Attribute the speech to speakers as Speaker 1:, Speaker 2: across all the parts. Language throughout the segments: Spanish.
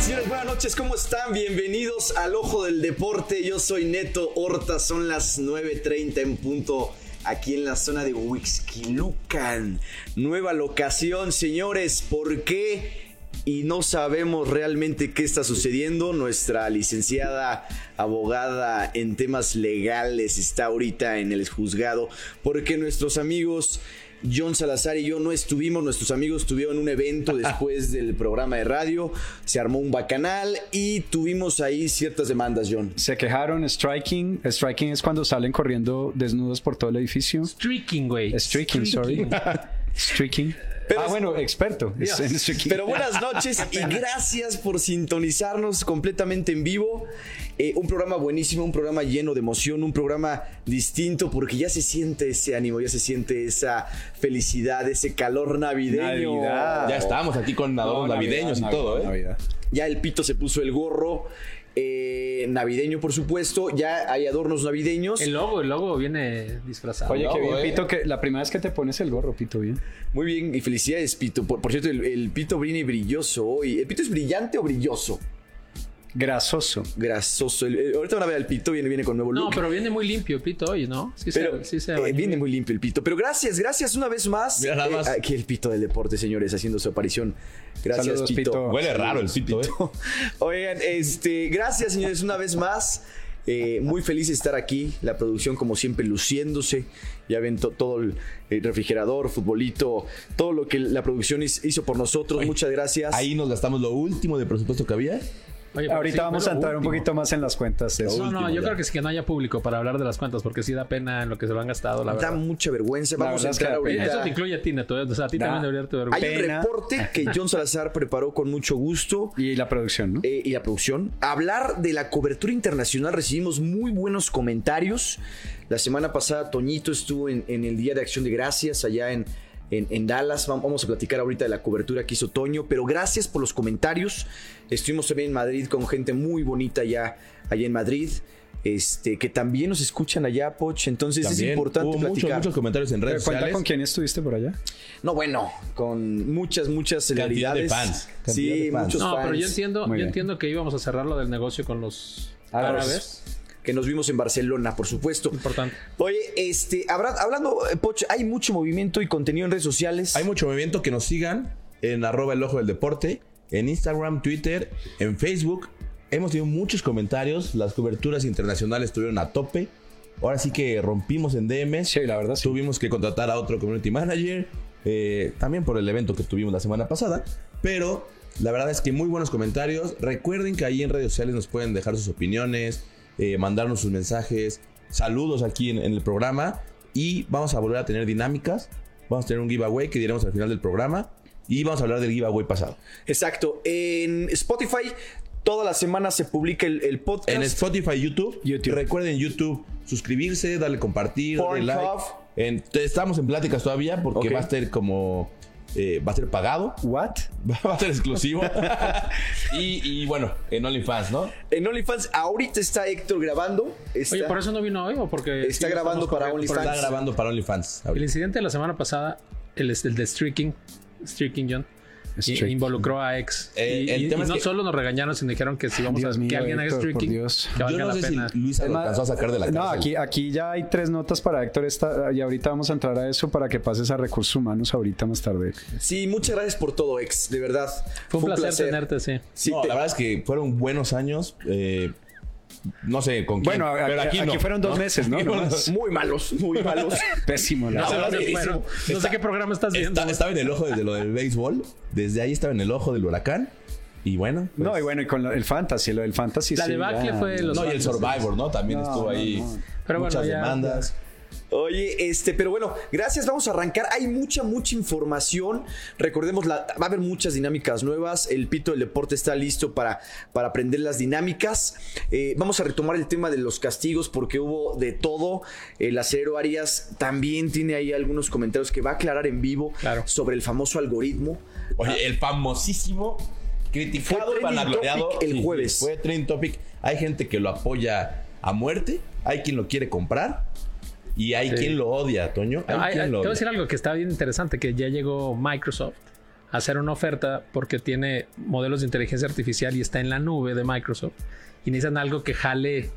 Speaker 1: señores, buenas noches, ¿cómo están? Bienvenidos al Ojo del Deporte. Yo soy Neto Horta, son las 9.30 en punto aquí en la zona de Huixquilucan. Nueva locación, señores, ¿por qué? Y no sabemos realmente qué está sucediendo. Nuestra licenciada abogada en temas legales está ahorita en el juzgado porque nuestros amigos John Salazar y yo no estuvimos, nuestros amigos estuvieron en un evento después del programa de radio, se armó un bacanal y tuvimos ahí ciertas demandas, John.
Speaker 2: Se quejaron, striking. Striking es cuando salen corriendo desnudos por todo el edificio.
Speaker 3: Streaking, güey.
Speaker 2: Striking, sorry. Striking.
Speaker 1: Pero
Speaker 2: ah,
Speaker 1: es-
Speaker 2: bueno, experto. Es en striking.
Speaker 1: Pero buenas noches y gracias por sintonizarnos completamente en vivo. Eh, un programa buenísimo, un programa lleno de emoción, un programa distinto porque ya se siente ese ánimo, ya se siente esa felicidad, ese calor navideño.
Speaker 2: Navidad.
Speaker 4: Ya estábamos aquí con adornos
Speaker 2: No,
Speaker 4: navideños
Speaker 2: Navidad,
Speaker 4: y todo, ¿eh?
Speaker 2: Navidad, Navidad.
Speaker 1: Ya el pito se puso el gorro. eh, navideño, por supuesto. Ya hay adornos navideños.
Speaker 3: El logo, el logo viene disfrazado.
Speaker 2: Oye,
Speaker 4: Lobo,
Speaker 2: qué bien,
Speaker 4: eh.
Speaker 2: Pito, que la primera vez que te pones el gorro, Pito, bien.
Speaker 1: Muy bien, y felicidades, Pito. Por, por cierto, el, el pito viene brilloso hoy. ¿El pito es brillante o brilloso?
Speaker 2: Grasoso.
Speaker 1: Grasoso. El- el- ahorita van a ver al pito, viene, viene con nuevo look.
Speaker 3: no, pero viene muy limpio, Pito, hoy, ¿no? Sí, se-
Speaker 1: Pero,
Speaker 3: sí se
Speaker 1: eh,
Speaker 3: bañó.
Speaker 1: viene muy limpio el pito. Pero gracias, gracias una vez más. eh,
Speaker 4: Mira nada más.
Speaker 1: aquí el pito del deporte, señores, haciendo su aparición. Gracias,
Speaker 2: Saludos,
Speaker 1: pito.
Speaker 2: Pito.
Speaker 4: Huele raro el sitio, ¿eh?
Speaker 1: Oigan, este, gracias, señores, una vez más. Eh, muy feliz de estar aquí. La producción, como siempre, luciéndose. Ya ven to- todo el el refrigerador, futbolito, todo lo que la producción his- hizo por nosotros. Muchas gracias.
Speaker 4: Ahí nos gastamos lo último de presupuesto que había.
Speaker 3: Oye, pero
Speaker 2: Ahorita
Speaker 3: sí,
Speaker 2: vamos
Speaker 3: pero
Speaker 2: a entrar un
Speaker 3: último.
Speaker 2: poquito más en las cuentas. de eso.
Speaker 3: No, no,
Speaker 4: último,
Speaker 3: yo
Speaker 4: ya.
Speaker 3: creo que es que no haya público para hablar de las cuentas, porque sí da pena en lo que se lo han gastado, la
Speaker 1: Da
Speaker 3: verdad.
Speaker 1: mucha vergüenza.
Speaker 2: La
Speaker 1: Vamos a
Speaker 2: verdad es que
Speaker 1: entrar
Speaker 2: da pena.
Speaker 1: ahorita.
Speaker 3: Eso te incluye a ti, Neto. ¿eh? O sea, a ti
Speaker 2: Da.
Speaker 3: también debería te
Speaker 1: Hay
Speaker 3: vergüenza.
Speaker 1: un
Speaker 2: pena.
Speaker 1: reporte que John Salazar preparó con mucho gusto.
Speaker 2: Y la producción, ¿no?
Speaker 1: eh, y la producción. Hablar de la cobertura internacional, recibimos muy buenos comentarios. La semana pasada Toñito estuvo en, en el Día de Acción de Gracias allá en, en, en Dallas. Vam- Vamos a platicar ahorita de la cobertura que hizo Toño, pero gracias por los comentarios. Estuvimos también en Madrid con gente muy bonita allá, allá en Madrid. Este, que también nos escuchan allá, Poch. Entonces es
Speaker 4: También
Speaker 1: importante
Speaker 4: hubo muchos,
Speaker 1: platicar.
Speaker 4: muchos comentarios en
Speaker 2: Pero
Speaker 4: redes
Speaker 2: Cuenta
Speaker 4: sociales.
Speaker 2: con quién estuviste por allá.
Speaker 1: No, bueno, con muchas, muchas
Speaker 4: Cantidad de
Speaker 1: celebridades.
Speaker 4: fans, cantidad
Speaker 1: Sí,
Speaker 4: de fans.
Speaker 1: muchos
Speaker 3: No, pero yo
Speaker 1: fans.
Speaker 3: entiendo,
Speaker 2: Muy
Speaker 3: yo
Speaker 2: bien.
Speaker 3: entiendo que íbamos a cerrar lo del negocio con los
Speaker 2: Árabes.
Speaker 3: árabes.
Speaker 1: que nos vimos en Barcelona, por supuesto.
Speaker 3: Importante.
Speaker 1: Oye, este, habrá- hablando, eh, Poch, hay mucho movimiento y contenido en redes sociales.
Speaker 4: Hay mucho movimiento que nos sigan en arroba el ojo del deporte, en Instagram, Twitter, en Facebook. Hemos tenido muchos comentarios. Las coberturas internacionales estuvieron a tope. Ahora sí que rompimos en DM.
Speaker 2: Sí, la verdad, sí.
Speaker 4: Tuvimos que contratar a otro community manager. eh, también por el evento que tuvimos la semana pasada. Pero la verdad es que muy buenos comentarios. Recuerden que ahí en redes sociales nos pueden dejar sus opiniones, eh, mandarnos sus mensajes, saludos aquí en, en el programa. Y vamos a volver a tener dinámicas. Vamos a tener un giveaway que diremos al final del programa. Y vamos a hablar del giveaway pasado.
Speaker 1: Exacto. En Spotify, toda la semana se publica el, el podcast.
Speaker 4: En Spotify, YouTube.
Speaker 2: YouTube.
Speaker 4: Recuerden YouTube, suscribirse, darle compartir, darle
Speaker 1: Pornhub.
Speaker 4: like. En- te- estamos en pláticas todavía porque
Speaker 1: Ok.
Speaker 4: va a ser como... eh, va a ser pagado.
Speaker 2: ¿What?
Speaker 4: Va a ser exclusivo. y, y bueno, en OnlyFans, ¿no?
Speaker 1: En OnlyFans, ahorita está Héctor grabando. Está-
Speaker 3: Oye, ¿por eso no vino hoy o porque...?
Speaker 1: Está grabando
Speaker 3: estamos
Speaker 1: para
Speaker 3: corriendo?
Speaker 1: OnlyFans.
Speaker 4: Está grabando para OnlyFans.
Speaker 3: El
Speaker 4: ahorita.
Speaker 3: incidente de la semana pasada, el, el de streaking, streaking John, y-
Speaker 2: Streaking.
Speaker 3: involucró a ex.
Speaker 4: Eh,
Speaker 3: y
Speaker 4: el
Speaker 3: y-
Speaker 4: tema
Speaker 3: y
Speaker 4: es
Speaker 3: no
Speaker 4: que-
Speaker 3: solo nos regañaron, sino dijeron que si vamos
Speaker 2: Dios
Speaker 3: a
Speaker 2: mío,
Speaker 3: que alguien haga
Speaker 2: Héctor, por
Speaker 3: streaking,
Speaker 2: Dios.
Speaker 3: que
Speaker 4: Yo
Speaker 3: valga
Speaker 4: no
Speaker 3: la
Speaker 4: sé
Speaker 3: pena.
Speaker 4: si Luisa lo
Speaker 2: Además-
Speaker 4: alcanzó a sacar de la cárcel.
Speaker 2: No, aquí, aquí ya hay tres notas para Héctor esta, y ahorita vamos a entrar a eso para que pases a recursos humanos ahorita más tarde.
Speaker 1: Sí, muchas gracias por todo, ex, de verdad.
Speaker 3: Fue un placer, tenerte, sí.
Speaker 1: Sí,
Speaker 4: No,
Speaker 1: te-
Speaker 4: la verdad es que fueron buenos años. eh, no sé con quién.
Speaker 2: Bueno, a-
Speaker 4: pero
Speaker 2: a-
Speaker 4: aquí,
Speaker 2: aquí
Speaker 4: no,
Speaker 2: fueron dos meses, ¿no?
Speaker 4: Aquí fueron
Speaker 2: Nomás.
Speaker 1: Muy malos, muy malos.
Speaker 2: Pésimo, la
Speaker 3: No, sé
Speaker 4: verdad
Speaker 3: dónde
Speaker 4: es que
Speaker 3: fueron.
Speaker 4: sí.
Speaker 3: No sé
Speaker 4: Está-
Speaker 3: qué programa estás viendo.
Speaker 4: Está- estaba en el ojo desde lo del béisbol. Desde ahí estaba en el ojo del huracán. Y bueno. pues-
Speaker 2: No, y bueno, y con lo- el fantasy, lo del fantasy.
Speaker 3: La
Speaker 2: sí,
Speaker 3: debacle
Speaker 2: ya.
Speaker 3: fue los
Speaker 4: No, y el
Speaker 3: Fantasy.
Speaker 4: Survivor, ¿no? También
Speaker 2: No,
Speaker 4: estuvo
Speaker 2: no,
Speaker 4: ahí.
Speaker 2: no.
Speaker 3: Pero bueno,
Speaker 4: muchas
Speaker 3: ya-
Speaker 4: demandas.
Speaker 1: Oye, este, pero bueno, gracias, vamos a arrancar. Hay mucha, mucha información. Recordemos, la- va a haber muchas dinámicas nuevas. El Pito del Deporte está listo para, para aprender las dinámicas. Eh, vamos a retomar el tema de los castigos porque hubo de todo. El acero Arias también tiene ahí algunos comentarios que va a aclarar en vivo
Speaker 3: Claro.
Speaker 1: sobre el famoso algoritmo.
Speaker 4: Oye, el famosísimo criticado
Speaker 1: Fue
Speaker 4: y
Speaker 1: trending
Speaker 4: vanagloriado
Speaker 1: topic el
Speaker 4: Sí, sí,
Speaker 1: jueves.
Speaker 4: Fue trending topic. Hay gente que lo apoya a muerte, hay quien lo quiere comprar y hay
Speaker 3: Sí.
Speaker 4: quien lo odia, Toño. Hay
Speaker 3: Ay, ay,
Speaker 4: quien
Speaker 3: te
Speaker 4: lo
Speaker 3: voy a
Speaker 4: odia.
Speaker 3: decir algo que está bien interesante, que ya llegó Microsoft hacer una oferta porque tiene modelos de inteligencia artificial y está en la nube de Microsoft y necesitan algo que jale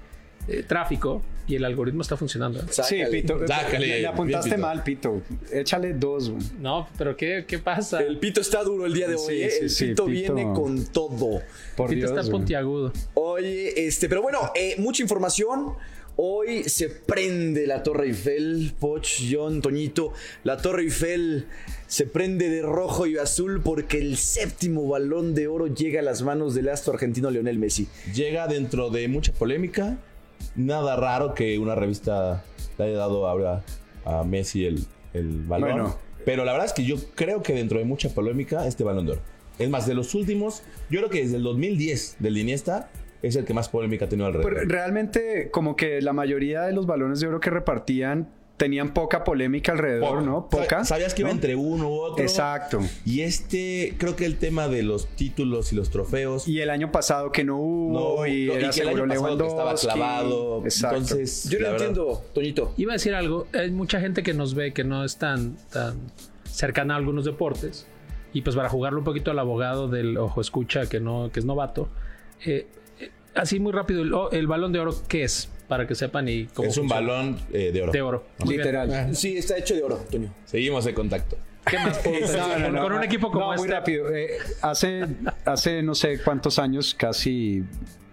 Speaker 3: eh, tráfico y el algoritmo está funcionando.
Speaker 2: Sí,
Speaker 1: Sácale.
Speaker 2: Pito. eh,
Speaker 4: Sácale,
Speaker 2: le, le apuntaste
Speaker 4: bien, Pito.
Speaker 2: mal, Pito. Échale dos, güey.
Speaker 3: No, pero ¿qué, qué pasa?
Speaker 1: El pito está duro el día de hoy.
Speaker 2: Sí,
Speaker 1: ¿eh?
Speaker 2: sí,
Speaker 1: el
Speaker 2: sí,
Speaker 1: pito,
Speaker 2: Pito.
Speaker 1: viene con todo.
Speaker 2: Por
Speaker 3: Pito
Speaker 2: Dios,
Speaker 3: está
Speaker 2: güey.
Speaker 3: puntiagudo.
Speaker 1: Oye, este, pero bueno, eh, mucha información. Hoy se prende la Torre Eiffel, Poch, John, Toñito. La Torre Eiffel se prende de rojo y azul porque el séptimo balón de oro llega a las manos del astro argentino Lionel Messi.
Speaker 4: Llega dentro de mucha polémica. Nada raro que una revista le haya dado ahora a Messi el, el balón.
Speaker 2: Bueno.
Speaker 4: Pero la verdad es que yo creo que dentro de mucha polémica este balón de oro. Es más, de los últimos, yo creo que desde el 2010 del Iniesta es el que más polémica ha tenido alrededor.
Speaker 2: Pero realmente, como que la mayoría de los balones de oro que repartían tenían poca polémica alrededor,
Speaker 4: Poca.
Speaker 2: ¿no? Poca.
Speaker 4: Sabías que iba
Speaker 2: ¿no?
Speaker 4: entre uno u otro.
Speaker 2: Exacto.
Speaker 4: Y este, creo que el tema de los títulos y los trofeos.
Speaker 2: Y el año pasado que no hubo,
Speaker 4: no,
Speaker 2: y,
Speaker 4: no,
Speaker 2: era
Speaker 4: que el
Speaker 2: seguro
Speaker 4: año pasado que estaba
Speaker 2: Lewandowski.
Speaker 4: clavado.
Speaker 2: Exacto.
Speaker 4: Entonces,
Speaker 1: Yo no
Speaker 4: la verdad-
Speaker 1: entiendo, Toñito.
Speaker 3: Iba a decir algo, hay mucha gente que nos ve que no es tan, tan cercana a algunos deportes. Y pues para jugarle un poquito al abogado del ojo escucha que no que es novato, eh, eh, así muy rápido, el, o- el balón de oro, ¿qué es? Para que sepan y cómo
Speaker 4: Es un
Speaker 3: funciona.
Speaker 4: balón eh, de oro.
Speaker 3: de oro. Muy bien.
Speaker 2: Literal.
Speaker 1: Sí, está hecho de oro, Toño.
Speaker 4: Seguimos en contacto.
Speaker 3: ¿Qué más puedo decir?
Speaker 2: No, no,
Speaker 3: Con-
Speaker 2: no.
Speaker 3: Con un equipo como
Speaker 2: No, muy
Speaker 3: este,
Speaker 2: rápido. Eh, hace, hace no sé cuántos años, casi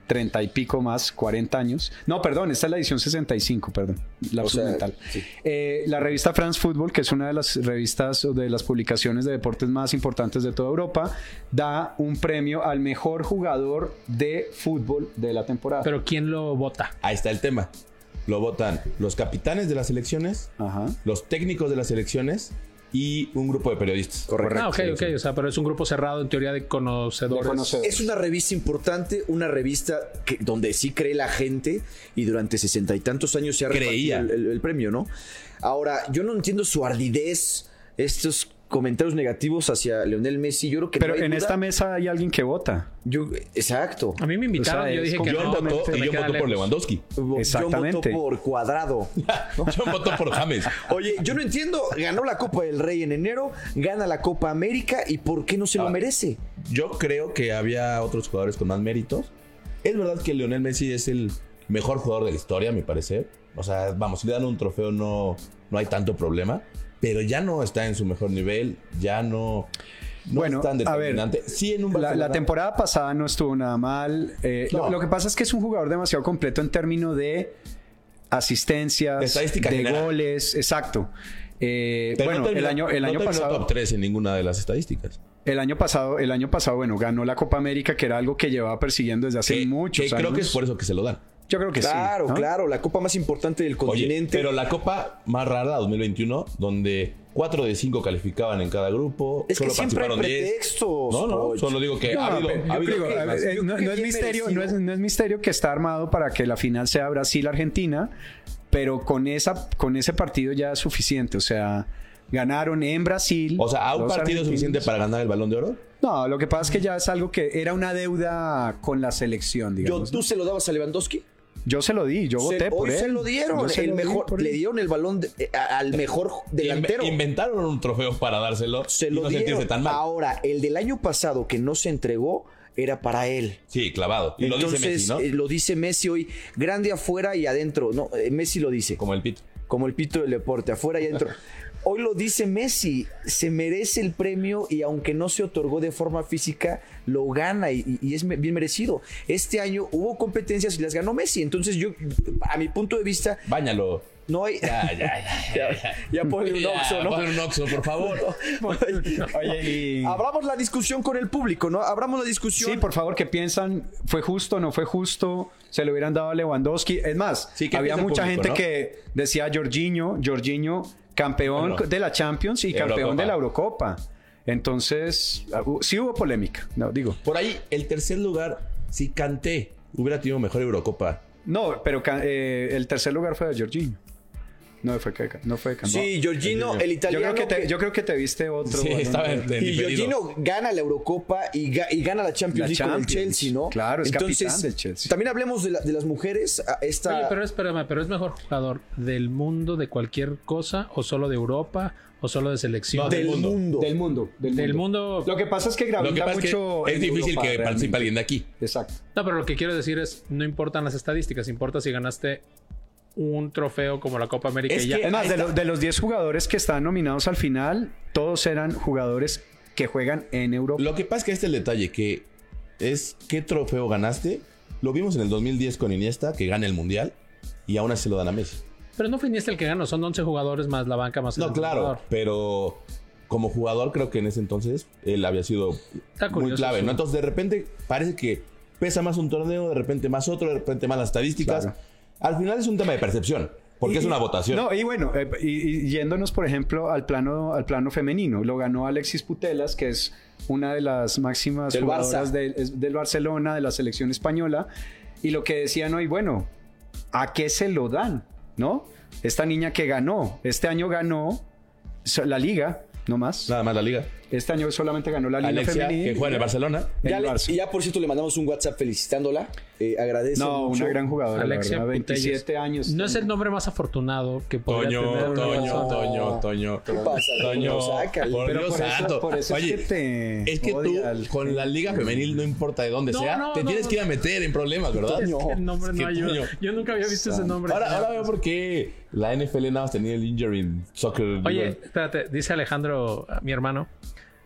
Speaker 2: treinta y pico más, 40 años. No, perdón, esta es la edición 65, perdón. La
Speaker 1: sea,
Speaker 2: mental.
Speaker 1: sí.
Speaker 2: Eh, la revista France Football, que es una de las revistas o de las publicaciones de deportes más importantes de toda Europa, da un premio al mejor jugador de fútbol de la temporada.
Speaker 3: pero ¿quién lo vota?
Speaker 4: Ahí está el tema. Lo votan los capitanes de las elecciones,
Speaker 2: Ajá.
Speaker 4: los técnicos de las elecciones y un grupo de periodistas.
Speaker 3: Ah, ok, ok. O sea, pero es un grupo cerrado en teoría de conocedores.
Speaker 2: De conocedores.
Speaker 1: Es una revista importante, una revista que, donde sí cree la gente y durante sesenta y tantos años se ha
Speaker 4: Creía.
Speaker 1: repartido el, el- el premio, ¿no? Ahora, yo no entiendo su ardidez, estos comentarios negativos hacia Leonel Messi. Yo creo que
Speaker 2: Pero
Speaker 1: no hay
Speaker 2: en
Speaker 1: duda.
Speaker 2: esta mesa hay alguien que vota.
Speaker 1: Yo- exacto.
Speaker 3: A mí me invitaron,
Speaker 2: O sea,
Speaker 3: yo
Speaker 2: es
Speaker 3: dije que
Speaker 2: como-
Speaker 4: John
Speaker 3: no.
Speaker 4: votó
Speaker 3: se me
Speaker 4: y John
Speaker 3: queda
Speaker 4: votó por
Speaker 3: lejos.
Speaker 4: Lewandowski.
Speaker 2: Exactamente.
Speaker 1: Yo voto por cuadrado.
Speaker 4: John votó por James.
Speaker 1: Oye, yo no entiendo. Ganó la Copa del Rey en enero, gana la Copa América y ¿por qué no se lo
Speaker 4: Ah.
Speaker 1: merece?
Speaker 4: Yo creo que había otros jugadores con más méritos. Es verdad que Lionel Messi es el mejor jugador de la historia, a mi parecer. O sea, vamos, si le dan un trofeo no, no hay tanto problema. Pero ya no está en su mejor nivel, ya no, no
Speaker 2: Bueno,
Speaker 4: es tan
Speaker 2: a ver,
Speaker 4: determinante. sí, en un
Speaker 2: La, la
Speaker 4: Barcelona-
Speaker 2: temporada pasada no estuvo nada mal. Eh,
Speaker 4: No.
Speaker 2: lo, lo que pasa es que es un jugador demasiado completo en términos de asistencias,
Speaker 4: De estadística
Speaker 2: de
Speaker 4: general.
Speaker 2: goles, exacto. Eh,
Speaker 4: Pero no
Speaker 2: bueno, el
Speaker 4: terminó-
Speaker 2: año, el
Speaker 4: no
Speaker 2: año
Speaker 4: terminó
Speaker 2: pasado,
Speaker 4: top 3 en ninguna de las estadísticas.
Speaker 2: el año pasado, el año pasado, bueno, ganó la Copa América, que era algo que llevaba persiguiendo desde hace
Speaker 4: Que-
Speaker 2: muchos
Speaker 4: que
Speaker 2: años.
Speaker 4: creo que es por eso que se lo dan.
Speaker 2: Yo creo que sí.
Speaker 1: claro,
Speaker 2: ¿no?
Speaker 1: claro. La Copa más importante del
Speaker 4: Oye,
Speaker 1: continente.
Speaker 4: pero la copa más rara 2021, donde 4 de 5 calificaban en cada grupo,
Speaker 1: Es que
Speaker 4: solo
Speaker 1: siempre hay
Speaker 4: participaron 10.
Speaker 1: pretextos.
Speaker 4: No, no,
Speaker 1: Poch.
Speaker 4: solo digo que
Speaker 1: Eh,
Speaker 2: No,
Speaker 4: ha habido,
Speaker 2: pero
Speaker 4: ha
Speaker 2: yo
Speaker 4: habido
Speaker 2: creo, a
Speaker 4: problemas.
Speaker 2: ver, eh, no-
Speaker 1: creo
Speaker 2: no
Speaker 1: que
Speaker 2: es
Speaker 1: bien
Speaker 2: misterio, no
Speaker 1: merecido.
Speaker 2: es, no es misterio que está armado para que la final sea Brasil-Argentina, pero con, esa, con ese partido ya es suficiente. O sea, ganaron en Brasil.
Speaker 4: O sea, ¿a un
Speaker 2: los
Speaker 4: partido
Speaker 2: argentinos.
Speaker 4: suficiente para ganar el balón de oro?
Speaker 2: No, lo que pasa es que ya es algo que era una deuda con la selección,
Speaker 1: Yo,
Speaker 2: digamos. Yo,
Speaker 1: ¿Tú se lo dabas a Lewandowski?
Speaker 2: se lo di, yo
Speaker 1: Se-
Speaker 2: voté por
Speaker 1: hoy
Speaker 2: él.
Speaker 1: se lo
Speaker 2: Yo
Speaker 1: dieron.
Speaker 2: se
Speaker 1: el
Speaker 2: lo di
Speaker 1: mejor,
Speaker 2: por él.
Speaker 1: le dieron el balón de- eh, a- al mejor delantero.
Speaker 4: Inve- inventaron un trofeo para dárselo
Speaker 1: se
Speaker 4: y
Speaker 1: lo
Speaker 4: no sentirse
Speaker 1: dieron.
Speaker 4: tan mal.
Speaker 1: Ahora, el del año pasado que no se entregó era para él.
Speaker 4: Sí, clavado. Y
Speaker 1: Entonces,
Speaker 4: lo dice Messi, ¿no?
Speaker 1: eh, lo dice Messi hoy, grande afuera y adentro. No, eh, Messi lo dice, como,
Speaker 4: Como el pito.
Speaker 1: el pito del deporte, afuera y adentro. Hoy lo dice Messi, se merece el premio y aunque no se otorgó de forma física, lo gana y, y- y es me- bien merecido. Este año hubo competencias y las ganó Messi. Entonces yo, a mi punto de vista,
Speaker 4: Báñalo.
Speaker 1: no hay...
Speaker 4: Ya, ya, ya.
Speaker 1: Ya, ya ponle un
Speaker 4: Ya,
Speaker 1: oxo, ¿no?
Speaker 4: ponle un oxo, por favor.
Speaker 2: Oye, y-
Speaker 1: Abramos la discusión con el público, ¿no? Abramos la discusión.
Speaker 2: Sí, por favor, que piensan, ¿fue justo, no fue justo? ¿Se le hubieran dado a Lewandowski? Es más,
Speaker 4: Sí, ¿qué
Speaker 2: había
Speaker 4: piensa el
Speaker 2: mucha
Speaker 4: público,
Speaker 2: gente
Speaker 4: no?
Speaker 2: que decía Jorginho, Jorginho, campeón
Speaker 4: Bueno.
Speaker 2: de la Champions y campeón
Speaker 4: Eurocopa.
Speaker 2: de la Eurocopa. Entonces, ah, hu- sí hubo polémica, no digo.
Speaker 4: Por ahí, el tercer lugar, si Canté hubiera tenido mejor Eurocopa.
Speaker 2: No, pero ca- eh, el tercer lugar fue de Jorginho. No fue Keca, no fue Keca.
Speaker 1: Sí, Giorgino, el
Speaker 2: yo,
Speaker 1: italiano.
Speaker 2: creo que te,
Speaker 1: que-
Speaker 2: yo creo que te viste otro.
Speaker 4: Sí,
Speaker 2: balón
Speaker 4: estaba
Speaker 2: de oro.
Speaker 4: en- en
Speaker 1: y
Speaker 4: diferido.
Speaker 1: Giorgino gana la Eurocopa y, ga- y gana la Champions
Speaker 2: La
Speaker 1: League con el
Speaker 2: Champions.
Speaker 1: Chelsea, ¿no?
Speaker 2: Claro, es capitán del Chelsea.
Speaker 1: También hablemos de, la- de las mujeres. a Esta,
Speaker 3: Oye, pero espérame, pero es mejor jugador del mundo de cualquier cosa o solo de Europa o solo de selección.
Speaker 4: No,
Speaker 1: del
Speaker 4: del
Speaker 1: mundo.
Speaker 4: mundo.
Speaker 2: Del mundo. Del,
Speaker 3: Del
Speaker 2: mundo.
Speaker 3: mundo.
Speaker 2: Lo que pasa es que
Speaker 4: Lo que
Speaker 2: gravita
Speaker 4: pasa es que
Speaker 2: mucho.
Speaker 4: es
Speaker 2: en
Speaker 4: difícil
Speaker 2: Europa,
Speaker 4: que participe
Speaker 2: realmente.
Speaker 4: alguien de aquí.
Speaker 2: Exacto.
Speaker 3: No, pero lo que quiero decir es, no importan las estadísticas, importa si ganaste un trofeo como la Copa América
Speaker 4: Es
Speaker 3: y ya.
Speaker 4: que-
Speaker 2: Es más,
Speaker 4: Ahí
Speaker 2: de,
Speaker 4: está.
Speaker 2: lo- de los 10 jugadores que están nominados al final, todos eran jugadores que juegan en Europa.
Speaker 4: Lo que pasa es que este es el detalle, que es qué trofeo ganaste. Lo vimos en el 2010 con Iniesta, que gana el Mundial, y aún así lo dan a Messi.
Speaker 3: Pero no fue Iniesta el que ganó, son 11 jugadores más la banca más el
Speaker 4: No, claro,
Speaker 3: entrenador.
Speaker 4: pero como jugador creo que en ese entonces él había sido
Speaker 3: Está
Speaker 4: muy
Speaker 3: curioso
Speaker 4: clave,
Speaker 3: eso.
Speaker 4: ¿no? Entonces de repente parece que pesa más un torneo, de repente más otro, de repente más las estadísticas.
Speaker 2: Claro.
Speaker 4: Al final es un tema de percepción, porque
Speaker 2: Y-
Speaker 4: es una votación.
Speaker 2: No, y bueno, eh, y, y yéndonos, por ejemplo, al plano, al plano femenino, lo ganó Alexis Putelas, que es una de las máximas
Speaker 1: Del Barça.
Speaker 2: jugadoras del- es- del Barcelona, de la selección española. Y lo que decían hoy, bueno, ¿a qué se lo dan? ¿No? Esta niña que ganó, este año ganó so- la liga, no más.
Speaker 4: Nada más la liga.
Speaker 2: Este año solamente ganó la liga
Speaker 4: Alexia,
Speaker 2: femenina.
Speaker 4: que juega en el Barcelona.
Speaker 1: ya,
Speaker 2: el
Speaker 1: le-
Speaker 2: Barça.
Speaker 1: y ya, por cierto, le mandamos un WhatsApp felicitándola. Eh, agradece
Speaker 2: No,
Speaker 1: mucho.
Speaker 2: una gran jugadora,
Speaker 3: Alexia
Speaker 2: la verdad, 27
Speaker 3: Putellas.
Speaker 2: años.
Speaker 3: No es el nombre más afortunado que podría tener
Speaker 4: Toño,
Speaker 3: una
Speaker 4: Toño,
Speaker 3: persona.
Speaker 4: Toño, Toño.
Speaker 1: ¿Qué pasa?
Speaker 4: Toño,
Speaker 1: Sácale.
Speaker 4: por
Speaker 2: Pero
Speaker 4: Dios
Speaker 2: por eso-
Speaker 4: santo.
Speaker 2: por eso es
Speaker 4: Oye,
Speaker 2: que te
Speaker 4: es que tú,
Speaker 2: odia el-
Speaker 4: con la liga femenil, no importa de dónde
Speaker 3: No,
Speaker 4: sea,
Speaker 3: no,
Speaker 4: te
Speaker 3: no,
Speaker 4: tienes
Speaker 3: no.
Speaker 4: que ir a meter en problemas, ¿verdad?
Speaker 3: Es que el nombre
Speaker 4: Es que
Speaker 3: no ayuda.
Speaker 4: Toño.
Speaker 3: Yo nunca había visto ese nombre.
Speaker 4: Ahora, ahora veo por qué la NFL nada más tenía el injury en soccer.
Speaker 3: Oye,
Speaker 4: digo,
Speaker 3: espérate, dice Alejandro, mi hermano.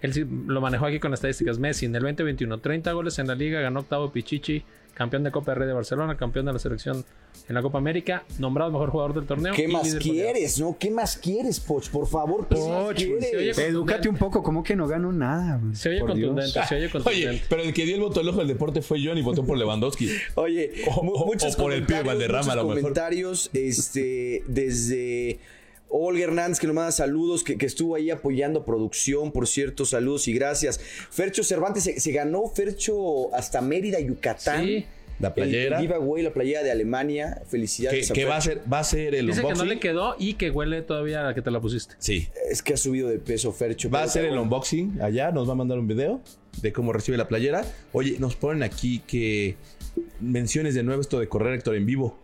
Speaker 3: Él sí lo manejó aquí con estadísticas. Messi en el 2021, 30 goles en la liga, ganó octavo Pichichi, campeón de Copa del Rey de Barcelona, campeón de la selección en la Copa América, nombrado mejor jugador del torneo.
Speaker 1: ¿Qué
Speaker 3: y
Speaker 1: más
Speaker 3: líder
Speaker 1: quieres, no? ¿Qué más quieres, Poch? Por favor, ¿qué más
Speaker 2: Poch,
Speaker 1: quieres?
Speaker 3: se oye
Speaker 2: pues,
Speaker 3: con-
Speaker 2: Edúcate un poco, ¿cómo que no ganó nada? güey?
Speaker 3: Se oye
Speaker 2: Por Dios. Ah,
Speaker 3: contundente, se oye contundente.
Speaker 4: Oye, pero el que dio el voto al ojo del deporte fue John y votó por Lewandowski.
Speaker 1: Oye,
Speaker 4: O-
Speaker 1: mu-
Speaker 4: o-
Speaker 1: muchos
Speaker 4: o por el pibe
Speaker 1: comentarios,
Speaker 4: Valderrama,
Speaker 1: muchos
Speaker 4: a lo mejor.
Speaker 1: comentarios, este, desde Olga Hernández, que nos manda saludos, que, que estuvo ahí apoyando producción, por cierto, saludos y gracias. Fercho Cervantes, se, se ganó Fercho hasta Mérida, Yucatán.
Speaker 3: Sí.
Speaker 4: La playera.
Speaker 1: El giveaway, la playera de Alemania.
Speaker 4: Que,
Speaker 1: Felicidades. a
Speaker 4: que va, a
Speaker 1: Fercho.
Speaker 4: ser, va a ser el
Speaker 3: Dice que no
Speaker 4: unboxing.
Speaker 3: le quedó y que huele todavía a la que te la pusiste.
Speaker 4: Sí.
Speaker 1: Es que ha subido de peso Fercho.
Speaker 4: Va a
Speaker 1: pero
Speaker 4: ser
Speaker 1: está
Speaker 4: el
Speaker 1: bueno.
Speaker 4: unboxing allá, nos va a mandar un video de cómo recibe la playera. Oye, nos ponen aquí que menciones de nuevo esto de correr Héctor en vivo.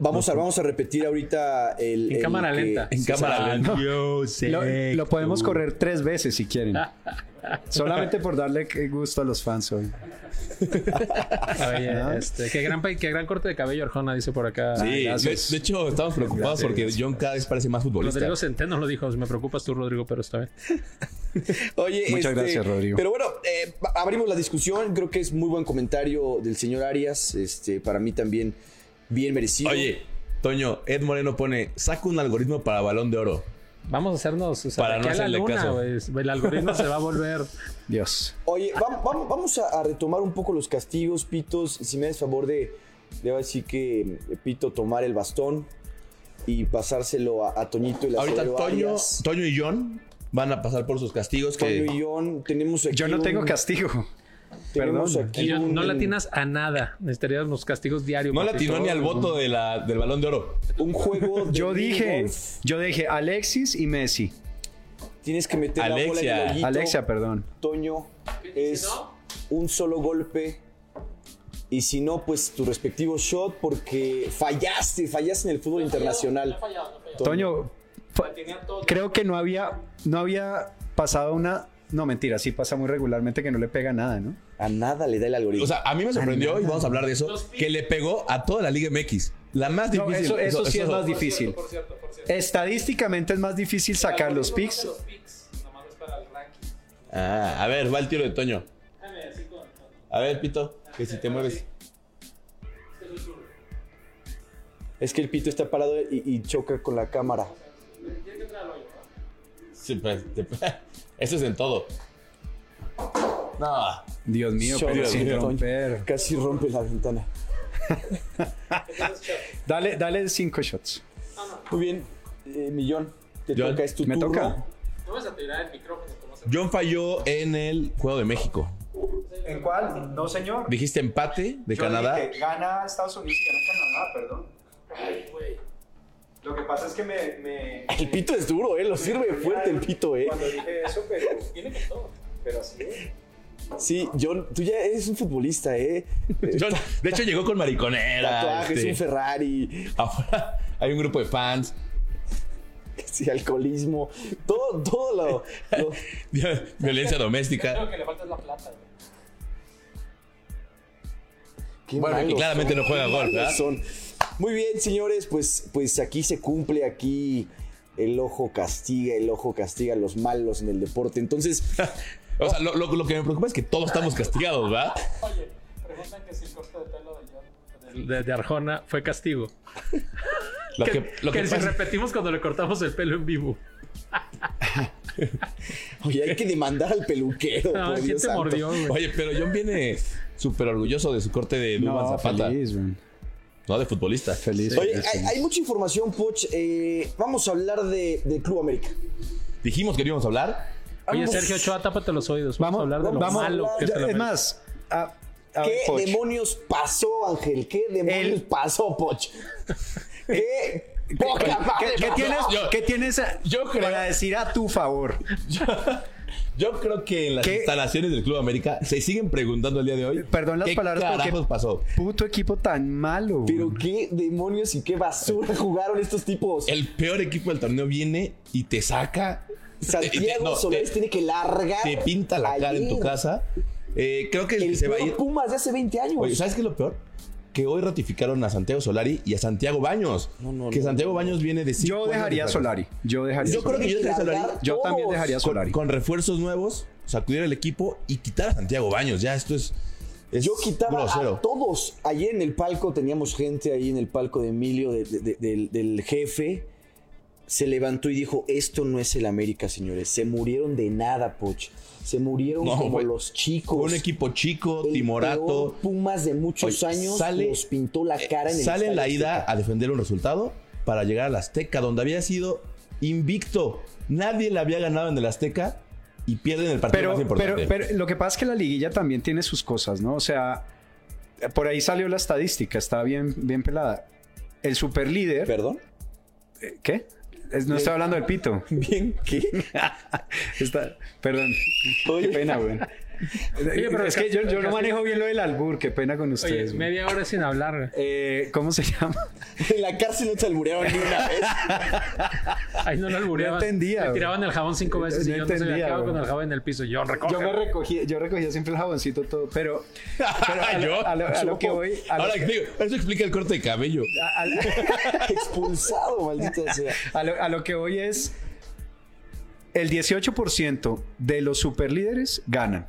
Speaker 1: Vamos a, vamos a repetir ahorita el.
Speaker 3: En
Speaker 1: el
Speaker 3: cámara
Speaker 1: que-
Speaker 3: lenta.
Speaker 4: En cámara lenta.
Speaker 2: Lo, lo podemos correr tres veces si quieren. Solamente por darle gusto a los fans hoy.
Speaker 3: Oye, este, qué, gran, pa- qué gran corte de cabello, Arjona, dice por acá.
Speaker 4: Sí,
Speaker 2: Ay,
Speaker 4: de,
Speaker 2: gracias.
Speaker 4: de hecho estamos preocupados
Speaker 2: Gracias,
Speaker 4: porque
Speaker 2: gracias.
Speaker 4: John cada vez parece más futbolista.
Speaker 3: Rodrigo Centeno lo dijo, me preocupas tú, Rodrigo, pero está bien.
Speaker 1: Oye,
Speaker 2: Muchas
Speaker 1: este,
Speaker 2: gracias, Rodrigo.
Speaker 1: Pero bueno, eh, abrimos la discusión. Creo que es muy buen comentario del señor Arias. Este, para mí también bien merecido.
Speaker 4: Oye, Toño, Ed Moreno pone, saca un algoritmo para balón de oro.
Speaker 3: Vamos a hacernos o sea,
Speaker 4: Para
Speaker 3: de aquí a
Speaker 4: no
Speaker 3: la
Speaker 4: hacerle
Speaker 3: luna,
Speaker 4: caso.
Speaker 3: güey. El algoritmo se va a volver.
Speaker 2: Dios.
Speaker 1: Oye, vam- vam- vamos a, a retomar un poco los castigos, Pitos. Si me das favor de, debo decir que eh, Pito tomar el bastón y pasárselo a, a Toñito y la
Speaker 4: Ahorita
Speaker 1: Solero
Speaker 4: Toño,
Speaker 1: Arias.
Speaker 4: Toño y John van a pasar por sus castigos que...
Speaker 1: Toño y John, tenemos aquí
Speaker 2: Yo no tengo
Speaker 1: un-
Speaker 2: castigo.
Speaker 1: tenemos
Speaker 2: perdón.
Speaker 1: aquí
Speaker 3: Y yo-
Speaker 1: un-
Speaker 3: no latinas a nada. Necesitaríamos castigos diarios.
Speaker 4: No le
Speaker 3: papito.
Speaker 4: atinó ni al voto de la, del balón de oro.
Speaker 1: un juego. de
Speaker 2: Yo
Speaker 1: mini
Speaker 2: dije,
Speaker 1: golf.
Speaker 2: yo dije Alexis y Messi.
Speaker 1: Tienes que meter la bola en el
Speaker 4: Alexia.
Speaker 1: hoyito.
Speaker 2: Alexia, perdón.
Speaker 1: Toño es un solo golpe. Y si no, pues tu respectivo shot, porque fallaste, fallaste en el fútbol internacional.
Speaker 2: Toño, fa- creo que no había, no había pasado una. No, mentira, sí pasa muy regularmente que no le pega nada, ¿no?
Speaker 1: A nada le da el algoritmo.
Speaker 4: O sea, a mí me sorprendió, y vamos a hablar de eso, que le pegó a toda la Liga MX. La más
Speaker 2: No,
Speaker 4: difícil.
Speaker 2: eso, eso sí es
Speaker 4: eso-
Speaker 2: más difícil. Estadísticamente es más difícil sacar los picks.
Speaker 4: Ah, a ver, va el tiro de Toño. A ver, Pito, que si te mueves.
Speaker 1: es que el pito está parado y, y choca con la cámara.
Speaker 4: Sí, pues, te- eso es en todo. No.
Speaker 2: Dios mío,
Speaker 1: Shot
Speaker 2: pero
Speaker 1: de
Speaker 2: sin
Speaker 1: Toño.
Speaker 2: romper.
Speaker 1: Casi rompe la ventana.
Speaker 2: Dale, dale cinco shots.
Speaker 1: Muy bien, eh, Millón, te
Speaker 4: John,
Speaker 1: toca, es tu
Speaker 2: me
Speaker 1: turno.
Speaker 2: toca.
Speaker 4: John falló en el Juego de México.
Speaker 2: ¿En cuál? No, señor.
Speaker 4: Dijiste empate de Canadá.
Speaker 2: gana Estados Unidos y gana Canadá, perdón. Lo que pasa es que me. me-
Speaker 1: El pito es duro, ¿eh? Lo sirve fuerte el pito, ¿eh?
Speaker 2: Cuando dije eso, pero. Viene con todo. Pero así es.
Speaker 1: Sí, John, tú ya eres un futbolista, ¿eh?
Speaker 4: Yo- de hecho, llegó con mariconera.
Speaker 1: Tatuajes,
Speaker 4: este,
Speaker 1: un Ferrari,
Speaker 4: Ahora hay un grupo de fans.
Speaker 1: sí, alcoholismo, todo, todo lo- lo
Speaker 4: Violencia doméstica.
Speaker 5: Creo que le falta es la plata, güey.
Speaker 1: Qué
Speaker 4: Bueno, que
Speaker 1: malos
Speaker 4: claramente no juega
Speaker 1: qué
Speaker 4: golf,
Speaker 1: malos
Speaker 4: ¿verdad?
Speaker 1: son. Muy bien, señores, pues, pues aquí se cumple, aquí el ojo castiga, el ojo castiga a los malos en el deporte. Entonces,
Speaker 4: O sea, lo, lo- lo que me preocupa es que todos estamos castigados, ¿verdad?
Speaker 5: Oye, preguntan que si el corte de pelo de John. de-
Speaker 3: De, de Arjona fue castigo.
Speaker 4: Lo
Speaker 3: que
Speaker 4: que, lo que
Speaker 3: que si
Speaker 4: pasa-
Speaker 3: repetimos cuando le cortamos el pelo en vivo.
Speaker 1: oye, hay que demandar al peluquero.
Speaker 3: No,
Speaker 1: por
Speaker 3: sí
Speaker 1: Oh, Dios
Speaker 3: te
Speaker 1: santo.
Speaker 3: mordió, güey.
Speaker 4: Oye, pero John viene súper orgulloso de su corte de Duban
Speaker 2: No,
Speaker 4: Zapata.
Speaker 2: feliz, güey.
Speaker 4: No, de futbolista.
Speaker 2: Feliz.
Speaker 1: Oye,
Speaker 2: feliz,
Speaker 1: hay,
Speaker 2: feliz.
Speaker 1: hay mucha información, Poch. Eh, vamos a hablar de, de Club América.
Speaker 4: Dijimos que no íbamos a hablar.
Speaker 3: Oye,
Speaker 1: Vamos.
Speaker 3: Sergio Ochoa, tápate los oídos.
Speaker 2: Vamos
Speaker 3: Vamos, a hablar de lo
Speaker 2: vamos,
Speaker 3: malo que
Speaker 2: ya, Es
Speaker 3: es el América.
Speaker 2: más, a- a ver,
Speaker 1: ¿Qué
Speaker 2: Poch.
Speaker 1: demonios pasó, Ángel? ¿Qué demonios
Speaker 2: El-
Speaker 1: pasó, Poch? ¿Qué? poca madre
Speaker 2: ¿Qué, qué
Speaker 1: pasó?
Speaker 2: tienes,
Speaker 4: Yo-
Speaker 2: qué tienes a-
Speaker 4: yo creo-
Speaker 2: para decir a tu favor?
Speaker 4: Yo creo que en las
Speaker 2: ¿Qué?
Speaker 4: instalaciones del Club América se siguen preguntando el día de hoy.
Speaker 2: Perdón las
Speaker 4: ¿qué
Speaker 2: palabras, pero
Speaker 4: carajos
Speaker 2: qué-
Speaker 4: pasó?
Speaker 2: Puto equipo tan malo.
Speaker 1: Pero
Speaker 2: güey.
Speaker 1: qué demonios y qué basura jugaron estos tipos.
Speaker 4: El peor equipo del torneo viene y te saca.
Speaker 1: Santiago
Speaker 4: te- no,
Speaker 1: Solés
Speaker 4: te,
Speaker 1: tiene que largar.
Speaker 4: te pinta la cara en tu
Speaker 1: ayer.
Speaker 4: casa. Eh, creo que el que
Speaker 1: El
Speaker 4: se va a
Speaker 1: peor
Speaker 4: ir.
Speaker 1: Pumas de hace 20 años.
Speaker 2: Pues.
Speaker 4: Oye, ¿sabes qué es lo peor? Que hoy ratificaron a Santiago Solari y a Santiago Baños. que Santiago Baños viene de cinco
Speaker 2: yo
Speaker 4: años de
Speaker 2: dejaría a
Speaker 4: fracaso.
Speaker 2: Solari. Yo dejaría
Speaker 4: Yo
Speaker 2: a
Speaker 4: creo
Speaker 2: Solari.
Speaker 4: que yo dejaría a Solari.
Speaker 1: Largar
Speaker 2: Yo también
Speaker 1: todos.
Speaker 2: dejaría a
Speaker 4: Con-
Speaker 2: Solari.
Speaker 4: Con, refuerzos nuevos, sacudir el equipo y quitar a Santiago Baños. Ya esto es. es
Speaker 1: Yo quitaba
Speaker 4: grosero.
Speaker 1: a todos. Ayer en el palco teníamos gente ahí en el palco de Emilio, de- de- de- del, del jefe. Se levantó y dijo: Esto no es el América, señores. Se murieron de nada, Poch. Se murieron
Speaker 4: No,
Speaker 1: como
Speaker 4: güey.
Speaker 1: los chicos.
Speaker 4: Con un equipo chico,
Speaker 1: El peor
Speaker 4: timorato.
Speaker 1: Pumas de muchos
Speaker 4: Oye,
Speaker 1: años
Speaker 4: sale- eh,
Speaker 1: los pintó la cara en el
Speaker 4: Sale en la
Speaker 1: Estadio
Speaker 4: ida
Speaker 1: Azteca.
Speaker 4: a defender un resultado para llegar al Azteca, donde había sido invicto. Nadie le había ganado en el Azteca y pierden el partido
Speaker 2: Pero,
Speaker 4: más
Speaker 2: pero,
Speaker 4: importante.
Speaker 2: pero lo que pasa es que la liguilla también tiene sus cosas, ¿no? O sea, por ahí salió la estadística, está bien, bien pelada. El superlíder.
Speaker 1: ¿Perdón?
Speaker 2: ¿Qué? Es- no estoy hablando del pito.
Speaker 1: ¿Bien qué?
Speaker 2: Está- perdón. Qué pena, güey.
Speaker 3: pero
Speaker 2: es que yo, yo no
Speaker 3: Castillo-
Speaker 2: manejo bien lo del albur, qué pena con
Speaker 3: Oye,
Speaker 2: ustedes. güey.
Speaker 3: media hora sin hablar. güey.
Speaker 2: Eh, ¿Cómo se llama?
Speaker 1: En la cárcel no te alburearon ni una vez.
Speaker 3: Ahí no lo albureaban.
Speaker 2: No entendía,
Speaker 3: Le
Speaker 2: güey.
Speaker 3: tiraban el jabón cinco veces
Speaker 2: No
Speaker 3: y yo no se
Speaker 2: entendía,
Speaker 3: había quedado
Speaker 2: güey.
Speaker 3: con el jabón en el piso. Yo recojo.
Speaker 2: Yo me recogí, yo recogía siempre el jaboncito todo, pero, pero a, lo-
Speaker 4: Yo,
Speaker 2: a lo, a lo que voy, a lo
Speaker 4: Ahora
Speaker 2: que-
Speaker 4: digo, eso explica el corte de cabello.
Speaker 2: a- a-
Speaker 1: Expulsado, maldita sea.
Speaker 2: a lo- a lo que voy es el 18% de los superlíderes ganan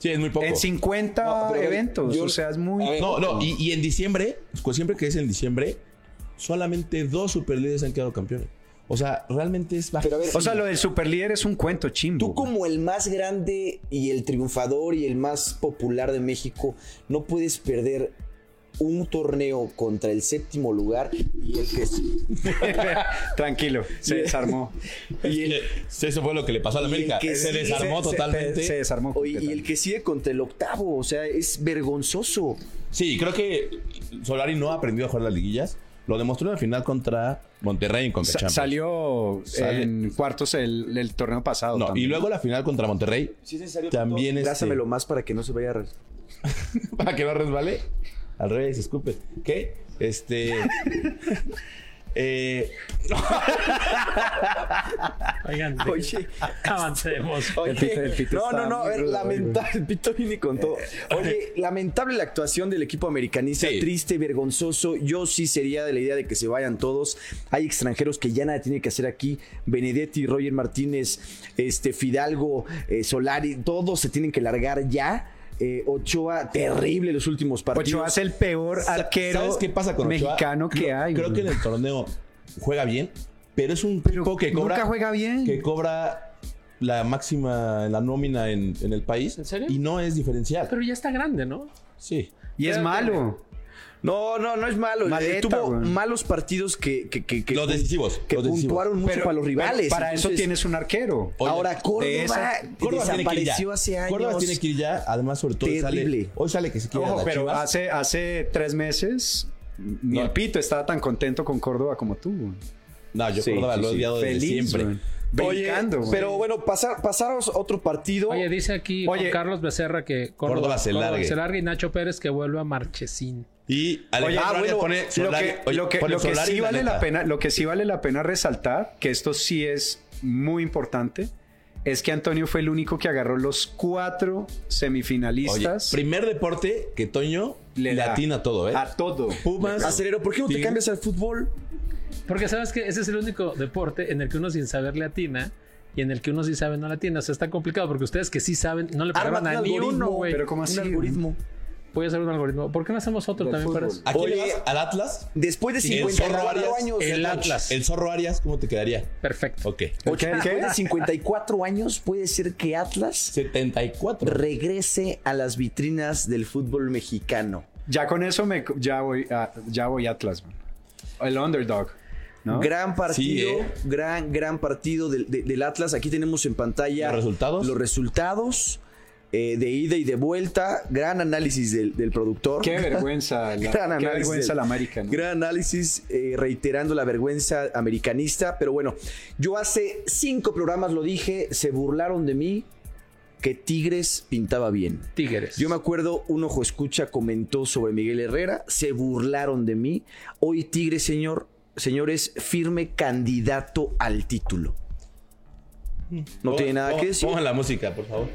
Speaker 4: Sí, es muy poco.
Speaker 2: en 50
Speaker 1: No, pero,
Speaker 2: eventos,
Speaker 1: yo-
Speaker 2: o sea, es muy
Speaker 1: a ver,
Speaker 4: No, no, y, y en diciembre, pues siempre que es en diciembre, solamente dos superlíderes han quedado campeones. O sea, realmente es bajo.
Speaker 1: Pero a ver,
Speaker 2: O sea, lo del superlíder es un cuento chimbo.
Speaker 1: Tú como el más grande y el triunfador y el más popular de México, no puedes perder un torneo contra el séptimo lugar y el que
Speaker 2: Tranquilo, se desarmó.
Speaker 1: y el-
Speaker 4: Eso fue lo que le pasó a la
Speaker 1: y el
Speaker 4: América.
Speaker 1: que
Speaker 4: Se
Speaker 1: sí,
Speaker 4: desarmó
Speaker 2: Se- se-
Speaker 4: totalmente.
Speaker 2: Se, desarmó.
Speaker 1: oye, y el que sigue contra el octavo, o sea, es vergonzoso.
Speaker 4: Sí, creo que Solari no ha aprendido a jugar las liguillas. Lo demostró en la final contra Monterrey en contra
Speaker 2: Sa- salió
Speaker 4: Sale.
Speaker 2: en cuartos el, el torneo pasado.
Speaker 4: No,
Speaker 2: también.
Speaker 4: y luego la final contra Monterrey. También este-
Speaker 1: Grásamelo más para que no se vaya a... res-
Speaker 4: para que no resbale. Al revés, escupe. ¿Qué? Este. eh,
Speaker 3: Oigan,
Speaker 1: Oye,
Speaker 3: avancemos.
Speaker 1: Oye,
Speaker 2: El pito- el pito
Speaker 1: no,
Speaker 2: está
Speaker 1: no, no, a
Speaker 2: muy
Speaker 1: ver,
Speaker 2: rudo,
Speaker 1: lamentable, el pito viene con todo. Oye, lamentable la actuación del equipo americanista,
Speaker 4: Sí.
Speaker 1: triste, vergonzoso. Yo sí sería de la idea de que se vayan todos. Hay extranjeros que ya nada tienen que hacer aquí. Benedetti, Roger Martínez, este Fidalgo, eh, Solari, todos se tienen que largar ya. Eh, Ochoa, terrible los últimos partidos.
Speaker 2: Ochoa es el peor
Speaker 4: sa-
Speaker 2: arquero
Speaker 4: ¿Sabes qué pasa con Ochoa?
Speaker 2: mexicano que
Speaker 4: Creo-
Speaker 2: hay.
Speaker 4: Creo que en
Speaker 2: güey.
Speaker 4: el torneo juega bien, pero es un
Speaker 2: Pero
Speaker 4: tipo que cobra.
Speaker 2: nunca juega bien.
Speaker 4: Que cobra la máxima, la nómina en, en el país.
Speaker 3: ¿En serio?
Speaker 4: Y no es diferencial.
Speaker 3: Pero ya está grande, ¿no?
Speaker 4: Sí.
Speaker 2: Y es malo.
Speaker 1: No, no, no es malo. Eh,
Speaker 2: Maleta,
Speaker 1: Tuvo
Speaker 2: güey.
Speaker 1: malos partidos que, que, que, que-
Speaker 4: Los decisivos,
Speaker 1: que
Speaker 4: los decisivos.
Speaker 1: puntuaron mucho
Speaker 2: Pero-
Speaker 1: para los
Speaker 2: pero
Speaker 1: rivales.
Speaker 2: Para eso
Speaker 1: Entonces,
Speaker 2: tienes un arquero.
Speaker 4: Oye,
Speaker 1: Ahora
Speaker 2: de
Speaker 1: Córdoba
Speaker 2: esa-
Speaker 1: desapareció hace años.
Speaker 4: Córdoba tiene que ir ya. Además, sobre todo, hoy sale,
Speaker 1: Terrible.
Speaker 4: hoy sale que se quiere. ir a
Speaker 2: Ojo,
Speaker 4: las
Speaker 2: pero
Speaker 4: Chivas.
Speaker 2: hace, hace tres meses ni
Speaker 4: No.
Speaker 2: el Pito estaba tan contento con Córdoba como tú. güey.
Speaker 4: No, yo
Speaker 1: Sí,
Speaker 4: recordaba,
Speaker 1: sí,
Speaker 4: lo he
Speaker 1: sí.
Speaker 4: odiado desde
Speaker 2: Feliz,
Speaker 4: siempre.
Speaker 2: güey.
Speaker 1: Oye,
Speaker 2: Brincando, güey.
Speaker 1: pero bueno, pasar, pasaros otro partido.
Speaker 3: Oye, dice aquí
Speaker 2: Oye.
Speaker 3: Juan Carlos Becerra que
Speaker 4: Córdoba se largue.
Speaker 3: se largue y Nacho Pérez que vuelva a Marchesín.
Speaker 4: Y Alejandro
Speaker 1: ah,
Speaker 4: Arias
Speaker 1: bueno,
Speaker 4: pone
Speaker 2: lo
Speaker 4: Solari-
Speaker 2: que,
Speaker 4: oye,
Speaker 2: lo que-
Speaker 4: pone
Speaker 2: lo que
Speaker 4: Solari,
Speaker 2: sí vale la
Speaker 4: neta.
Speaker 2: pena, lo que sí vale la pena resaltar, que esto sí es muy importante, es que Antonio fue el único que agarró los cuatro
Speaker 4: Oye,
Speaker 2: semifinalistas.
Speaker 4: primer deporte que Toño le,
Speaker 2: da
Speaker 4: atina todo, ¿eh?
Speaker 2: A todo.
Speaker 4: Pumas.
Speaker 1: Acelero, ¿por qué no te
Speaker 4: Tigres.
Speaker 1: cambias al fútbol?
Speaker 3: Porque sabes que ese es el único deporte en el que uno sin saber le atina y en el que uno sí sabe no le atina. O sea, está complicado porque ustedes que sí saben no le
Speaker 1: Arma
Speaker 3: paraban
Speaker 1: un
Speaker 3: a ni
Speaker 1: algoritmo,
Speaker 3: uno, güey.
Speaker 2: pero ¿cómo así?
Speaker 1: Un algoritmo.
Speaker 3: Voy a hacer un algoritmo. ¿Por qué no hacemos otro
Speaker 2: Del
Speaker 3: también para
Speaker 2: fútbol.
Speaker 3: eso?
Speaker 4: ¿A quién le
Speaker 1: Oye,
Speaker 4: vas? ¿Al Atlas?
Speaker 1: Después de
Speaker 4: ¿El zorro
Speaker 1: 54
Speaker 4: Arias?
Speaker 1: años.
Speaker 3: El Atlas.
Speaker 4: ¿El zorro Arias cómo te quedaría?
Speaker 3: Perfecto.
Speaker 4: Ok.
Speaker 2: ¿Qué?
Speaker 1: Después de 54 años, puede ser que Atlas
Speaker 4: 74.
Speaker 1: regrese a las vitrinas del fútbol mexicano.
Speaker 2: Ya con eso me, ya voy, a, ya voy Atlas, man. el underdog, ¿no?
Speaker 1: Gran partido,
Speaker 4: Sí, ¿eh?
Speaker 1: gran, gran partido del, de- del Atlas. Aquí tenemos en pantalla
Speaker 4: ¿Los resultados?
Speaker 1: los resultados, eh, de ida y de vuelta. Gran análisis del, del productor.
Speaker 2: Qué vergüenza, la,
Speaker 1: Gran
Speaker 2: qué
Speaker 1: análisis
Speaker 2: vergüenza
Speaker 1: del-
Speaker 2: la América. ¿no?
Speaker 1: Gran análisis, eh, reiterando la vergüenza americanista. Pero bueno, yo hace cinco programas lo dije, se burlaron de mí que Tigres pintaba bien.
Speaker 3: Tigres.
Speaker 1: Yo me acuerdo, un ojo escucha comentó sobre Miguel Herrera, se burlaron de mí. Hoy Tigres, señor, señores, firme candidato al título.
Speaker 4: Mm.
Speaker 1: No tiene nada
Speaker 4: Oh,
Speaker 1: que decir.
Speaker 4: Pongan la música, por favor.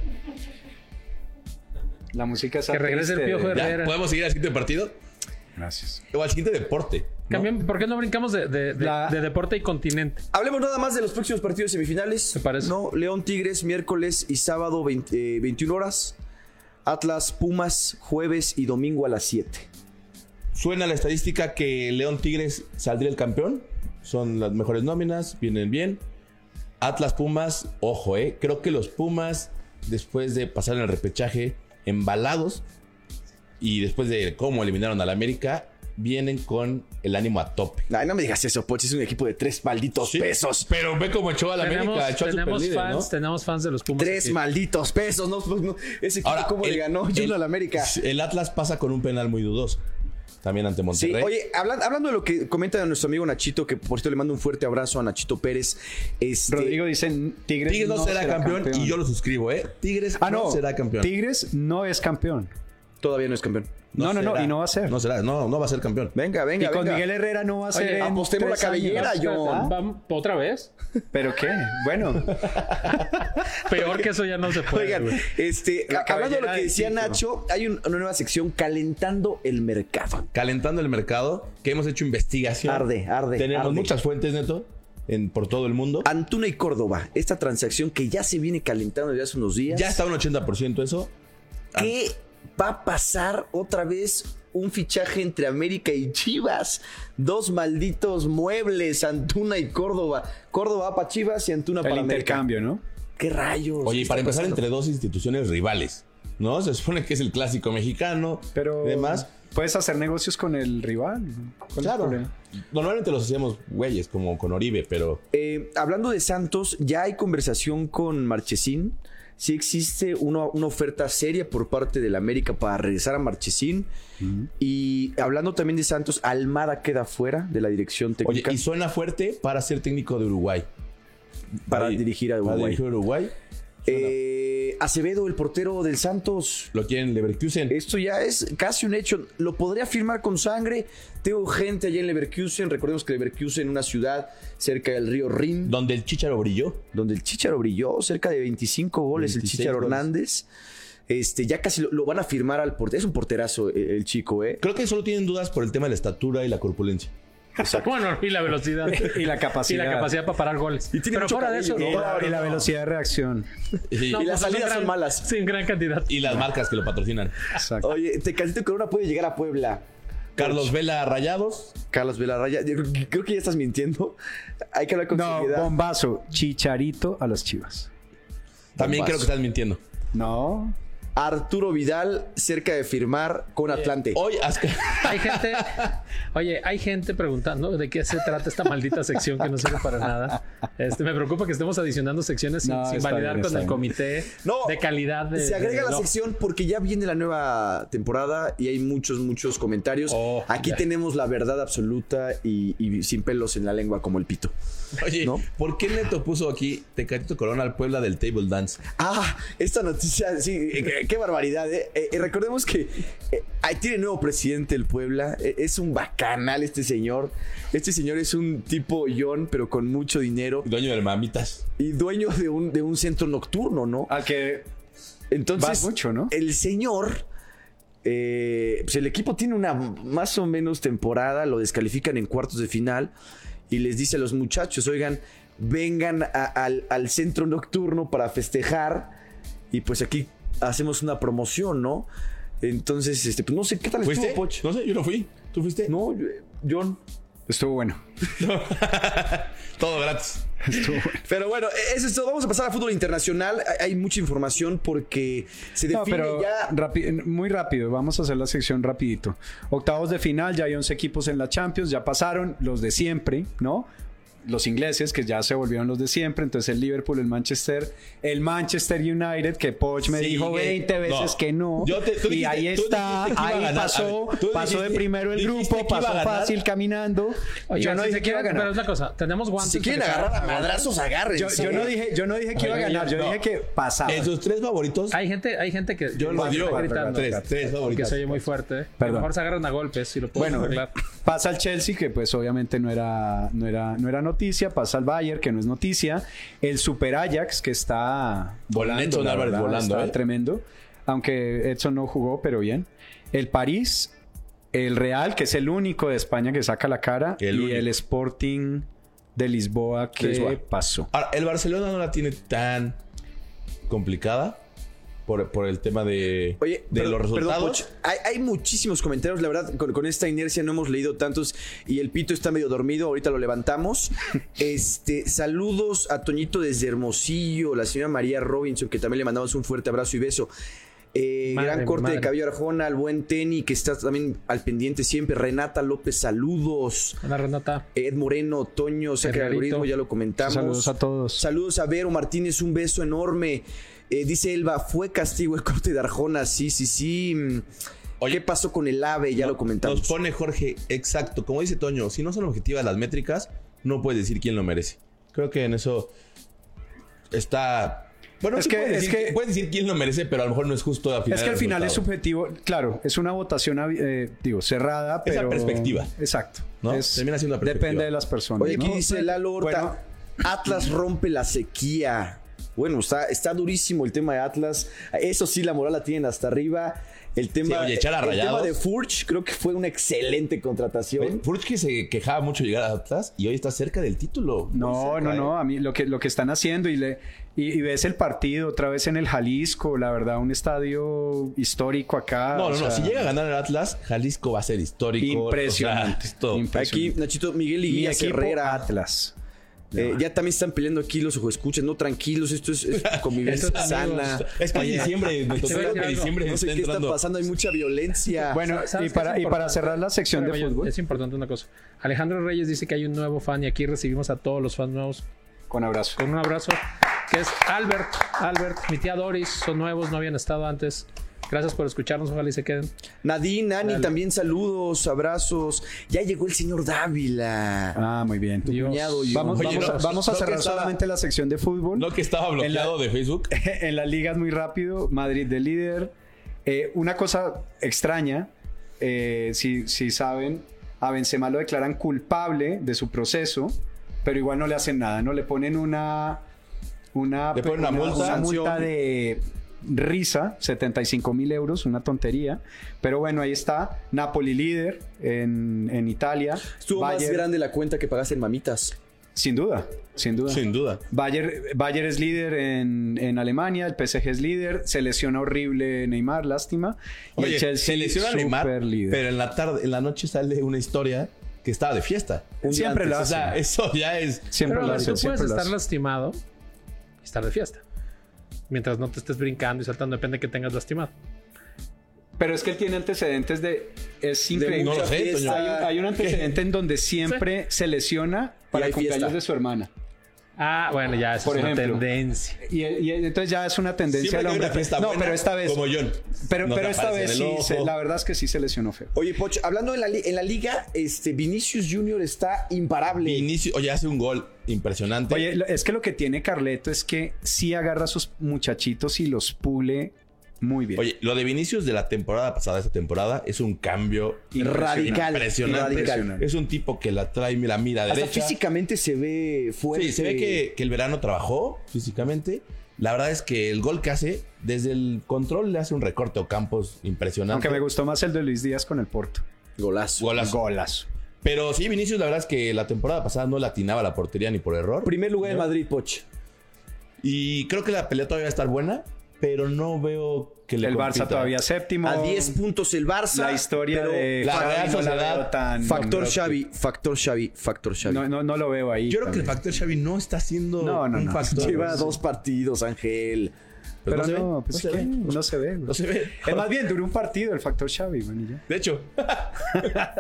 Speaker 2: La música está
Speaker 3: Que regrese el
Speaker 2: triste de-
Speaker 3: Piojo
Speaker 4: Ya,
Speaker 3: Herrera.
Speaker 4: ¿Podemos seguir al siguiente partido?
Speaker 2: Gracias.
Speaker 4: O al siguiente deporte.
Speaker 3: Cambiamos- ¿Por qué no brincamos de, de- de-
Speaker 2: La-
Speaker 3: de deporte y continente?
Speaker 1: Hablemos nada más de los próximos partidos semifinales.
Speaker 3: Me parece.
Speaker 1: No, León Tigres, miércoles y sábado, 20, eh, 21 horas. Atlas Pumas, jueves y domingo a las 7.
Speaker 4: Suena la estadística que León Tigres saldría el campeón. Son las mejores nóminas, vienen bien. Atlas Pumas, ojo, eh. Creo que los Pumas, después de pasar en el repechaje, embalados, y después de cómo eliminaron al América, vienen con el ánimo a tope.
Speaker 1: Ay, no me digas eso, Poch, es un equipo de tres malditos
Speaker 4: Sí,
Speaker 1: pesos.
Speaker 4: Pero ve cómo echó al América,
Speaker 3: Tenemos,
Speaker 4: echó a su
Speaker 3: tenemos
Speaker 4: perdido,
Speaker 3: fans,
Speaker 4: ¿no?
Speaker 3: tenemos fans de los Pumas.
Speaker 1: Tres
Speaker 3: aquí.
Speaker 1: malditos pesos. No, Pues, no, ese equipo cómo le
Speaker 4: el-
Speaker 1: ganó
Speaker 4: el-
Speaker 1: Yulo al América.
Speaker 4: El Atlas pasa con un penal muy dudoso. También ante
Speaker 1: Sí,
Speaker 4: Monterrey.
Speaker 1: oye, hablan- hablando de lo que comenta nuestro amigo Nachito, que por cierto le mando un fuerte abrazo a Nachito Pérez. Este,
Speaker 2: Rodrigo dice Tigres,
Speaker 4: Tigres no, será, campeón, y yo lo suscribo, ¿eh? Tigres
Speaker 2: Ah, no,
Speaker 4: no será campeón.
Speaker 2: Tigres no es campeón.
Speaker 1: todavía no es campeón.
Speaker 2: No, no, no,
Speaker 4: será.
Speaker 2: y no va a ser.
Speaker 4: No será, no, no va a ser campeón.
Speaker 1: Venga, venga,
Speaker 2: y con
Speaker 1: venga.
Speaker 2: Miguel Herrera no va a ser.
Speaker 3: Oye,
Speaker 2: en
Speaker 1: apostemos la
Speaker 2: tres años.
Speaker 1: cabellera,
Speaker 3: Vamos,
Speaker 1: John.
Speaker 3: espérate, vamos, ¿Otra vez?
Speaker 2: ¿Pero qué? Bueno,
Speaker 3: Peor que eso ya no se puede.
Speaker 1: Oigan,
Speaker 3: güey.
Speaker 1: este,
Speaker 2: La
Speaker 1: hablando de lo
Speaker 2: cabellera
Speaker 1: que
Speaker 2: del
Speaker 1: decía
Speaker 2: título.
Speaker 1: Nacho, hay un- una nueva sección calentando el mercado.
Speaker 4: Calentando el mercado, que hemos hecho investigación.
Speaker 1: Arde, arde,
Speaker 4: Tenemos
Speaker 1: arde.
Speaker 4: muchas fuentes, Neto, en, por todo el mundo.
Speaker 2: Ah,
Speaker 1: Antuna y Córdoba, esta transacción que ya se viene calentando desde hace unos días.
Speaker 4: Ya está un 80% eso.
Speaker 1: ¿Qué va a pasar otra vez? Un fichaje entre América y Chivas. Dos malditos muebles, Antuna y Córdoba. Córdoba para Chivas y Antuna
Speaker 2: el
Speaker 1: para América.
Speaker 2: intercambio, ¿no?
Speaker 1: ¿Qué rayos?
Speaker 4: Oye, y
Speaker 1: ¿Qué
Speaker 4: para
Speaker 1: está
Speaker 4: empezar,
Speaker 1: pasando?
Speaker 4: entre dos instituciones rivales, ¿no? Se supone que es el clásico mexicano.
Speaker 2: Pero.
Speaker 4: Además,
Speaker 2: Puedes hacer negocios con el rival. ¿Cuál es el
Speaker 4: claro.
Speaker 2: problema?
Speaker 4: Normalmente los hacemos güeyes, como con Oribe, pero.
Speaker 1: Eh, hablando de Santos, ya hay conversación con Marchesín. Sí existe una, una oferta seria por parte del América para regresar a Marchesín. Y hablando también de Santos, Almada queda fuera de la dirección
Speaker 4: Oye,
Speaker 1: técnica
Speaker 4: y suena fuerte para ser técnico de Uruguay.
Speaker 1: para
Speaker 4: Oye,
Speaker 1: dirigir a
Speaker 4: Para
Speaker 1: Uruguay.
Speaker 4: dirigir a Uruguay.
Speaker 1: Eh, Acevedo, el portero del Santos.
Speaker 4: Lo quieren Leverkusen.
Speaker 1: Esto ya es casi un hecho. Lo podría firmar con sangre. Tengo gente allá en Leverkusen. Recordemos que Leverkusen es una ciudad cerca del río Rin.
Speaker 4: Donde el Chicharo brilló.
Speaker 1: donde el Chicharo brilló, cerca de 25 goles el
Speaker 4: 26
Speaker 1: Chicharo
Speaker 4: goles.
Speaker 1: Hernández. Este, ya casi lo, lo van a firmar al portero. Es un porterazo eh, el chico, ¿eh?
Speaker 4: Creo que solo tienen dudas por el tema de la estatura y la corpulencia.
Speaker 3: Bueno, y la velocidad.
Speaker 2: Y la
Speaker 3: y
Speaker 2: capacidad.
Speaker 3: la capacidad para parar goles.
Speaker 1: Y tiene
Speaker 3: Pero
Speaker 1: mucho
Speaker 3: fuera de eso,
Speaker 1: cabello,
Speaker 2: Y
Speaker 1: ¿no?
Speaker 2: la, y la velocidad de reacción.
Speaker 4: Sí.
Speaker 3: no,
Speaker 1: Y las salidas
Speaker 3: pues, es un
Speaker 1: son
Speaker 3: gran-
Speaker 1: malas.
Speaker 3: Sí, un gran candidato.
Speaker 4: Y las marcas que lo patrocinan.
Speaker 2: Exacto.
Speaker 1: Oye, Tecatito Corona puede llegar a Puebla.
Speaker 4: Carlos
Speaker 1: Pues-
Speaker 4: Vela Rayados.
Speaker 1: Carlos Velarraya, yo creo- creo que ya estás mintiendo. Hay que hablar con
Speaker 2: No,
Speaker 1: seriedad.
Speaker 2: bombazo. Chicharito a las chivas.
Speaker 4: También
Speaker 1: Bombazo.
Speaker 4: creo que estás mintiendo.
Speaker 2: No.
Speaker 1: Arturo Vidal cerca de firmar con Atlante.
Speaker 4: Hoy, Azca-
Speaker 3: Hay gente, oye, hay gente preguntando de qué se trata esta maldita sección que no sirve para nada. Este, me preocupa que estemos adicionando secciones sin-
Speaker 2: No,
Speaker 3: sin,
Speaker 2: está
Speaker 3: validar
Speaker 2: bien,
Speaker 3: con
Speaker 2: está
Speaker 3: el
Speaker 2: bien.
Speaker 3: comité
Speaker 1: No,
Speaker 3: de calidad. de-
Speaker 1: Se agrega
Speaker 3: de-
Speaker 1: la
Speaker 3: no.
Speaker 1: sección porque ya viene la nueva temporada y hay muchos, muchos comentarios.
Speaker 3: Oh,
Speaker 1: Aquí
Speaker 3: ya.
Speaker 1: tenemos la verdad absoluta y, y sin pelos en la lengua como el pito.
Speaker 4: oye,
Speaker 1: ¿No?
Speaker 4: ¿por qué Neto puso aquí Tecatito Corona al Puebla del Table Dance?
Speaker 1: Ah, esta noticia, sí, eh, qué- qué barbaridad. eh. Eh, eh, recordemos que eh, ahí tiene nuevo presidente el Puebla. Eh, es un bacanal este señor. Este señor es un tipo John, pero con mucho dinero
Speaker 4: Dueño del Mamitas.
Speaker 1: y dueño de un, de un centro nocturno, ¿no?
Speaker 2: Al que
Speaker 1: Entonces,
Speaker 2: Vas mucho, ¿no?
Speaker 1: el señor, eh, pues el equipo tiene una más o menos temporada, lo descalifican en cuartos de final y les dice a los muchachos, oigan, vengan a- al, al centro nocturno para festejar y pues aquí hacemos una promoción, ¿no? Entonces, este, pues no sé qué tal estuvo,
Speaker 4: ¿Fuiste?
Speaker 1: Poch?
Speaker 4: No sé, yo no fui. ¿Tú fuiste?
Speaker 1: No, yo- John.
Speaker 2: estuvo bueno.
Speaker 4: Todo gratis.
Speaker 2: Estuvo bueno.
Speaker 1: Pero bueno, eso es todo. Vamos a pasar a fútbol internacional. Hay- Hay mucha información porque se
Speaker 2: No,
Speaker 1: define
Speaker 2: pero
Speaker 1: ya
Speaker 2: rapi- muy rápido, vamos a hacer la sección rapidito. Octavos de final, ya hay 11 equipos en la Champions, ya pasaron los de siempre, ¿no? Los ingleses, que ya se volvieron los de siempre, entonces el Liverpool, el Manchester, el Manchester United, que Poch me
Speaker 4: Sí,
Speaker 2: dijo
Speaker 4: que-
Speaker 2: 20 veces
Speaker 4: no.
Speaker 2: que no,
Speaker 4: Yo te- tú
Speaker 2: y
Speaker 4: dijiste-
Speaker 2: ahí
Speaker 4: tú
Speaker 2: está,
Speaker 4: dijiste que iba a
Speaker 2: ahí
Speaker 4: ganar.
Speaker 2: pasó,
Speaker 4: A ver, tú
Speaker 2: pasó de
Speaker 4: dijiste-
Speaker 2: primero el
Speaker 4: dijiste que
Speaker 2: grupo,
Speaker 4: iba a
Speaker 2: pasó
Speaker 4: ganar.
Speaker 2: fácil caminando.
Speaker 3: Oye,
Speaker 2: yo no
Speaker 3: si
Speaker 2: dije
Speaker 3: se
Speaker 2: que iba a
Speaker 3: quieren, pero es
Speaker 2: ganar.
Speaker 3: la cosa, tenemos guantes.
Speaker 1: Si quieren
Speaker 3: porque-
Speaker 1: agarrar a madrazos, agarren.
Speaker 2: Yo, yo no dije, yo no dije que iba a
Speaker 3: Oye,
Speaker 2: ganar, yo
Speaker 4: no.
Speaker 2: dije que pasaba.
Speaker 4: En sus tres favoritos.
Speaker 3: Hay gente, hay gente que
Speaker 4: Yo lo
Speaker 3: que
Speaker 4: dio.
Speaker 3: está gritando
Speaker 4: Tres, tres
Speaker 3: que
Speaker 4: favoritos.
Speaker 3: se oye muy fuerte. ¿eh? A lo
Speaker 2: Perdón.
Speaker 3: mejor se agarran a golpes si lo puedo
Speaker 2: Bueno, eh.
Speaker 3: arreglar.
Speaker 2: pasa al Chelsea, que pues obviamente no era, no era, no era noticia, pasa al Bayern, que no es noticia, el Super Ajax, que está volando,
Speaker 4: Edson
Speaker 2: la
Speaker 4: Álvarez
Speaker 2: verdad,
Speaker 4: volando,
Speaker 2: está
Speaker 4: ¿eh?
Speaker 2: tremendo, aunque Edson no jugó, pero bien, el París, el Real, que es el único de España que saca la cara,
Speaker 4: El
Speaker 2: y
Speaker 4: único.
Speaker 2: el Sporting de Lisboa, que
Speaker 1: Lisboa.
Speaker 2: pasó.
Speaker 4: Ahora, el Barcelona no la tiene tan complicada por, por el tema de,
Speaker 1: Oye,
Speaker 4: de
Speaker 1: perdón-
Speaker 4: los
Speaker 1: perdón,
Speaker 4: resultados.
Speaker 1: Poch, hay, hay muchísimos comentarios, la verdad, con, con esta inercia no hemos leído tantos y el pito está medio dormido, ahorita lo levantamos. Este, saludos a Toñito desde Hermosillo, la señora María Robinson, que también le mandamos un fuerte abrazo y beso. Eh,
Speaker 3: Madre,
Speaker 1: gran corte
Speaker 3: madre.
Speaker 1: de cabello Arjona, el buen Tenny, que está también al pendiente siempre. Renata López, saludos.
Speaker 3: Ana Renata.
Speaker 1: Ed Moreno, Toño, Saca el
Speaker 3: Herrerito.
Speaker 1: Algoritmo, ya lo comentamos.
Speaker 2: Saludos a todos.
Speaker 1: Saludos a Vero Martínez, un beso enorme. Eh, dice Elba, fue castigo el corte de Arjona, sí, sí, sí. Mm.
Speaker 4: Oye,
Speaker 1: ¿Qué pasó con el ave? Ya lo comentamos.
Speaker 4: Nos pone Jorge, exacto. Como dice Toño, si no son objetivas las métricas, no puedes decir quién lo merece. Creo que en eso está. Bueno,
Speaker 2: Es
Speaker 4: sí
Speaker 2: que-
Speaker 4: puedes,
Speaker 2: es
Speaker 4: decir,
Speaker 2: que-
Speaker 4: puedes decir quién lo merece, pero a lo mejor no es justo al final.
Speaker 2: Es que al
Speaker 4: el
Speaker 2: final es
Speaker 4: resultado.
Speaker 2: subjetivo, claro, es una votación, eh, digo, cerrada,
Speaker 4: Es la
Speaker 2: pero...
Speaker 4: perspectiva.
Speaker 2: Exacto.
Speaker 4: ¿No?
Speaker 2: Es-
Speaker 4: Termina siendo la perspectiva.
Speaker 2: Depende de las personas.
Speaker 1: Oye, aquí
Speaker 2: ¿no?
Speaker 1: dice Lalo Horta, Atlas rompe la sequía. Bueno, está, está durísimo el tema de Atlas. Eso sí, la moral la tienen hasta arriba. El tema,
Speaker 4: Sí, oye, echar a
Speaker 1: el tema
Speaker 4: Rayados.
Speaker 1: de Furch creo que fue una excelente contratación.
Speaker 4: Oye, Furch que se quejaba mucho de llegar a Atlas y hoy está cerca del título.
Speaker 2: No,
Speaker 4: Muy cerca,
Speaker 2: no,
Speaker 4: ¿eh?
Speaker 2: no. A mí lo que, lo que están haciendo y, le, y, y ves el partido otra vez en el Jalisco, la verdad, un estadio histórico acá.
Speaker 4: No,
Speaker 2: Ah, o
Speaker 4: no,
Speaker 2: sea,
Speaker 4: no. Si llega a ganar el Atlas, Jalisco va a ser histórico.
Speaker 2: Impresionante.
Speaker 4: O sea, es todo.
Speaker 1: Aquí,
Speaker 2: impresionante.
Speaker 1: Nachito, Miguel
Speaker 2: Mi
Speaker 1: y
Speaker 2: equipo,
Speaker 1: Herrera.
Speaker 2: Atlas.
Speaker 1: Eh, ya también están peleando aquí los ojos escuchas, no tranquilos, esto es, es convivencia
Speaker 3: Esto es
Speaker 1: sana.
Speaker 4: Es que en diciembre, me tocó
Speaker 3: voy a
Speaker 4: que
Speaker 3: decir
Speaker 4: en
Speaker 3: algo.
Speaker 4: diciembre
Speaker 1: No
Speaker 4: está
Speaker 1: sé qué está
Speaker 4: entrando.
Speaker 1: pasando, hay mucha
Speaker 4: Ah,
Speaker 1: violencia.
Speaker 2: Bueno,
Speaker 3: ¿Sabes
Speaker 2: y
Speaker 3: qué
Speaker 2: para, y
Speaker 3: es
Speaker 2: para
Speaker 3: importante?
Speaker 2: cerrar la sección de
Speaker 3: Espérame, yo-
Speaker 2: fútbol
Speaker 3: Es importante una cosa. Alejandro Reyes dice que hay un nuevo fan y aquí recibimos a todos los fans nuevos
Speaker 2: con abrazo.
Speaker 3: con un abrazo, que es Albert. Albert, mi tía Doris, son nuevos, no habían estado antes. Gracias por escucharnos, ojalá y se queden.
Speaker 1: Nadine, Ani, también saludos, abrazos. Ya llegó el señor Dávila.
Speaker 2: Ah, muy bien.
Speaker 3: Dios.
Speaker 1: Cuñado, yo.
Speaker 2: Vamos,
Speaker 4: Oye,
Speaker 2: vamos,
Speaker 4: no,
Speaker 2: a, vamos a
Speaker 4: no que
Speaker 2: cerrar
Speaker 4: estaba-
Speaker 2: solamente la sección de fútbol.
Speaker 4: No que estaba bloqueado de Facebook.
Speaker 2: en las ligas muy rápido, Madrid de líder. Eh, una cosa extraña, eh, si, si saben, a Benzema lo declaran culpable de su proceso, pero igual no le hacen nada, no le ponen una una,
Speaker 4: Le ponen una multa,
Speaker 2: una multa
Speaker 4: sanción.
Speaker 2: de risa, 75 mil euros, una tontería, pero bueno, ahí está, Napoli líder en, en Italia,
Speaker 1: Estuvo más
Speaker 2: Bayern-
Speaker 1: grande la cuenta que pagaste en mamitas.
Speaker 2: sin duda, sin duda.
Speaker 4: Sin duda.
Speaker 2: Bayer, Bayer es líder en, en Alemania, el PSG es líder, se lesiona horrible Neymar, lástima. Y
Speaker 4: Oye,
Speaker 2: el Chelsea
Speaker 4: se lesiona
Speaker 2: super
Speaker 4: Neymar,
Speaker 2: líder.
Speaker 4: pero en la tarde, en la noche sale una historia que estaba de fiesta.
Speaker 1: Un día
Speaker 2: Siempre
Speaker 1: antes,
Speaker 2: lo
Speaker 4: O
Speaker 2: hace.
Speaker 4: sea, eso ya es.
Speaker 2: Siempre
Speaker 3: Pero
Speaker 2: lo
Speaker 3: tú
Speaker 2: hace.
Speaker 3: puedes
Speaker 2: Siempre lo
Speaker 3: estar
Speaker 2: hace.
Speaker 3: lastimado y estar de fiesta. mientras no te estés brincando y saltando, depende de que tengas lastimado.
Speaker 2: Pero es que él tiene antecedentes de. Es increíble.
Speaker 4: no lo sé,
Speaker 1: Fiesta.
Speaker 4: Toño.
Speaker 2: Hay, hay un antecedente en donde siempre se lesiona para
Speaker 1: hay
Speaker 2: el cumpleaños
Speaker 1: fiesta.
Speaker 2: de su hermana.
Speaker 3: Ah, bueno, ya esa
Speaker 2: Por
Speaker 3: es
Speaker 2: ejemplo.
Speaker 3: una tendencia.
Speaker 2: Y, y entonces ya es una tendencia
Speaker 4: Siempre
Speaker 2: del
Speaker 4: que hay
Speaker 2: hombre.
Speaker 4: una fiesta
Speaker 2: no,
Speaker 4: buena,
Speaker 2: pero esta vez.
Speaker 4: Como John.
Speaker 2: Pero,
Speaker 4: No te
Speaker 2: pero esta
Speaker 4: aparece
Speaker 2: vez
Speaker 4: en
Speaker 2: sí,
Speaker 4: el ojo.
Speaker 2: se- la verdad es que sí se lesionó feo.
Speaker 1: Oye, Poch, hablando en la, li- en la liga, este Vinicius Junior está imparable.
Speaker 4: Inicio, oye, hace un gol impresionante.
Speaker 2: Oye, lo- es que lo que tiene Carleto es que sí agarra a sus muchachitos y los pule muy bien.
Speaker 4: Oye, lo de Vinicius de la temporada pasada, esta temporada, es un cambio
Speaker 1: Radical,
Speaker 4: impresionante.
Speaker 1: radical.
Speaker 4: Es un tipo que la trae la mira
Speaker 1: Hasta
Speaker 4: derecha.
Speaker 1: físicamente se ve fuerte.
Speaker 4: Sí, se ve que, que el verano trabajó físicamente. La verdad es que el gol que hace, desde el control le hace un recorte o campos impresionante.
Speaker 2: Aunque me gustó más el de Luis Díaz con el Porto.
Speaker 1: Golazo.
Speaker 4: Golazo.
Speaker 2: Golazo.
Speaker 4: Pero sí, Vinicius, la verdad es que la temporada pasada no le atinaba a la portería ni por error.
Speaker 1: Primer lugar en Madrid, Poch.
Speaker 4: Y creo que la pelea todavía va a estar buena, pero no veo que le
Speaker 2: el
Speaker 4: compita.
Speaker 2: Barça todavía séptimo.
Speaker 1: A 10 puntos el Barça.
Speaker 2: La historia
Speaker 1: pero
Speaker 2: de
Speaker 4: la
Speaker 2: Xavi
Speaker 4: Real
Speaker 2: no la
Speaker 4: Sociedad,
Speaker 2: veo tan-
Speaker 1: Factor
Speaker 2: no,
Speaker 1: Xavi, factor Xavi, factor Xavi.
Speaker 2: No, no, no lo veo ahí.
Speaker 4: Yo creo que el
Speaker 2: también.
Speaker 4: factor Xavi no está siendo
Speaker 2: No, no,
Speaker 4: un
Speaker 2: no.
Speaker 4: factor.
Speaker 1: Lleva dos partidos, Ángel.
Speaker 4: Pero no se
Speaker 2: Pero
Speaker 4: ve,
Speaker 2: no,
Speaker 4: no
Speaker 2: pues
Speaker 4: se
Speaker 2: ¿qué?
Speaker 4: ve.
Speaker 2: no se ve. güey.
Speaker 4: No se ve.
Speaker 2: Es más bien, duró un partido el factor Xavi, man, y ya.
Speaker 4: De hecho,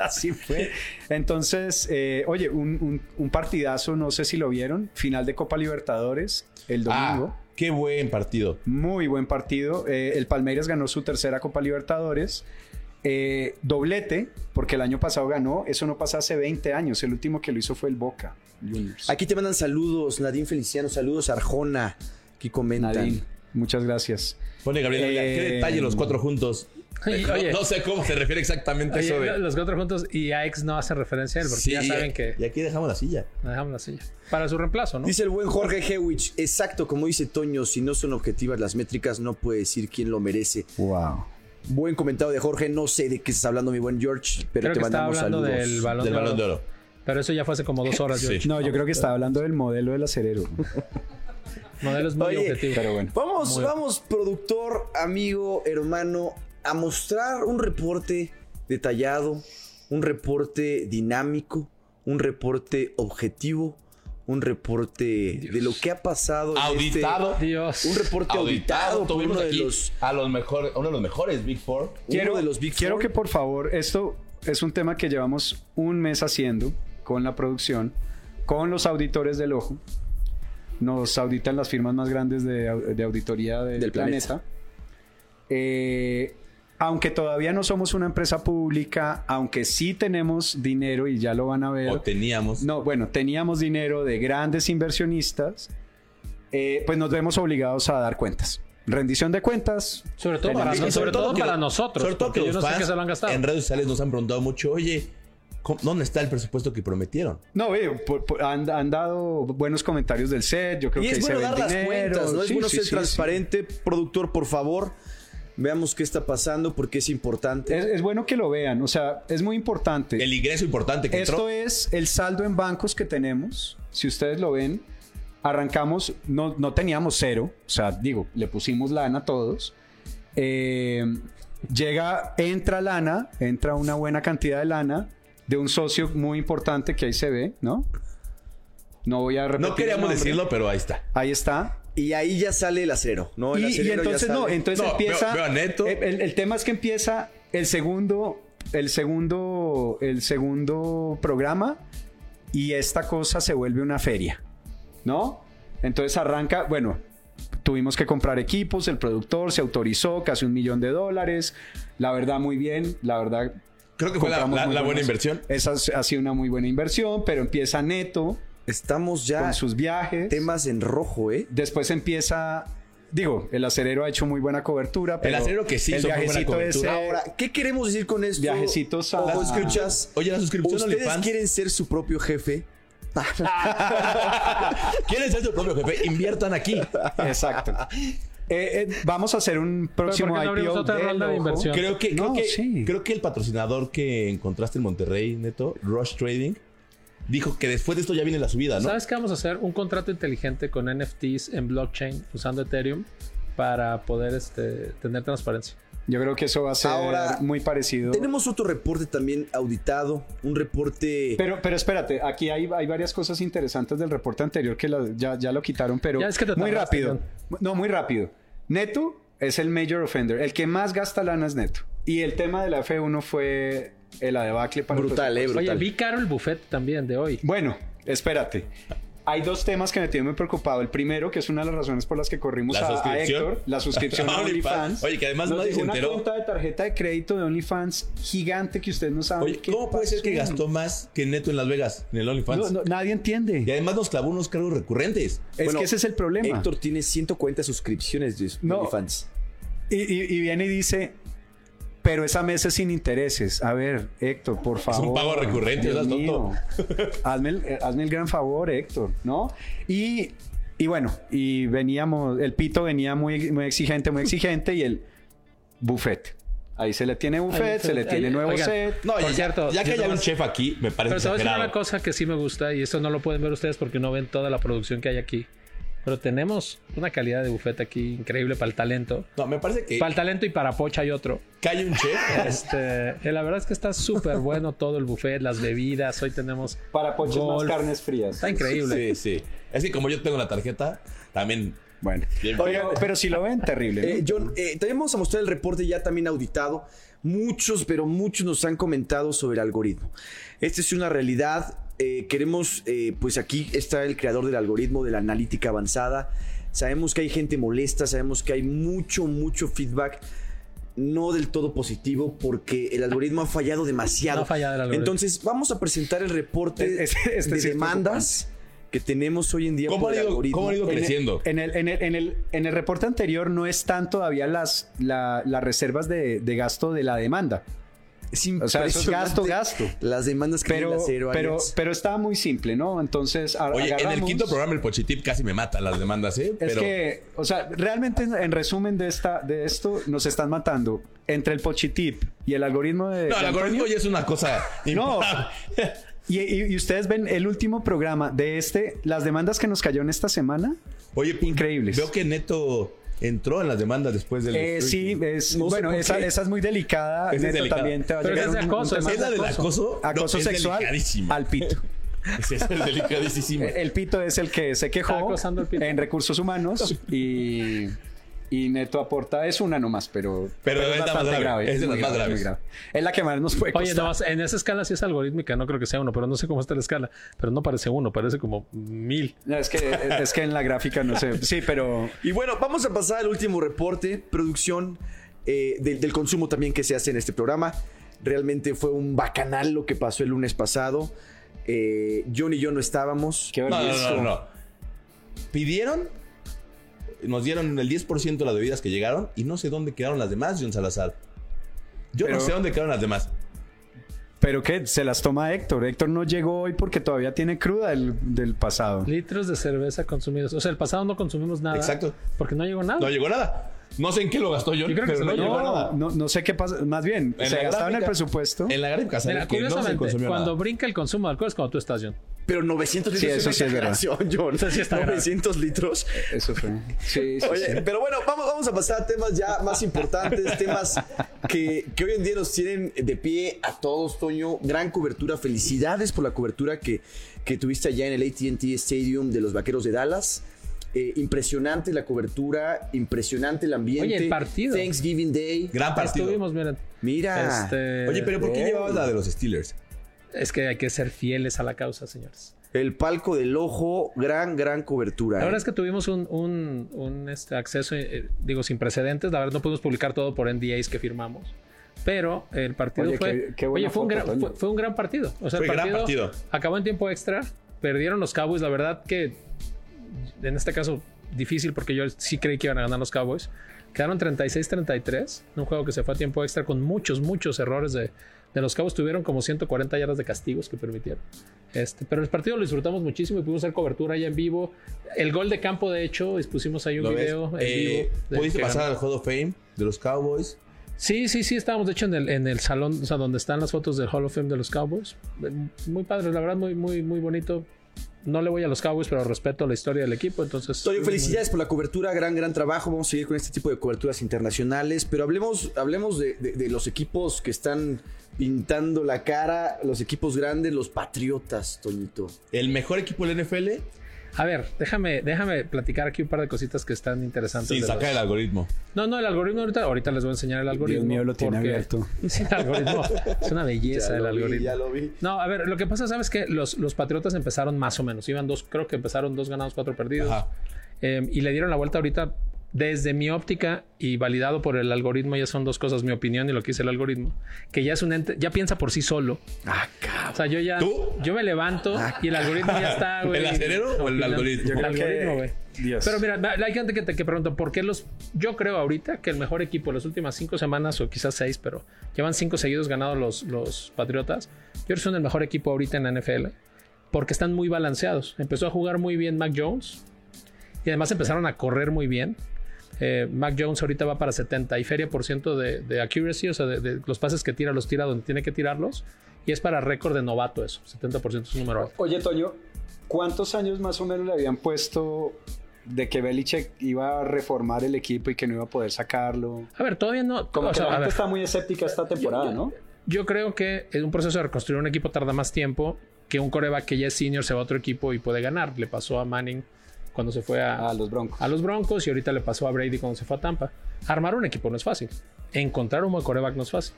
Speaker 2: Así fue. Entonces, eh, oye, un, un- un partidazo, no sé si lo vieron, final de Copa Libertadores el domingo.
Speaker 4: ah, qué buen partido.
Speaker 2: Muy buen partido. Eh, el Palmeiras ganó su tercera Copa Libertadores. Eh, doblete, porque el año pasado ganó. Eso no pasa hace 20 años. El último que lo hizo fue el Boca Juniors.
Speaker 1: Aquí te mandan saludos, Nadine Feliciano, saludos Arjona. Aquí comentan.
Speaker 2: Nadine, muchas gracias.
Speaker 4: Pone Gabriel, Ávila, qué
Speaker 2: Eh,
Speaker 4: detalle los cuatro juntos.
Speaker 3: Oye,
Speaker 4: no,
Speaker 3: oye.
Speaker 4: no sé cómo se refiere exactamente
Speaker 3: Oye,
Speaker 4: eso de.
Speaker 2: eh.
Speaker 3: lo- los cuatro juntos y Aix no hace referencia a él porque
Speaker 4: Sí,
Speaker 3: ya saben que
Speaker 4: Y aquí dejamos la silla.
Speaker 3: eh, dejamos la silla para su reemplazo, ¿no?
Speaker 1: Dice el buen Jorge Hewich, exacto como dice Toño, si no son objetivas las métricas, no puede decir quién lo merece.
Speaker 2: Wow.
Speaker 1: Buen comentario de Jorge, no sé de qué estás hablando, mi buen George, pero
Speaker 3: Creo
Speaker 1: te
Speaker 3: que estaba
Speaker 1: mandamos
Speaker 3: hablando
Speaker 1: saludos.
Speaker 3: del balón,
Speaker 4: del
Speaker 3: de,
Speaker 4: balón
Speaker 3: oro,
Speaker 4: de oro.
Speaker 3: Pero eso ya fue hace como dos horas.
Speaker 4: Sí.
Speaker 3: George.
Speaker 2: No, yo creo que estaba hablando del modelo del acerero.
Speaker 3: Modelo es muy
Speaker 1: Oye,
Speaker 3: objetivo.
Speaker 2: Pero bueno.
Speaker 1: Vamos,
Speaker 3: Muy-
Speaker 1: vamos, productor, amigo, hermano, a mostrar un reporte detallado, un reporte dinámico, un reporte objetivo, un reporte de lo que ha pasado. en
Speaker 4: Auditado.
Speaker 3: Dios.
Speaker 1: este- un reporte auditado, por
Speaker 4: Este, Tuvimos
Speaker 1: uno de
Speaker 4: aquí
Speaker 1: los
Speaker 4: a los mejores, uno de los mejores Big Four.
Speaker 1: uno
Speaker 2: Quiero,
Speaker 1: de los Big
Speaker 2: quiero
Speaker 1: Four.
Speaker 2: que por favor, esto es un tema que llevamos un mes haciendo con la producción, con los auditores del ojo. Nos auditan las firmas más grandes de, au- de auditoría del,
Speaker 1: Del planeta.
Speaker 2: planeta. Eh, aunque todavía no somos una empresa pública, aunque sí tenemos dinero y ya lo van a ver.
Speaker 4: O teníamos.
Speaker 2: No, bueno, teníamos dinero de grandes inversionistas, eh, pues nos vemos obligados a dar cuentas. Rendición de cuentas.
Speaker 3: Sobre todo, para,
Speaker 2: Tenemos-
Speaker 3: sobre
Speaker 4: Y
Speaker 3: todo
Speaker 4: que-
Speaker 3: para nosotros.
Speaker 4: Sobre todo que
Speaker 3: porque
Speaker 4: los
Speaker 3: yo no sé
Speaker 4: fans
Speaker 3: qué se lo han gastado.
Speaker 4: en redes sociales nos han preguntado mucho, oye, ¿cómo- ¿dónde está el presupuesto que prometieron?
Speaker 2: No, eh, por- por- han, han dado buenos comentarios del set. Yo creo
Speaker 1: Y
Speaker 2: que
Speaker 1: es
Speaker 2: ahí se
Speaker 1: bueno
Speaker 2: ve
Speaker 1: dar
Speaker 2: el
Speaker 1: las
Speaker 2: dinero.
Speaker 1: cuentas, ¿no? es
Speaker 2: Sí,
Speaker 1: bueno
Speaker 2: sí,
Speaker 1: ser
Speaker 2: sí,
Speaker 1: transparente. Productor, por favor, veamos qué está pasando porque es
Speaker 2: sí.
Speaker 1: importante.
Speaker 2: Es, es bueno que lo vean. O sea, es muy importante.
Speaker 4: El ingreso importante que entró.
Speaker 2: Esto es el saldo en bancos que tenemos. Si ustedes lo ven, arrancamos, no, no teníamos cero. O sea, digo, le pusimos lana a todos. Eh, llega, entra lana, entra una buena cantidad de lana de un socio muy importante que ahí se ve, ¿no? No voy a repetir.
Speaker 4: no
Speaker 2: el
Speaker 4: queríamos
Speaker 2: nombre.
Speaker 4: decirlo, pero ahí está.
Speaker 2: Ahí está.
Speaker 1: Y ahí ya sale el acero, ¿no? El
Speaker 2: Y- Y,
Speaker 1: acerero ya
Speaker 2: entonces no,
Speaker 1: sale.
Speaker 2: entonces
Speaker 4: No,
Speaker 2: empieza. eh,
Speaker 4: veo- veo a Neto.
Speaker 2: El, el- el tema es que empieza el segundo, el segundo, el segundo programa y esta cosa se vuelve una feria, ¿no? Entonces arranca, bueno, tuvimos que comprar equipos, el productor se autorizó casi un millón de dólares, la verdad muy bien, la verdad
Speaker 4: Creo que fue la,
Speaker 2: compramos
Speaker 4: la-
Speaker 2: muy
Speaker 4: la buena
Speaker 2: buenos-
Speaker 4: inversión.
Speaker 2: Esa ha sido una muy buena inversión, pero empieza Neto
Speaker 1: Estamos
Speaker 2: con
Speaker 1: ya
Speaker 2: sus viajes.
Speaker 1: temas en rojo, ¿eh?
Speaker 2: Después empieza, digo, el acerero ha hecho muy buena cobertura. Pero
Speaker 4: Acerero que sí
Speaker 2: el
Speaker 4: hizo muy buena
Speaker 2: viajecito ese,
Speaker 4: cobertura.
Speaker 1: Ahora, ¿qué queremos decir con esto?
Speaker 2: Viajecitos a-
Speaker 1: Ojo, escuchas.
Speaker 4: Oye, la suscripción a
Speaker 1: ¿Ustedes
Speaker 4: OnlyFans.
Speaker 1: quieren ser su propio jefe?
Speaker 4: ¿Quieren ser su este propio jefe? Inviertan aquí.
Speaker 2: Exacto. Eh, eh, vamos a hacer un próximo
Speaker 3: ¿por qué no abrimos
Speaker 2: IPO
Speaker 3: otra
Speaker 2: del
Speaker 3: ronda de
Speaker 2: ojo.
Speaker 3: inversión?
Speaker 4: Creo que, creo,
Speaker 2: No,
Speaker 4: que,
Speaker 2: sí.
Speaker 4: creo que el patrocinador que encontraste en Monterrey, Neto, Rush Trading, dijo que después de esto ya viene la subida, ¿no?
Speaker 3: ¿Sabes qué vamos a hacer? Un contrato inteligente con NFTs en blockchain usando Ethereum para poder este, tener transparencia.
Speaker 2: Yo creo que eso va a ser
Speaker 1: Ahora,
Speaker 2: muy parecido.
Speaker 1: Tenemos otro reporte también auditado, un reporte...
Speaker 2: Pero, pero espérate, aquí hay, hay varias cosas interesantes del reporte anterior que la- ya, ya lo quitaron, pero
Speaker 3: Ya es que te
Speaker 2: muy
Speaker 3: tardaste,
Speaker 2: rápido. No, muy rápido. Neto es el major offender. El que más gasta lana es Neto. Y el tema de la F1 fue el adebacle para el
Speaker 1: Brutal, eh,
Speaker 2: presupuesto.
Speaker 1: brutal.
Speaker 3: Oye, vi caro el buffet también de hoy.
Speaker 2: Bueno, espérate. Hay dos temas que me tienen muy preocupado. El primero, que es una de las razones por las que corrimos
Speaker 4: ¿La
Speaker 2: a- a,
Speaker 4: suscripción?
Speaker 2: Héctor, la suscripción a
Speaker 4: OnlyFans.
Speaker 2: OnlyFans.
Speaker 4: Oye, que además
Speaker 2: Nos
Speaker 4: nadie
Speaker 2: dejó
Speaker 4: se
Speaker 2: una
Speaker 4: enteró.
Speaker 2: cuenta de tarjeta de crédito de OnlyFans gigante que ustedes no saben.
Speaker 4: Oye,
Speaker 2: qué
Speaker 4: ¿cómo puede ser que
Speaker 2: pasó?
Speaker 4: gastó más que Neto en Las Vegas, en el OnlyFans?
Speaker 2: No, no, nadie entiende.
Speaker 4: Y además nos clavó unos cargos recurrentes.
Speaker 2: Es
Speaker 1: Bueno,
Speaker 2: que ese es el problema.
Speaker 1: Héctor tiene 140 suscripciones de
Speaker 2: No.
Speaker 1: fans.
Speaker 2: Y, y- y viene y dice, pero esa mesa es sin intereses. A ver, Héctor, por favor.
Speaker 4: pago recurrente,
Speaker 2: Dios
Speaker 4: no seas
Speaker 2: mío. hazme, el, eh, hazme el gran favor, Héctor, ¿no? Y, y bueno, y veníamos, el pito venía muy, muy exigente, muy exigente, y el buffet. Ahí se le tiene buffet,
Speaker 3: Ahí,
Speaker 2: se le
Speaker 3: ahí,
Speaker 2: tiene nuevo
Speaker 3: oigan.
Speaker 2: set.
Speaker 4: No,
Speaker 3: Por
Speaker 4: ya,
Speaker 3: cierto,
Speaker 4: ya que
Speaker 3: yo
Speaker 4: haya
Speaker 3: nomás-
Speaker 4: un chef aquí, me parece
Speaker 3: Pero te voy a decir
Speaker 4: exagerado.
Speaker 3: una cosa que sí me gusta y esto no lo pueden ver ustedes porque no ven toda la producción que hay aquí. Pero tenemos una calidad de buffet aquí increíble para el talento.
Speaker 4: No, me parece que,
Speaker 3: Para el talento y para Pocha hay otro.
Speaker 4: que haya un chef.
Speaker 3: Este, eh, la verdad es que está súper bueno todo el buffet, las bebidas. Hoy tenemos.
Speaker 2: Para poches más
Speaker 3: Golf.
Speaker 2: carnes frías.
Speaker 3: Está increíble.
Speaker 4: Sí, sí. Es que como yo tengo la tarjeta, también.
Speaker 2: Bueno,
Speaker 4: Bien.
Speaker 2: pero, pero si lo ven, terrible. ¿no?
Speaker 1: Eh, John, eh, también vamos a mostrar el reporte ya también auditado. Muchos, pero muchos nos han comentado sobre el algoritmo. Esta es una realidad. eh, queremos, eh, pues aquí está el creador del algoritmo, de la analítica avanzada. Sabemos que hay gente molesta, sabemos que hay mucho, mucho feedback. No del todo positivo porque el algoritmo ha fallado demasiado.
Speaker 3: Ha fallado el algoritmo.
Speaker 1: Entonces vamos a presentar el reporte
Speaker 2: Es- es- este
Speaker 1: de
Speaker 2: sí es
Speaker 1: demandas que tenemos hoy en día
Speaker 4: ¿Cómo
Speaker 1: por
Speaker 4: ha
Speaker 1: el
Speaker 4: ido-
Speaker 1: algoritmo.
Speaker 4: cómo ha ido
Speaker 2: En el-
Speaker 4: creciendo?
Speaker 2: En el, en, el, en, el, en el reporte anterior no están todavía las, la- las reservas de, de gasto de la demanda.
Speaker 1: Es
Speaker 2: O sea, eso es gasto,
Speaker 1: impresionante
Speaker 2: gasto.
Speaker 1: Las demandas que
Speaker 2: Pero,
Speaker 1: tiene la cero,
Speaker 2: pero,
Speaker 1: Alex.
Speaker 2: pero está muy simple, ¿no? Entonces, a-
Speaker 4: Oye, en el
Speaker 2: agarramos-
Speaker 4: quinto programa el Pochitip casi me mata las demandas, ¿eh?
Speaker 2: Es
Speaker 4: Pero
Speaker 2: que, o sea, realmente en, en resumen de, esta, de esto, nos están matando entre el pochitip y el algoritmo de.
Speaker 4: No, el
Speaker 2: de
Speaker 4: algoritmo
Speaker 2: Antonio.
Speaker 4: ya es una cosa.
Speaker 2: No.
Speaker 4: imparable.
Speaker 2: Y, y- y ustedes ven el último programa de este, las demandas que nos cayó en esta semana.
Speaker 4: Oye, pues,
Speaker 2: Increíbles.
Speaker 4: Veo que Neto entró en las demandas después del.
Speaker 2: Eh, sí, es,
Speaker 1: No sé
Speaker 2: bueno,
Speaker 1: por
Speaker 2: esa,
Speaker 1: qué.
Speaker 2: esa es muy delicada.
Speaker 4: Esa es
Speaker 2: Neto,
Speaker 4: delicada.
Speaker 2: también te va a
Speaker 3: Pero
Speaker 2: llegar
Speaker 3: es de
Speaker 2: un- un
Speaker 3: acoso,
Speaker 2: tema-
Speaker 4: ¿Es la del acoso?
Speaker 2: acoso
Speaker 4: No, es
Speaker 2: sexual
Speaker 4: delicadísima.
Speaker 2: al Eh, pito.
Speaker 4: Esa es delicadísima.
Speaker 2: El pito es el que se
Speaker 3: Está
Speaker 2: quejó
Speaker 3: acosando al pito.
Speaker 2: en recursos humanos y, y Neto aporta es una nomás, pero,
Speaker 4: Pero es la más
Speaker 2: bastante
Speaker 4: grave, es de
Speaker 2: muy
Speaker 4: las más
Speaker 2: grave, muy
Speaker 4: graves.
Speaker 2: grave. Es la que más nos puede
Speaker 3: Oye,
Speaker 2: costar.
Speaker 3: nomás, en esa escala sí es algorítmica, no creo que sea uno, pero no sé cómo está la escala. Pero no parece uno, parece como mil.
Speaker 2: No, es que es que en la gráfica no sé. Sí, pero
Speaker 1: Y bueno, vamos a pasar al último reporte, producción eh, del, del consumo también que se hace en este programa. Realmente fue un bacanal lo que pasó el lunes pasado. Eh, John y yo no estábamos.
Speaker 2: qué
Speaker 4: No,
Speaker 2: vergüenza.
Speaker 4: no, no, no. Pidieron, nos dieron el 10% de las bebidas que llegaron y no sé dónde quedaron las demás, John Salazar. Yo
Speaker 2: Pero-
Speaker 4: no sé dónde quedaron las demás.
Speaker 2: Pero qué, se las toma Héctor. Héctor no llegó hoy porque todavía tiene cruda del, del pasado.
Speaker 3: Litros de cerveza consumidos. O sea, el pasado no consumimos nada.
Speaker 4: Exacto.
Speaker 3: Porque no llegó nada.
Speaker 4: No llegó nada. No sé en qué lo gastó John.
Speaker 3: Yo creo que
Speaker 4: pero
Speaker 3: se lo
Speaker 4: no llegó
Speaker 3: llevó.
Speaker 4: nada.
Speaker 2: No, no sé qué pasa. Más bien,
Speaker 4: En
Speaker 2: se
Speaker 4: la
Speaker 2: gastaron el
Speaker 4: gráfica-
Speaker 2: presupuesto.
Speaker 4: En la gráfica sale
Speaker 3: Mira,
Speaker 4: que no se
Speaker 3: curiosamente,
Speaker 4: consumió
Speaker 3: cuando
Speaker 4: nada.
Speaker 3: brinca el consumo de alcohol es cuando tú estás, John.
Speaker 1: Pero 900
Speaker 2: Sí,
Speaker 1: litros.
Speaker 2: eso sí es verdad.
Speaker 1: exageración, John.
Speaker 3: Eso sí está grave.
Speaker 1: 900 litros.
Speaker 2: Eso fue. Sí, sí, sí.
Speaker 1: Oye, pero bueno, vamos, vamos a pasar a temas ya más importantes, temas que, que hoy en día nos tienen de pie a todos, Toño. Gran cobertura, felicidades por la cobertura que, que tuviste allá en el ATT Stadium de los Vaqueros de Dallas. Eh, impresionante la cobertura, impresionante el ambiente.
Speaker 3: Oye, el partido.
Speaker 1: Thanksgiving Day.
Speaker 4: Gran partido.
Speaker 3: Estuvimos, miren.
Speaker 1: Mira.
Speaker 3: Este,
Speaker 4: Oye, pero ¿por qué
Speaker 1: Eh.
Speaker 4: llevabas la de los Steelers?
Speaker 3: Es que hay que ser fieles a la causa, señores.
Speaker 1: El palco del ojo, gran, gran cobertura.
Speaker 3: La
Speaker 1: eh.
Speaker 3: verdad es que tuvimos un, un- un, este, acceso, eh, digo, sin precedentes. La verdad, no pudimos publicar todo por NDAs que firmamos. Pero el partido
Speaker 2: Oye,
Speaker 3: fue.
Speaker 2: qué- qué buena
Speaker 3: oye, fue, un
Speaker 2: foto,
Speaker 3: gran,
Speaker 2: Toño.
Speaker 3: fue- fue un gran partido. O sea,
Speaker 4: Fue
Speaker 3: el
Speaker 4: gran
Speaker 3: partido,
Speaker 4: partido.
Speaker 3: acabó en tiempo extra. Perdieron los Cowboys. La verdad que en este caso difícil porque yo sí creí que iban a ganar los Cowboys. Quedaron 36-33, un juego que se fue a tiempo extra con muchos, muchos errores de, de los Cowboys. Tuvieron como 140 yardas de castigos que permitieron. Este, pero el partido lo disfrutamos muchísimo y pudimos hacer cobertura allá en vivo. El gol de campo, de hecho, les pusimos ahí un
Speaker 4: ¿Lo ves?
Speaker 3: video en
Speaker 4: Eh,
Speaker 3: vivo. de-
Speaker 4: ¿Pudiste
Speaker 3: que
Speaker 4: pasar
Speaker 3: ganó.
Speaker 4: al Hall of Fame de los Cowboys?
Speaker 3: Sí, sí, sí, estábamos de hecho en el, en el salón, o sea, donde están las fotos del Hall of Fame de los Cowboys. Eh, Muy padre, la verdad, muy, muy, muy bonito. No le voy a los Cowboys, pero respeto la historia del equipo, entonces...
Speaker 1: Toño, felicidades por la cobertura, gran, gran trabajo. Vamos a seguir con este tipo de coberturas internacionales, pero hablemos, hablemos de, de- de los equipos que están pintando la cara, los equipos grandes, los Patriotas, Toñito.
Speaker 4: El mejor equipo del NFL
Speaker 3: A ver, déjame, déjame platicar aquí un par de cositas que están interesantes.
Speaker 4: Sin
Speaker 3: de
Speaker 4: sacar
Speaker 3: los-
Speaker 4: el algoritmo.
Speaker 3: No, no, el algoritmo ahorita, ahorita les voy a enseñar el algoritmo.
Speaker 2: Dios mío, lo tiene
Speaker 3: porque-
Speaker 2: abierto.
Speaker 3: Sí, el algoritmo. Es una belleza
Speaker 1: Ya
Speaker 3: el
Speaker 1: lo vi,
Speaker 3: algoritmo.
Speaker 1: ya lo vi.
Speaker 3: No, a ver, lo que pasa, ¿sabes que Los, los Patriotas empezaron más o menos. Iban dos, creo que empezaron dos ganados, cuatro perdidos.
Speaker 4: Ajá.
Speaker 3: Eh, y le dieron la vuelta ahorita desde mi óptica y validado por el algoritmo. Ya son dos cosas, mi opinión y lo que dice el algoritmo. Que ya es un ente, ya piensa por sí solo. O sea, yo ya...
Speaker 4: Ah, ¿Tú? Ah,
Speaker 3: Yo me levanto y el algoritmo ya está, güey.
Speaker 4: ¿El acerero o el
Speaker 3: Opinando.
Speaker 4: algoritmo? Yo
Speaker 3: El
Speaker 2: creo que-
Speaker 3: algoritmo, güey.
Speaker 2: Dios.
Speaker 3: Pero mira, hay gente que te que pregunta por qué los. Yo creo ahorita que el mejor equipo de las últimas cinco semanas o quizás seis, pero llevan cinco seguidos ganados los, los Patriotas. Yo creo que son el mejor equipo ahorita en la NFL porque están muy balanceados. Empezó a jugar muy bien Mac Jones y además empezaron a correr muy bien. Eh, Mac Jones ahorita va para 70 y feria por ciento de, de accuracy, o sea, de, de los pases que tira, los tira donde tiene que tirarlos. Y es para récord de novato eso, 70% es un número alto.
Speaker 2: Oye, Toño, ¿cuántos años más o menos le habían puesto de que Belichick iba a reformar el equipo y que no iba a poder sacarlo?
Speaker 3: A ver, todavía no.
Speaker 2: Como
Speaker 3: o
Speaker 2: que
Speaker 3: sea,
Speaker 2: la
Speaker 3: a
Speaker 2: gente
Speaker 3: ver.
Speaker 2: está muy escéptica esta temporada, ¿no?
Speaker 3: Yo creo que en un proceso de reconstruir un equipo tarda más tiempo que un coreback que ya es senior se va a otro equipo y puede ganar. Le pasó a Manning cuando se fue a,
Speaker 2: A los Broncos.
Speaker 3: a los Broncos y ahorita le pasó a Brady cuando se fue a Tampa. Armar un equipo no es fácil. Encontrar un buen coreback no es fácil.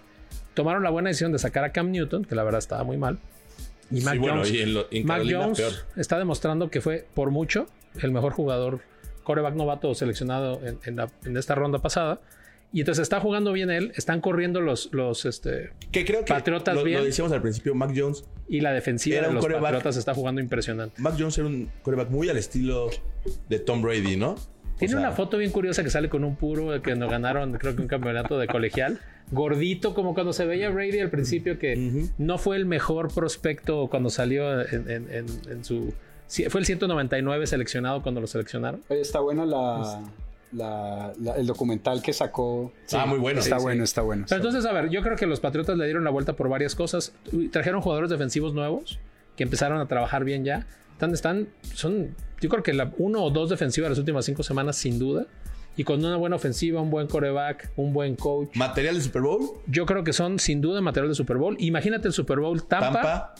Speaker 3: Tomaron la buena decisión de sacar a Cam Newton, que la verdad estaba muy mal. Y Mac
Speaker 4: Sí, bueno,
Speaker 3: Jones,
Speaker 4: y en lo- en
Speaker 3: Mac
Speaker 4: Carolina,
Speaker 3: Jones
Speaker 4: peor.
Speaker 3: está demostrando que fue por mucho el mejor jugador coreback novato seleccionado en, en la- en esta ronda pasada. Y entonces está jugando bien él, están corriendo los, los este,
Speaker 4: Que creo que
Speaker 3: Patriotas
Speaker 4: lo,
Speaker 3: bien.
Speaker 4: lo decíamos al principio, Mac Jones.
Speaker 3: y la defensiva
Speaker 4: Era
Speaker 3: de
Speaker 4: un
Speaker 3: los
Speaker 4: coreback.
Speaker 3: Patriotas está jugando impresionante.
Speaker 4: Mac Jones era un coreback muy al estilo de Tom Brady, ¿no? O
Speaker 3: Tiene
Speaker 4: sea,
Speaker 3: una foto bien curiosa que sale con un puro de que nos ganaron, creo que un campeonato de colegial. Gordito, como cuando se veía Brady al principio, que no fue el mejor prospecto cuando salió en, en- en- en su. sí, Fue el 199 seleccionado cuando lo seleccionaron.
Speaker 2: Oye, está buena la, la- la- el documental que sacó.
Speaker 4: Ah, muy bueno.
Speaker 2: Está
Speaker 4: Sí, sí.
Speaker 2: bueno, está bueno.
Speaker 3: Pero entonces, a ver, yo creo que los Patriotas le dieron la vuelta por varias cosas. Trajeron jugadores defensivos nuevos que empezaron a trabajar bien ya. Están, están, son, yo creo que la, uno o dos defensivas de las últimas cinco semanas, sin duda. Y con una buena ofensiva, un buen coreback, un buen coach.
Speaker 4: Material de Super Bowl,
Speaker 3: Yo creo que son sin duda material de Super Bowl. Imagínate el Super Bowl Tampa,
Speaker 4: Tampa,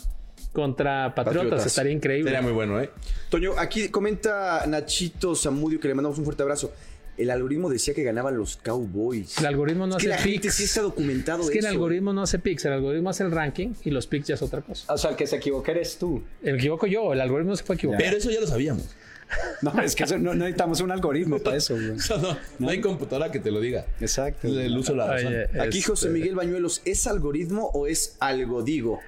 Speaker 3: contra Patriotas.
Speaker 4: Patriotas.
Speaker 3: Estaría increíble.
Speaker 4: Sería muy bueno, ¿eh?
Speaker 1: Toño, aquí comenta Nachito Zamudio que le mandamos un fuerte abrazo. El algoritmo decía que ganaban los Cowboys.
Speaker 3: El algoritmo no
Speaker 1: es que la
Speaker 3: hace
Speaker 1: gente
Speaker 3: picks.
Speaker 1: sí está documentado
Speaker 3: es que el
Speaker 1: eso.
Speaker 3: algoritmo no hace picks. El algoritmo hace el ranking y los picks ya es otra cosa.
Speaker 2: O sea, el que se equivoca eres tú.
Speaker 3: Me equivoco yo. El algoritmo se fue equivocado.
Speaker 4: Pero eso ya lo sabíamos.
Speaker 2: No, es que eso- no, no necesitamos un algoritmo para eso, güey.
Speaker 4: Eso no, no hay computadora que te lo diga.
Speaker 2: Exacto.
Speaker 4: El uso de la razón.
Speaker 3: Oye,
Speaker 1: Aquí
Speaker 3: este,
Speaker 1: José Miguel Bañuelos, ¿es algoritmo o es algo digo?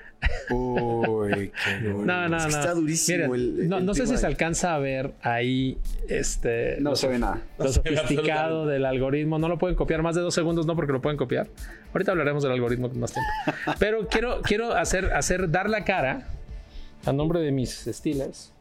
Speaker 2: Uy, qué
Speaker 3: No, no,
Speaker 1: Es que
Speaker 3: no.
Speaker 1: está durísimo
Speaker 3: Miren,
Speaker 1: el-
Speaker 3: no
Speaker 1: el
Speaker 3: no sé
Speaker 1: tema
Speaker 3: si se
Speaker 1: ahí.
Speaker 3: alcanza a ver ahí este,
Speaker 2: No
Speaker 3: lo,
Speaker 2: se ve nada.
Speaker 3: lo
Speaker 4: No se ve
Speaker 3: sofisticado
Speaker 4: absolutamente.
Speaker 3: del algoritmo. No lo pueden copiar más de dos segundos, no porque lo pueden copiar. Ahorita hablaremos del algoritmo con más tiempo. Pero quiero, quiero hacer, hacer, dar la cara a nombre de mis Steelers.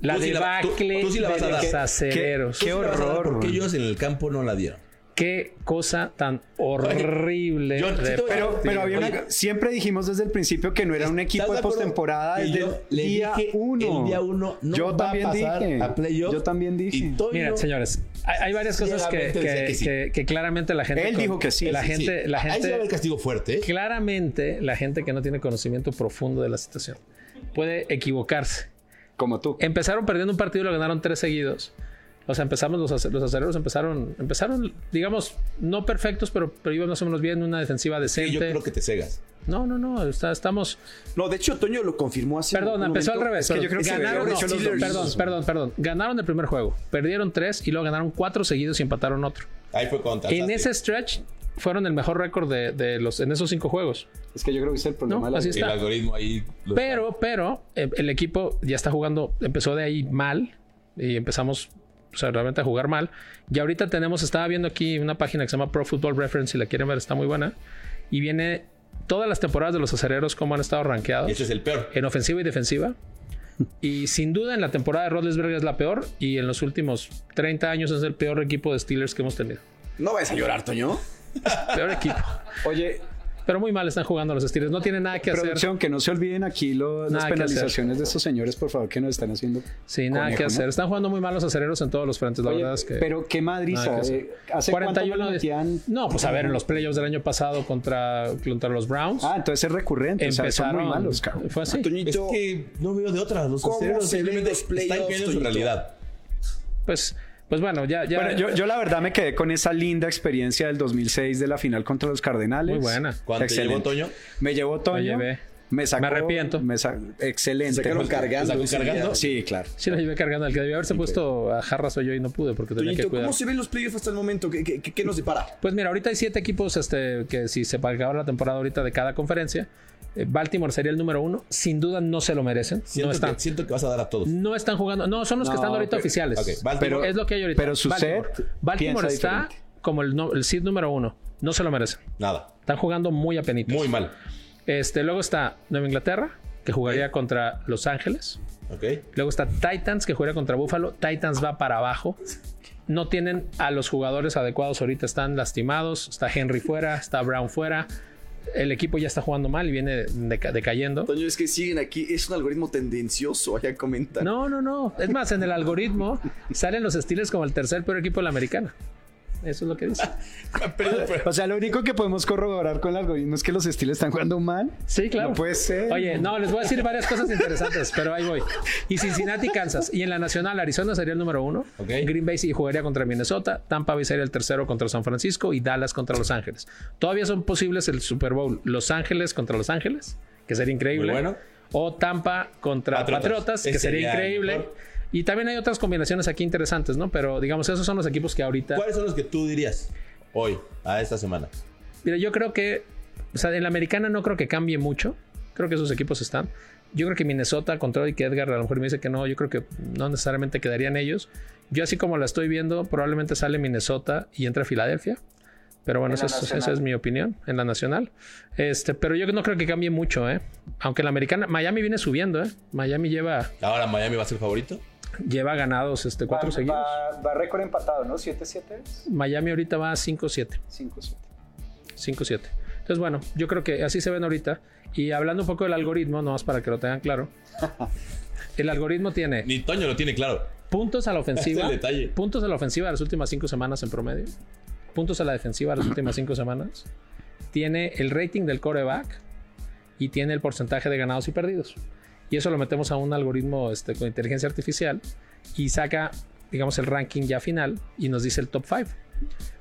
Speaker 3: La
Speaker 4: Tú sí la- tú-
Speaker 3: debacle
Speaker 4: tú sí la vas a
Speaker 3: de
Speaker 4: dar.
Speaker 3: los acereros.
Speaker 2: Qué
Speaker 4: Tú sí la vas a dar
Speaker 2: horror,
Speaker 4: Porque
Speaker 2: güey.
Speaker 4: ellos en el campo no la dieron.
Speaker 3: Qué cosa tan horrible.
Speaker 4: yo
Speaker 3: de
Speaker 4: sí te voy a-
Speaker 3: parte
Speaker 2: Pero, pero había
Speaker 4: Oye.
Speaker 2: una- siempre dijimos desde el principio que no era un equipo de
Speaker 4: ¿Estás acuerdo?
Speaker 2: postemporada
Speaker 4: Que
Speaker 2: desde
Speaker 4: yo
Speaker 2: el
Speaker 4: le
Speaker 2: día
Speaker 4: dije
Speaker 2: uno.
Speaker 4: El día uno no
Speaker 2: yo
Speaker 4: va
Speaker 2: también
Speaker 4: a pasar
Speaker 2: dije.
Speaker 4: a playoff.
Speaker 2: Yo también dije.
Speaker 4: Y Toño-
Speaker 3: Miren, señores, hay, hay varias cosas que,
Speaker 4: Sinceramente decía
Speaker 3: que-
Speaker 4: que sí.
Speaker 3: que- que claramente la gente.
Speaker 2: Él dijo que sí,
Speaker 3: La
Speaker 2: sí,
Speaker 3: gente,
Speaker 4: Sí,
Speaker 3: la
Speaker 4: Ahí se va a ver el
Speaker 3: gente,
Speaker 4: castigo fuerte, ¿eh?
Speaker 3: claramente, la gente que no tiene conocimiento profundo de la situación puede equivocarse.
Speaker 2: Como tú.
Speaker 3: Empezaron perdiendo un partido y lo ganaron tres seguidos. O sea, empezamos los, ace- los acereros empezaron, empezaron, digamos, no perfectos, pero, pero iban más o menos bien, una defensiva decente.
Speaker 4: Sí, yo creo que te cegas.
Speaker 3: No, no, no, está- estamos.
Speaker 1: No, de hecho, Toño lo confirmó hace
Speaker 3: Perdón,
Speaker 1: un
Speaker 3: empezó al
Speaker 1: momento.
Speaker 3: revés.
Speaker 2: Es que yo
Speaker 3: perdón.
Speaker 2: creo que
Speaker 1: deberían
Speaker 3: ganaron, no,
Speaker 1: haber hecho los
Speaker 3: perdón,
Speaker 1: domingos,
Speaker 3: perdón, perdón, perdón. Ganaron el primer juego, perdieron tres y luego ganaron cuatro seguidos y empataron otro.
Speaker 4: Ahí fue contra.
Speaker 3: En ese stretch fueron el mejor récord de, de los en esos cinco juegos.
Speaker 2: Es que yo creo que ese es el problema.
Speaker 3: No,
Speaker 2: de la-
Speaker 3: así es.
Speaker 4: El algoritmo ahí. lo-
Speaker 3: Pero, pero eh, el equipo ya está jugando, empezó de ahí mal y empezamos o sea, realmente a jugar mal. Y ahorita tenemos, estaba viendo aquí una página que se llama Pro Football Reference, si la quieren ver, está muy buena. Y viene todas las temporadas de los acereros, cómo han estado rankeados
Speaker 4: Y ese es el peor.
Speaker 3: en ofensiva y defensiva. Y sin duda en la temporada de Rodlesberg es la peor y en los últimos 30 años es el peor equipo de Steelers que hemos tenido.
Speaker 1: No vayas a llorar, Toño.
Speaker 3: Peor equipo.
Speaker 2: Oye,
Speaker 3: Pero muy mal están jugando los Steelers. No tienen nada que hacer.
Speaker 2: Producción, que no se olviden aquí lo- las
Speaker 3: Nada que
Speaker 2: penalizaciones de estos señores, por favor, que nos están haciendo.
Speaker 3: Sí, nada
Speaker 2: conejo,
Speaker 3: que
Speaker 2: ¿no?
Speaker 3: hacer. Están jugando muy mal los acereros en todos los frentes. La
Speaker 2: Oye,
Speaker 3: verdad es que.
Speaker 2: Pero qué madriza.
Speaker 3: nada que
Speaker 2: eh, ¿Hace cuánto no le
Speaker 3: de-
Speaker 2: metían?
Speaker 3: No, pues a ver, en los playoffs del año pasado contra, contra los Browns.
Speaker 2: Ah, entonces es recurrente. O sea, son
Speaker 3: empezaron.
Speaker 2: muy malos, cabrón. Ah,
Speaker 3: Fue así.
Speaker 4: Es
Speaker 1: Toñito,
Speaker 4: que no veo de otras. Los
Speaker 1: ¿Cómo
Speaker 4: acereros
Speaker 1: se ven
Speaker 4: simplemente
Speaker 1: los playoffs,
Speaker 4: Están viendo su
Speaker 1: Toñito?
Speaker 4: realidad.
Speaker 3: Pues, pues bueno, ya. ya
Speaker 2: Bueno, yo, yo la verdad me quedé con esa linda experiencia del 2006 de la final contra los Cardenales.
Speaker 3: Muy buena.
Speaker 4: ¿Cuánto te llevó
Speaker 2: Excelente.
Speaker 4: Toño?
Speaker 2: Me llevó Toño.
Speaker 3: llevé.
Speaker 2: Me sacó.
Speaker 3: Me arrepiento.
Speaker 2: me sa- excelente.
Speaker 1: sacaron cargando.
Speaker 4: ¿Sacó
Speaker 1: ese día.
Speaker 4: cargando?
Speaker 2: Sí, claro.
Speaker 3: Sí, la llevé cargando. El que debió haberse puesto a jarra soy yo y no pude porque tenía que
Speaker 1: Toñito,
Speaker 3: cuidar.
Speaker 1: ¿cómo se ven los playoffs hasta el momento? ¿Qué, qué- qué- qué nos depara?
Speaker 3: Pues mira, ahorita hay siete equipos este, que si se acaba la temporada ahorita de cada conferencia, eh, Baltimore sería el número uno. Sin duda no se lo merecen.
Speaker 4: Siento,
Speaker 3: no están.
Speaker 4: que, siento que vas a dar a todos.
Speaker 3: No están jugando. No, son los que
Speaker 2: No,
Speaker 3: están ahorita
Speaker 2: pero-
Speaker 3: oficiales.
Speaker 4: ok, Baltimore-
Speaker 3: pero es lo que hay ahorita.
Speaker 2: pero su
Speaker 3: Baltimore,
Speaker 2: set
Speaker 3: Baltimore
Speaker 2: piensa
Speaker 3: está
Speaker 2: diferente.
Speaker 3: como el, no- el seed número uno. No se lo merecen.
Speaker 4: Nada.
Speaker 3: Están jugando muy apenitas.
Speaker 4: Muy mal.
Speaker 3: Este, luego está Nueva Inglaterra, que jugaría contra Los Ángeles.
Speaker 4: ¿Ok?
Speaker 3: Luego está Titans, que juega contra Buffalo. Titans va para abajo. No tienen a los jugadores adecuados ahorita, están lastimados. Está Henry fuera, está Brown fuera. El equipo ya está jugando mal y viene deca- decayendo.
Speaker 1: Toño, es que siguen aquí. Es un algoritmo tendencioso. Allá comentan.
Speaker 3: No, no, no. Es más, en el algoritmo salen los Steelers como el tercer peor equipo de la americana. Eso es lo que dice.
Speaker 2: O sea, lo único que podemos corroborar con el algoritmo es que los estilos están jugando mal.
Speaker 3: Sí, claro.
Speaker 2: No pues, puede ser.
Speaker 3: Oye, no, les voy a decir varias cosas interesantes, pero ahí voy. Y Cincinnati, Kansas. Y en la nacional, Arizona sería el número uno.
Speaker 4: Ok.
Speaker 3: Green Bay sí jugaría contra Minnesota. Tampa Bay sería el tercero contra San Francisco. Y Dallas contra Los Ángeles. Todavía son posibles el Super Bowl. Los Ángeles contra Los Ángeles, que sería increíble.
Speaker 4: Muy bueno.
Speaker 3: O Tampa contra
Speaker 4: Patriotas.
Speaker 3: Patriotas, que
Speaker 4: Ese
Speaker 3: sería
Speaker 4: sería
Speaker 3: increíble.
Speaker 4: mejor.
Speaker 3: Y también hay otras combinaciones aquí interesantes, ¿no? Pero digamos, esos son los equipos que ahorita...
Speaker 4: ¿Cuáles son los que tú dirías hoy, a esta semana?
Speaker 3: Mira, yo creo que, o sea, en la americana no creo que cambie mucho. Creo que esos equipos están. Yo creo que Minnesota, con todo y que Edgar a lo mejor me dice que no, yo creo que no necesariamente quedarían ellos. Yo así como la estoy viendo, probablemente sale Minnesota y entra Filadelfia. Pero bueno, esa
Speaker 5: En la
Speaker 3: es, esa
Speaker 5: nacional.
Speaker 3: es mi opinión en la nacional. Este, pero yo no creo que cambie mucho, ¿eh? Aunque la americana, Miami viene subiendo, ¿eh? Miami lleva,
Speaker 4: Ahora Miami va a ser el favorito.
Speaker 3: lleva ganados este, cuatro seguidos.
Speaker 2: va récord empatado, ¿no? 7-7,
Speaker 3: Miami ahorita va 5-7.
Speaker 2: 5-7.
Speaker 3: 5-7. Entonces, bueno, yo creo que así se ven ahorita. Y hablando un poco del algoritmo, nomás para que lo tengan claro. El algoritmo tiene
Speaker 4: Ni Toño lo tiene claro.
Speaker 3: puntos a la ofensiva.
Speaker 4: Es el detalle.
Speaker 3: Puntos a la ofensiva de las últimas cinco semanas en promedio. Puntos a la defensiva de las últimas cinco semanas. Tiene el rating del coreback y tiene el porcentaje de ganados y perdidos. Y eso lo metemos a un algoritmo este, con inteligencia artificial y saca, digamos, el ranking ya final y nos dice el top 5.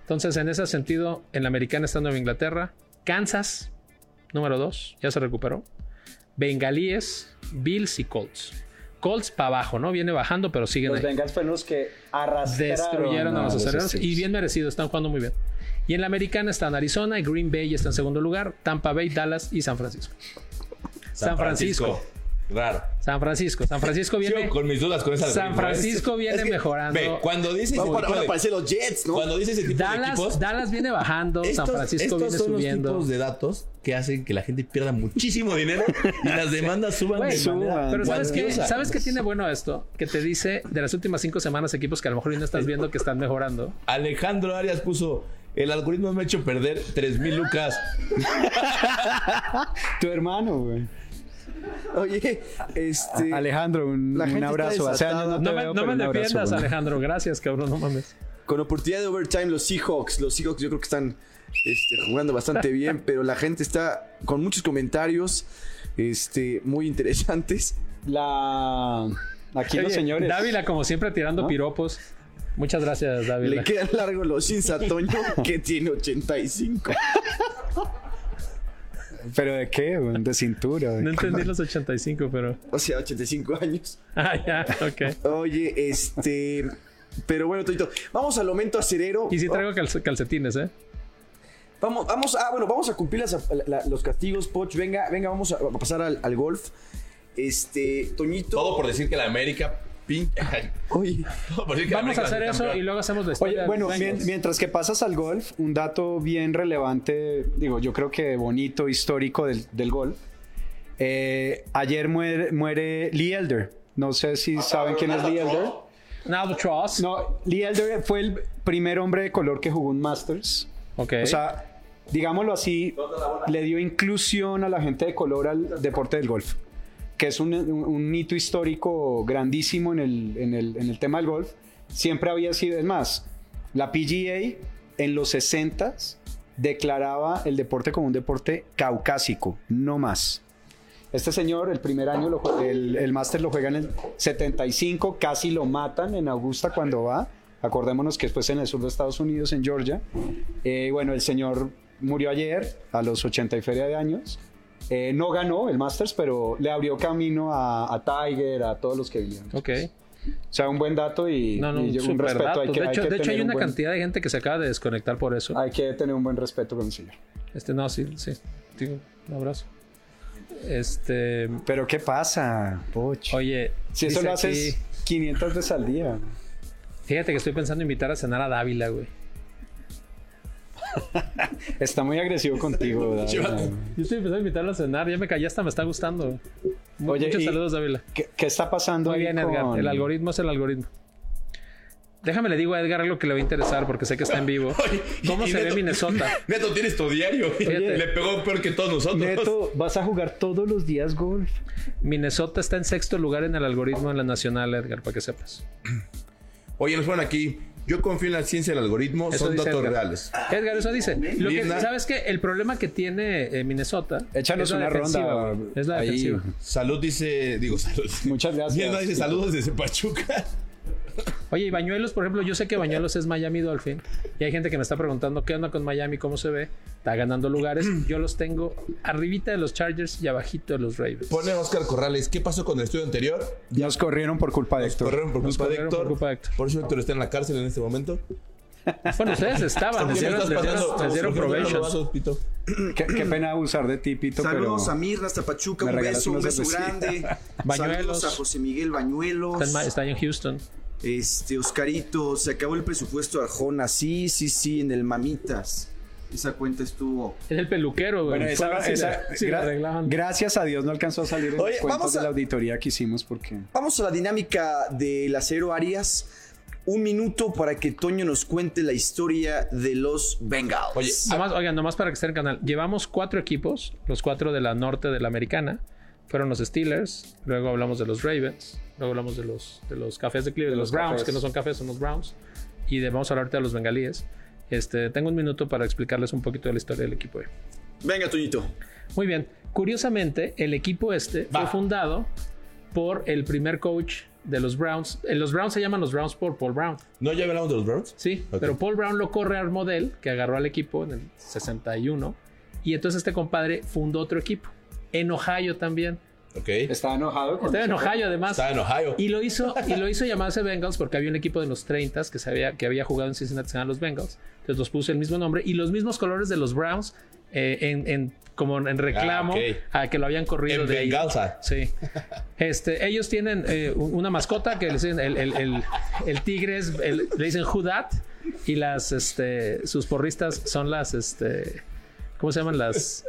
Speaker 3: Entonces, en ese sentido, en la americana está Nueva Inglaterra, Kansas, número 2, ya se recuperó. Bengalíes, Bills y Colts. Colts para abajo, ¿no? Viene bajando, pero siguen ahí.
Speaker 2: Bengals fueron los que arrastraron.
Speaker 3: Destruyeron a los acereros
Speaker 2: Steelers.
Speaker 3: y bien merecido, están jugando muy bien. Y en la americana están Arizona, Green Bay está en segundo lugar, Tampa Bay, Dallas y San Francisco. San Francisco.
Speaker 4: Raro.
Speaker 3: San Francisco, San Francisco viene,
Speaker 4: Yo con mis dudas con esa
Speaker 3: San Francisco viene
Speaker 1: Es que-
Speaker 3: mejorando.
Speaker 4: Ve, cuando dice
Speaker 1: Van
Speaker 4: ese
Speaker 1: para-
Speaker 4: tipo
Speaker 1: van a
Speaker 4: de,
Speaker 1: aparecer los Jets, ¿no?
Speaker 4: cuando dice ese tipo de
Speaker 3: Dallas,
Speaker 4: equipos,
Speaker 3: Dallas viene bajando,
Speaker 4: estos,
Speaker 3: San Francisco
Speaker 4: estos
Speaker 3: viene
Speaker 4: son
Speaker 3: subiendo.
Speaker 4: los tipos de datos que hacen que la gente pierda muchísimo dinero y las demandas suban
Speaker 3: Güey,
Speaker 4: de
Speaker 2: suban.
Speaker 4: manera
Speaker 3: Pero ¿sabes qué?
Speaker 4: cuantiosa.
Speaker 3: ¿Sabes qué tiene bueno esto? Que te dice de las últimas cinco semanas equipos que a lo mejor hoy no estás viendo que están mejorando.
Speaker 4: Alejandro Arias puso el algoritmo me ha hecho perder 3000 lucas.
Speaker 2: Tu hermano, güey.
Speaker 1: Oye, este.
Speaker 2: Alejandro, un,
Speaker 1: La
Speaker 2: un
Speaker 1: gente está
Speaker 2: abrazo. Hace años no te
Speaker 3: No me,
Speaker 2: veo,
Speaker 3: no
Speaker 2: pero
Speaker 3: me
Speaker 2: un abrazo,
Speaker 3: defiendas,
Speaker 2: güey.
Speaker 3: Alejandro. Gracias, cabrón. No mames.
Speaker 1: Con oportunidad de overtime, los Seahawks. Los Seahawks yo creo que están este, jugando bastante bien, pero la gente está con muchos comentarios este, muy interesantes.
Speaker 2: La... Aquí los
Speaker 3: Oye,
Speaker 2: señores.
Speaker 3: Dávila, como siempre, tirando
Speaker 2: ¿No?
Speaker 3: piropos. Muchas gracias, Dávila.
Speaker 1: Le quedan largos los Shins a Toño, que tiene 85.
Speaker 2: ¿Pero de qué? güey? De cintura. güey.
Speaker 3: No entendí los 85, pero.
Speaker 1: O sea, 85 años.
Speaker 3: Ah, ya, ok.
Speaker 1: Oye, este. Pero bueno, Toñito, vamos al momento acerero.
Speaker 3: Y sí traigo calc- calcetines, ¿eh?
Speaker 1: Vamos, vamos, ah, bueno, vamos a cumplir las- la- los castigos, Poch. Venga, venga, vamos a a pasar al, al golf. Este, Toñito.
Speaker 4: Todo por decir que la América pin-
Speaker 1: Oye,
Speaker 4: Todo por decir que la
Speaker 3: Vamos
Speaker 4: América
Speaker 3: a hacer
Speaker 4: va ser
Speaker 3: eso
Speaker 4: campeón.
Speaker 3: y luego hacemos la historia.
Speaker 2: Oye, bueno,
Speaker 3: Venga.
Speaker 2: mien- mientras que pasas al golf, un dato bien relevante, digo, yo creo que bonito, histórico del, del golf. Eh, ayer muere, muere Lee Elder. No sé si saben quién es Lee Elder.
Speaker 3: Now Tross.
Speaker 2: No, Lee Elder fue el primer hombre de color que jugó un Masters.
Speaker 3: Ok.
Speaker 2: O sea, digámoslo así, le dio inclusión a la gente de color al deporte del golf, que es un, un- un hito histórico grandísimo en el, en el- en el tema del golf. Siempre había sido, es más, la PGA en los 60s declaraba el deporte como un deporte caucásico, no más. Este señor, el primer año, lo jue- el, el máster lo juega en el 75, casi lo matan en Augusta cuando va. Acordémonos que después en el sur de Estados Unidos, en Georgia. Eh, bueno, el señor murió ayer, a los 80 y feria de años. Eh, no ganó el Masters, pero le abrió camino a, a Tiger, a todos los que vinieron.
Speaker 3: Ok.
Speaker 2: O sea, un buen dato y,
Speaker 3: No, no,
Speaker 2: y un
Speaker 3: súper
Speaker 2: respeto.
Speaker 3: datos. de hecho, de hecho, hay
Speaker 2: tener un
Speaker 3: una
Speaker 2: buen-
Speaker 3: cantidad de gente que se acaba de desconectar por eso.
Speaker 2: Hay que tener un buen respeto con el señor.
Speaker 3: Este, no, sí, sí. Digo, un abrazo. Este.
Speaker 2: Pero ¿qué pasa, Poch?
Speaker 3: Oye,
Speaker 2: si eso
Speaker 3: dice
Speaker 2: lo
Speaker 3: aquí-
Speaker 2: haces 500 veces al día.
Speaker 3: Fíjate que estoy pensando en invitar a cenar a Dávila, güey.
Speaker 2: Está muy agresivo contigo, David.
Speaker 3: Yo estoy pensando en invitarlo a cenar, ya me callé hasta, me está gustando. Mu-
Speaker 2: Oye,
Speaker 3: Muchos
Speaker 2: y-
Speaker 3: saludos, Dávila.
Speaker 2: ¿Qué, qué está pasando
Speaker 3: Muy
Speaker 2: ahí
Speaker 3: bien,
Speaker 2: con-
Speaker 3: Edgar. El algoritmo es el algoritmo. Déjame le digo a Edgar algo que le va a interesar porque sé que está en vivo. ¿Cómo
Speaker 4: Y
Speaker 3: se ve
Speaker 4: Neto-
Speaker 3: Minnesota?
Speaker 4: Neto, tienes tu diario.
Speaker 3: Oye.
Speaker 4: Le pegó peor que todos nosotros.
Speaker 2: Neto, vas a jugar todos los días golf.
Speaker 3: Minnesota está en sexto lugar en el algoritmo en la nacional, Edgar, para que sepas.
Speaker 4: Oye, nos ponen aquí. Yo confío en la ciencia del algoritmo.
Speaker 3: Eso
Speaker 4: son
Speaker 3: dice
Speaker 4: datos
Speaker 3: Edgar.
Speaker 4: reales.
Speaker 3: Edgar, eso dice.
Speaker 4: Ah,
Speaker 3: Lo que,
Speaker 4: Linda.
Speaker 3: ¿Sabes qué? El problema que tiene eh, Minnesota.
Speaker 2: Échanos
Speaker 3: es la
Speaker 2: una
Speaker 3: defensiva,
Speaker 2: ronda.
Speaker 3: güey. Es la
Speaker 2: ahí.
Speaker 3: defensiva.
Speaker 4: Salud dice. Digo, salud.
Speaker 2: Muchas gracias.
Speaker 4: Mierda dice saludos desde Pachuca.
Speaker 3: Oye, y Bañuelos, por ejemplo, yo sé que Bañuelos es Miami Dolphin. Y hay gente que me está preguntando qué onda con Miami, cómo se ve. Está ganando lugares. Yo los tengo arribita de los Chargers y abajito de los Ravens.
Speaker 4: Pone Oscar Corrales. ¿Qué pasó con el estudio anterior?
Speaker 2: Nos corrieron por culpa de
Speaker 4: Nos
Speaker 2: Héctor.
Speaker 4: corrieron por
Speaker 3: Nos
Speaker 4: culpa de
Speaker 3: corrieron por
Speaker 4: Héctor.
Speaker 3: culpa de Héctor.
Speaker 4: Por eso Héctor está en la cárcel en este momento.
Speaker 3: Bueno, ustedes estaban. Ah, Les
Speaker 4: ¿Qué me
Speaker 3: dieron,
Speaker 4: estás
Speaker 3: les dieron-
Speaker 4: pasando?
Speaker 3: les dieron
Speaker 4: ¿Por qué me
Speaker 3: probation.
Speaker 4: robas, Pito?
Speaker 2: Qué, qué pena abusar de ti, Pito,
Speaker 1: Saludos
Speaker 2: pero...
Speaker 1: a Mirna hasta Pachuca,
Speaker 2: me
Speaker 1: un
Speaker 2: regalaste
Speaker 1: beso, un
Speaker 2: una
Speaker 1: beso
Speaker 2: cervecita.
Speaker 1: grande.
Speaker 3: Bañuelos.
Speaker 1: Saludos a José Miguel Bañuelos.
Speaker 3: Está en, Ma- está en Houston.
Speaker 1: Este, Oscarito, se acabó el presupuesto de Arjona. Sí, sí, sí, en el Mamitas. Esa cuenta estuvo.
Speaker 3: Es el peluquero, güey.
Speaker 2: Bueno, esa-
Speaker 3: Fue a ver si
Speaker 2: esa-
Speaker 3: Pues, la- si la
Speaker 2: gra-
Speaker 3: arreglaban.
Speaker 2: gracias a Dios no alcanzó a salir en
Speaker 1: Oye,
Speaker 2: los cuentos
Speaker 1: vamos a-
Speaker 2: de la auditoría que hicimos porque...
Speaker 1: Vamos a la dinámica del acero Arias. Un minuto para que Toño nos cuente la historia de los Bengals.
Speaker 4: Oye,
Speaker 3: Además, oigan, nomás para que esté en canal, llevamos cuatro equipos, los cuatro de la norte de la americana. Fueron los Steelers, luego hablamos de los Ravens, luego hablamos de los, de los cafés de Cleveland, de los,
Speaker 2: los
Speaker 3: Browns,
Speaker 2: cafés.
Speaker 3: que no son cafés, son los Browns. Y de- vamos a hablarte de los bengalíes. Este, tengo un minuto para explicarles un poquito de la historia del equipo. hoy.
Speaker 1: venga, Toñito.
Speaker 3: Muy bien, curiosamente, el equipo este fue fundado por el primer coach de los Browns. Eh, Los Browns se llaman los Browns por Paul Brown.
Speaker 4: ¿No ya hablamos de los Browns?
Speaker 3: Sí,
Speaker 4: Ok.
Speaker 3: pero Paul Brown lo corre a Armodel, que agarró al equipo en el 61. Y entonces este compadre fundó otro equipo. En Ohio también.
Speaker 4: Ok.
Speaker 2: Estaba enojado con...
Speaker 3: Estaba en Ohio además.
Speaker 4: Está en Ohio.
Speaker 3: Y lo hizo, y lo hizo llamarse Bengals porque había un equipo de los 30 que, se había, que había jugado en Cincinnati, se llamaban los Bengals. Entonces los puso el mismo nombre y los mismos colores de los Browns eh, en, en- como en reclamo
Speaker 4: Ah, ok.
Speaker 3: a que lo habían corrido
Speaker 4: En
Speaker 3: de ahí.
Speaker 4: Bengalsa.
Speaker 3: Sí. Este, ellos tienen eh, un- una mascota que les dicen el, el, el- el tigre, es- el- le dicen Who That, y las, este, sus porristas son las, este, ¿cómo se llaman las?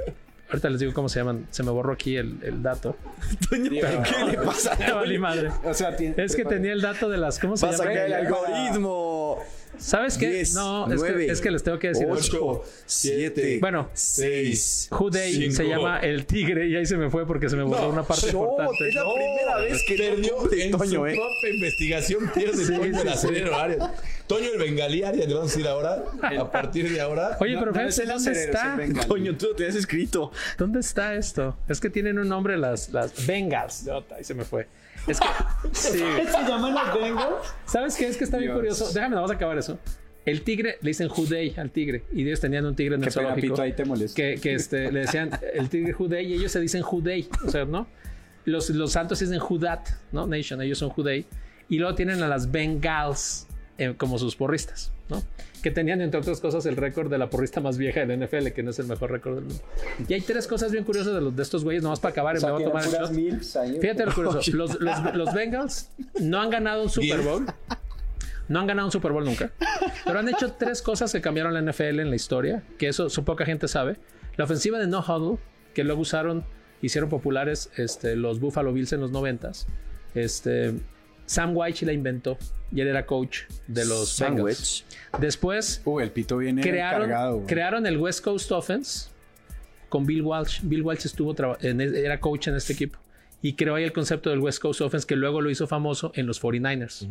Speaker 3: Ahorita les digo cómo se llaman. Se me borró aquí el, el dato.
Speaker 1: ¿Qué le pasa?
Speaker 3: Me valí madre.
Speaker 2: O sea, tiene-
Speaker 3: Es que tenía el dato de las, ¿cómo se
Speaker 1: Pasa que el
Speaker 3: llaman?
Speaker 1: algoritmo.
Speaker 3: ¿Sabes qué?
Speaker 1: Diez,
Speaker 3: no, es,
Speaker 1: nueve,
Speaker 3: que, es que les tengo que decir. eso.
Speaker 1: 8, 7,
Speaker 3: Bueno,
Speaker 1: 6.
Speaker 3: Who Day
Speaker 4: Cinco.
Speaker 3: se llama el tigre y ahí se me fue porque se me borró una parte importante.
Speaker 1: es la primera vez que
Speaker 4: Perdió en su
Speaker 1: Toño, ¿eh?
Speaker 4: propia investigación. Pierde
Speaker 3: Sí,
Speaker 4: Toño
Speaker 3: sí,
Speaker 4: la
Speaker 3: sí.
Speaker 4: serie de horarios. Toño el Bengalí Arias, le vamos a decir ahora. A partir de ahora.
Speaker 3: Oye, pero
Speaker 2: no
Speaker 3: fíjense,
Speaker 2: es el
Speaker 3: ¿dónde
Speaker 2: acerero, es el
Speaker 3: está?
Speaker 2: Bengal.
Speaker 1: Toño, tú lo tenías escrito.
Speaker 3: ¿Dónde está esto? Es que tienen un nombre las, las Bengals. Ahí se me fue. Es que. sí.
Speaker 2: ¿Se llaman las Bengals?
Speaker 3: ¿Sabes qué? Es que está bien
Speaker 2: Dios.
Speaker 3: curioso. Déjame, vamos a acabar eso. El tigre, le dicen Judei al tigre. Y ellos tenían un tigre en el
Speaker 2: Qué pena,
Speaker 3: zoológico.
Speaker 2: Pito, ahí te molesta.
Speaker 3: Que, que, este, le decían el tigre Judei y ellos se dicen Judei. O sea, ¿no? Los, los santos dicen Judat, ¿no? Nation, ellos son Judei. Y luego tienen a las Bengals eh, como sus porristas, ¿no? Que tenían, entre otras cosas, el récord de la porrista más vieja del NFL, que no es el mejor récord del mundo. Y hay tres cosas bien curiosas de, los, de estos güeyes, nomás para acabar, y me voy a tomar el shot. Fíjate lo curioso. Los, los- los Bengals no han ganado un Super Bowl. No han ganado un Super Bowl nunca. Pero han hecho tres cosas que cambiaron la NFL en la historia, que eso su poca gente sabe. La ofensiva de No Huddle, que luego usaron, hicieron populares este, los Buffalo Bills en los 90s. Este, Sam White la inventó y él era coach de los Bengals. Después
Speaker 2: Uh, el pito viene
Speaker 3: crearon,
Speaker 2: cargado. güey.
Speaker 3: crearon el West Coast Offense con Bill Walsh. Bill Walsh estuvo traba- en- era coach en este equipo y creó ahí el concepto del West Coast Offense que luego lo hizo famoso en los 49ers.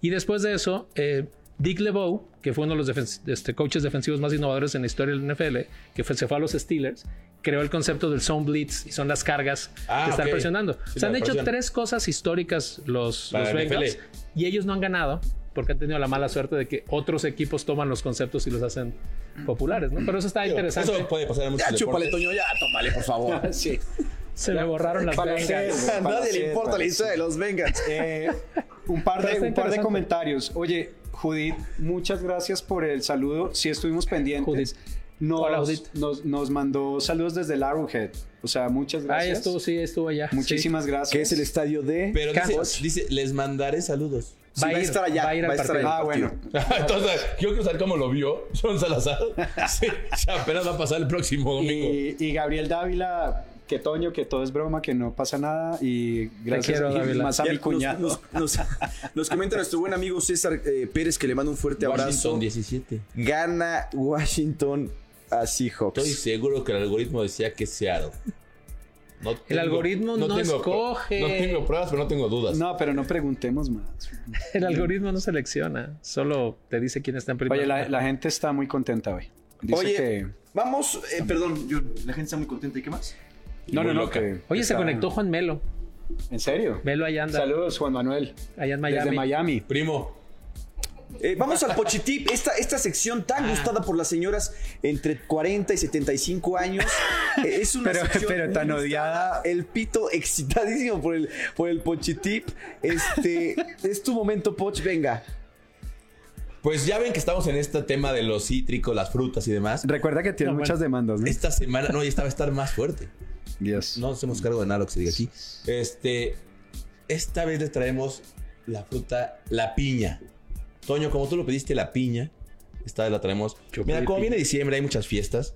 Speaker 3: Y después de eso, eh, Dick LeBeau, que fue uno de los defen- este, coaches defensivos más innovadores en la historia del NFL, que fue- se fue a los Steelers, creó el concepto del zone blitz y son las cargas
Speaker 4: Ah,
Speaker 3: que están
Speaker 4: ok.
Speaker 3: presionando.
Speaker 4: Sí,
Speaker 3: se han
Speaker 4: la
Speaker 3: hecho
Speaker 4: presión.
Speaker 3: tres cosas históricas los,
Speaker 4: Para
Speaker 3: los
Speaker 4: la NFL.
Speaker 3: Bengals y ellos no han ganado porque han tenido la mala suerte de que otros equipos toman los conceptos y los hacen populares, ¿no? Pero eso está interesante.
Speaker 4: Eso puede pasar en muchos
Speaker 1: Ya, chúpale,
Speaker 4: deportes.
Speaker 1: Toño, ya, tómale, por favor.
Speaker 2: Sí.
Speaker 3: se me borraron las
Speaker 2: Para
Speaker 3: Bengals.
Speaker 2: ser-
Speaker 1: A nadie le
Speaker 2: Para
Speaker 1: importa
Speaker 2: ser-
Speaker 1: la historia de los Bengals.
Speaker 2: Eh, un par
Speaker 3: Pero
Speaker 2: de, un par
Speaker 3: está
Speaker 2: de
Speaker 3: interesante.
Speaker 2: comentarios. Oye, Judith, muchas gracias por el saludo. Sí estuvimos pendientes. Nos,
Speaker 3: Hola, Judith.
Speaker 2: Nos, nos mandó saludos desde el Arrowhead. O sea, muchas
Speaker 3: Ahí
Speaker 2: gracias.
Speaker 3: estuvo, sí, estuvo allá.
Speaker 2: Muchísimas gracias.
Speaker 1: Que es el estadio de.
Speaker 4: Pero dice,
Speaker 3: Campos.
Speaker 4: dice, les mandaré saludos.
Speaker 3: Sí. Va, a ir,
Speaker 1: estar allá,
Speaker 3: va a ir
Speaker 1: va
Speaker 3: al
Speaker 1: a estar
Speaker 3: partido.
Speaker 1: allá.
Speaker 2: Ah, bueno.
Speaker 4: Entonces, yo quiero saber cómo lo vio John Salazar. Sí, o sea, apenas va a pasar el próximo domingo.
Speaker 2: Y, y Gabriel Dávila, que Toño, que todo es broma, que no pasa nada. Y gracias
Speaker 3: quiero,
Speaker 2: y
Speaker 3: Dávila.
Speaker 2: más a
Speaker 1: Ya
Speaker 2: mi
Speaker 1: nos-
Speaker 2: cuñado.
Speaker 1: Nos, nos- nos comenta nuestro buen amigo César eh, Pérez que le manda un fuerte abrazo.
Speaker 4: Washington 17.
Speaker 1: Gana Washington a Seahawks.
Speaker 4: Estoy seguro que el algoritmo decía que Seattle. No tengo-
Speaker 3: algoritmo no
Speaker 4: tengo pro-
Speaker 3: escoge.
Speaker 4: No tengo pruebas, pero no tengo dudas.
Speaker 2: No, pero no preguntemos más.
Speaker 3: El algoritmo no selecciona, solo te dice quién está en primer
Speaker 2: Oye,
Speaker 3: lugar.
Speaker 2: la, la gente está muy contenta hoy. Dice
Speaker 1: Oye,
Speaker 2: que-
Speaker 1: vamos. eh, perdón, yo- la gente está muy contenta. ¿Y qué más?
Speaker 2: No, no,
Speaker 4: muy
Speaker 2: no.
Speaker 4: loca.
Speaker 2: que-
Speaker 3: Oye,
Speaker 2: que
Speaker 3: se
Speaker 2: está-
Speaker 3: conectó Juan Melo.
Speaker 2: ¿En serio?
Speaker 3: Melo allá anda,
Speaker 2: Saludos, Juan Manuel.
Speaker 3: allá en Miami.
Speaker 2: Desde Miami.
Speaker 4: Primo,
Speaker 1: Eh, vamos al Pochitip, esta, esta sección tan
Speaker 2: Ah.
Speaker 1: gustada por las señoras entre 40 y 75 años. Eh, es una
Speaker 2: Pero-
Speaker 3: Pues
Speaker 1: sección
Speaker 2: pero
Speaker 1: muy
Speaker 2: tan
Speaker 1: gustada.
Speaker 2: odiada.
Speaker 1: El pito excitadísimo por el, por el Pochitip. Este, es tu momento, Poch, venga.
Speaker 4: pues ya ven que estamos en este tema de los cítricos, las frutas y demás.
Speaker 2: Recuerda que tiene
Speaker 3: No,
Speaker 2: muchas demandas, ¿no?
Speaker 4: Esta semana, no, ya esta va a estar más fuerte.
Speaker 2: Dios.
Speaker 4: No hacemos cargo de nada lo que se diga aquí. Este, esta vez les traemos la fruta, la piña. Toño, como tú lo pediste, la piña. Esta vez la traemos.
Speaker 3: Yo
Speaker 4: Mira,
Speaker 3: pedí
Speaker 4: como
Speaker 3: piña.
Speaker 4: viene diciembre, hay muchas fiestas.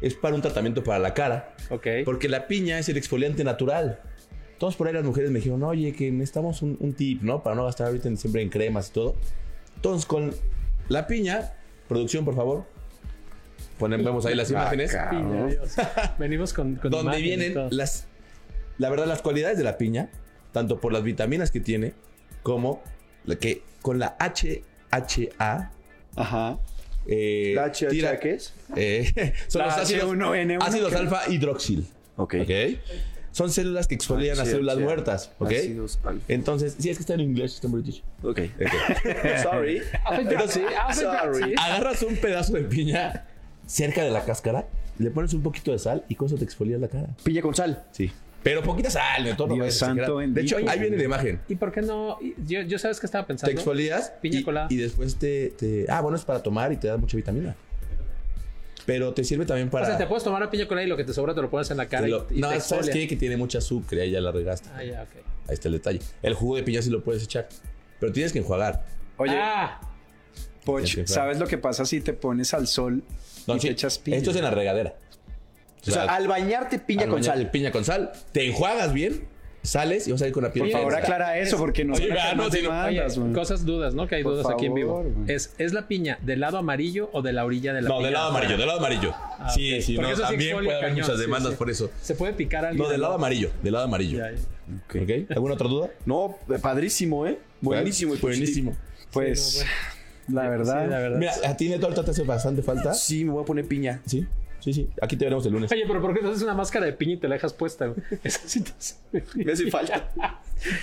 Speaker 4: Es para un tratamiento para la cara.
Speaker 3: Ok.
Speaker 4: Porque la piña es el exfoliante natural. Todos por ahí las mujeres me dijeron, oye, que necesitamos un, un tip, ¿no? Para no gastar ahorita en diciembre en cremas y todo. Entonces, con la piña, producción, por favor. Ponen, vemos ahí las imágenes.
Speaker 3: Piña, Dios. Venimos con, con
Speaker 4: donde
Speaker 3: imágenes y
Speaker 4: vienen
Speaker 3: todo.
Speaker 4: las, la verdad, las cualidades de la piña, tanto por las vitaminas que tiene, como la que con la HHA.
Speaker 2: Ajá.
Speaker 4: eh,
Speaker 1: La HHA,
Speaker 4: tira-
Speaker 1: ¿qué es?
Speaker 4: eh, son
Speaker 2: La
Speaker 4: los ácidos,
Speaker 2: H1N1,
Speaker 4: ácidos
Speaker 2: ¿qué?
Speaker 4: alfa hidroxil.
Speaker 1: Ok.
Speaker 4: ¿ok? Son células que exfolian
Speaker 2: Ah,
Speaker 4: las
Speaker 1: HHA,
Speaker 4: células muertas. ¿ok?
Speaker 1: ácidos alfa.
Speaker 4: Entonces, si es que está en inglés, está en british.
Speaker 1: Ok. Sorry.
Speaker 3: Pero sí,
Speaker 1: Sorry.
Speaker 4: Agarras un pedazo de piña cerca de la cáscara, le pones un poquito de sal y con eso te exfolias la cara.
Speaker 1: Piña con sal.
Speaker 4: Sí. Pero poquita sal, de todo
Speaker 2: Dios
Speaker 4: no vayas a exagerar.
Speaker 2: santo
Speaker 4: De hecho,
Speaker 2: bendito.
Speaker 4: ahí viene la imagen.
Speaker 3: ¿Y por qué no? Yo, yo sabes que estaba pensando.
Speaker 4: Te exfolias
Speaker 3: Piña
Speaker 4: y,
Speaker 3: colada.
Speaker 4: y después te, te- Ah, bueno, es para tomar y te da mucha vitamina. Pero te sirve también
Speaker 3: O
Speaker 4: para...
Speaker 3: sea, te puedes tomar una piña colada y lo que te sobra te lo pones en la cara
Speaker 4: te
Speaker 3: y-
Speaker 4: lo-
Speaker 3: y,
Speaker 4: no,
Speaker 3: te
Speaker 4: ¿sabes
Speaker 3: exfolias.
Speaker 4: qué? Que tiene mucha azúcar y ahí ya la regaste.
Speaker 3: Ah, ya, ok.
Speaker 4: Ahí está el detalle. El jugo de piña sí lo puedes echar. Pero tienes que enjuagar.
Speaker 2: Oye,
Speaker 3: Ah,
Speaker 2: Poch,
Speaker 4: Ese fue.
Speaker 2: ¿sabes lo que pasa si te pones al sol
Speaker 4: No,
Speaker 2: y
Speaker 4: sí,
Speaker 2: te echas piña?
Speaker 4: Esto es en la regadera.
Speaker 1: O sea, al bañarte piña
Speaker 4: al
Speaker 1: con
Speaker 4: bañarte
Speaker 1: sal.
Speaker 4: Piña con sal. Te enjuagas bien, sales y vas a ir con la piel
Speaker 2: Por
Speaker 4: fresca.
Speaker 2: favor, aclara eso porque nos
Speaker 4: Oye,
Speaker 2: van a
Speaker 4: vea,
Speaker 2: caer
Speaker 4: no,
Speaker 2: más
Speaker 4: si no-
Speaker 2: demandas,
Speaker 3: oye,
Speaker 2: güey.
Speaker 3: cosas dudas, ¿no? Que hay
Speaker 2: Por
Speaker 3: dudas aquí en vivo.
Speaker 2: favor, güey.
Speaker 3: Es, ¿Es la piña del lado amarillo o de la orilla de la
Speaker 4: No,
Speaker 3: piña? Ah,
Speaker 4: del lado amarillo, del lado amarillo. sí,
Speaker 3: ok.
Speaker 4: sí,
Speaker 3: Porque
Speaker 4: no,
Speaker 3: eso sí
Speaker 4: también
Speaker 3: exfolia
Speaker 4: puede haber
Speaker 3: cañón,
Speaker 4: muchas
Speaker 3: sí,
Speaker 4: demandas
Speaker 3: sí.
Speaker 4: por eso.
Speaker 3: ¿Se puede picar alguien?
Speaker 4: No, del lado amarillo, del lado amarillo.
Speaker 3: Ya, ya.
Speaker 4: ¿Ok? ¿Alguna otra duda?
Speaker 1: No, padrísimo, ¿eh? Buenísimo. el Pochitip.
Speaker 4: Buenísimo.
Speaker 2: Pues,
Speaker 3: Sí,
Speaker 2: la
Speaker 4: pues
Speaker 2: verdad.
Speaker 3: Sí, la verdad.
Speaker 4: Mira, a ti, Neto, ahorita te hace bastante falta.
Speaker 1: Sí, me voy a poner piña.
Speaker 4: Sí, sí, sí. Aquí te veremos el lunes.
Speaker 3: Oye, pero ¿por qué no haces una máscara de piña y te la dejas puesta? güey? Esa sí te hace-
Speaker 1: Me hace falta.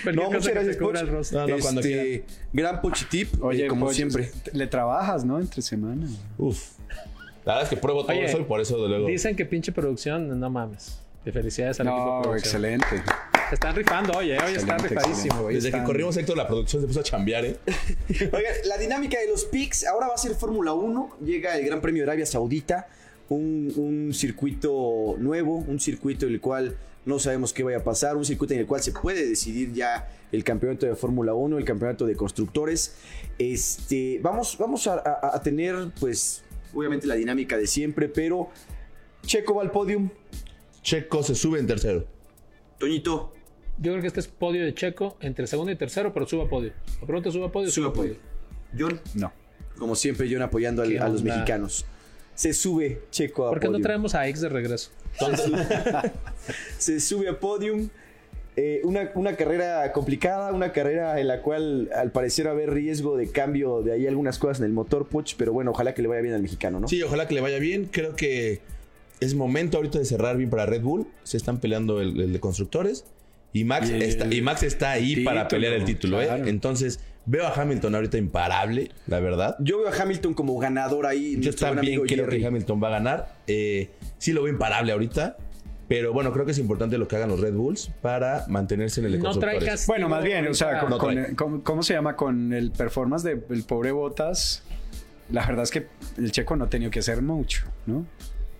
Speaker 3: Cualquier
Speaker 1: No,
Speaker 3: cosa
Speaker 1: muchas
Speaker 3: que te
Speaker 1: gracias,
Speaker 3: cubra
Speaker 1: Poch.
Speaker 3: el rostro.
Speaker 4: No, no, cuando
Speaker 1: Este, gran Pochitip,
Speaker 2: Oye,
Speaker 1: eh, como
Speaker 2: Poch,
Speaker 1: siempre.
Speaker 2: Le trabajas, ¿no? Entre semana. güey.
Speaker 4: Uf. La verdad es que pruebo todo
Speaker 3: Oye,
Speaker 4: eso y por eso de luego.
Speaker 3: Dicen que pinche producción, no mames. De felicidades al equipo de
Speaker 2: No,
Speaker 3: producción.
Speaker 2: excelente.
Speaker 3: Se están rifando, oye, hoy están
Speaker 2: Excelente,
Speaker 3: rifadísimos.
Speaker 2: excelente.
Speaker 4: Desde
Speaker 2: Están-
Speaker 4: que corrimos Héctor, la producción se puso a chambear, ¿eh?
Speaker 1: Oigan, la dinámica de los picks ahora va a ser Fórmula 1. Llega el Gran Premio de Arabia Saudita, un, un circuito nuevo, un circuito en el cual no sabemos qué vaya a pasar, un circuito en el cual se puede decidir ya el campeonato de Fórmula 1, el campeonato de constructores. Este, vamos vamos a, a- a tener, pues, obviamente la dinámica de siempre, pero Checo va al podium.
Speaker 4: Checo se sube en tercero.
Speaker 1: Toñito,
Speaker 3: Yo creo que este es podio de Checo entre segundo y tercero, pero suba podio. La pregunta suba podio,
Speaker 1: Sube
Speaker 3: suba,
Speaker 1: apoyo.
Speaker 3: podio.
Speaker 1: John,
Speaker 2: No.
Speaker 1: como siempre, John apoyando al-
Speaker 3: ¿Qué
Speaker 1: a los
Speaker 3: onda?
Speaker 1: mexicanos. Se sube Checo a
Speaker 3: ¿Por qué no
Speaker 1: podio.
Speaker 3: traemos a X de regreso?
Speaker 1: se sube a podium. Eh, una, una carrera complicada, una carrera en la cual al parecer va a haber riesgo de cambio de ahí algunas cosas en el motor, Poch, pero bueno, ojalá que le vaya bien al mexicano, ¿no?
Speaker 4: Sí, ojalá que le vaya bien. Creo que es momento ahorita de cerrar bien para Red Bull. Se están peleando el, el de constructores. Y Max,
Speaker 2: Y el
Speaker 4: está, y Max está ahí para pelear el título, ¿eh?
Speaker 2: claro.
Speaker 4: Entonces, veo a Hamilton ahorita imparable, la verdad.
Speaker 1: Yo veo a Hamilton como ganador ahí.
Speaker 4: Yo
Speaker 1: nuestro buen
Speaker 4: también
Speaker 1: amigo
Speaker 4: creo
Speaker 1: Jerry.
Speaker 4: que Hamilton va a ganar. Eh, sí lo veo imparable ahorita. Pero bueno, creo que es importante lo que hagan los Red Bulls para mantenerse en el de
Speaker 3: No trae
Speaker 4: constructores.
Speaker 3: castigo.
Speaker 2: Bueno, más bien, o sea, con-
Speaker 4: No
Speaker 2: con-
Speaker 4: trae.
Speaker 2: con- ¿cómo se llama? Con el performance del pobre Botas, la verdad es que el checo no ha tenido que hacer mucho, ¿no?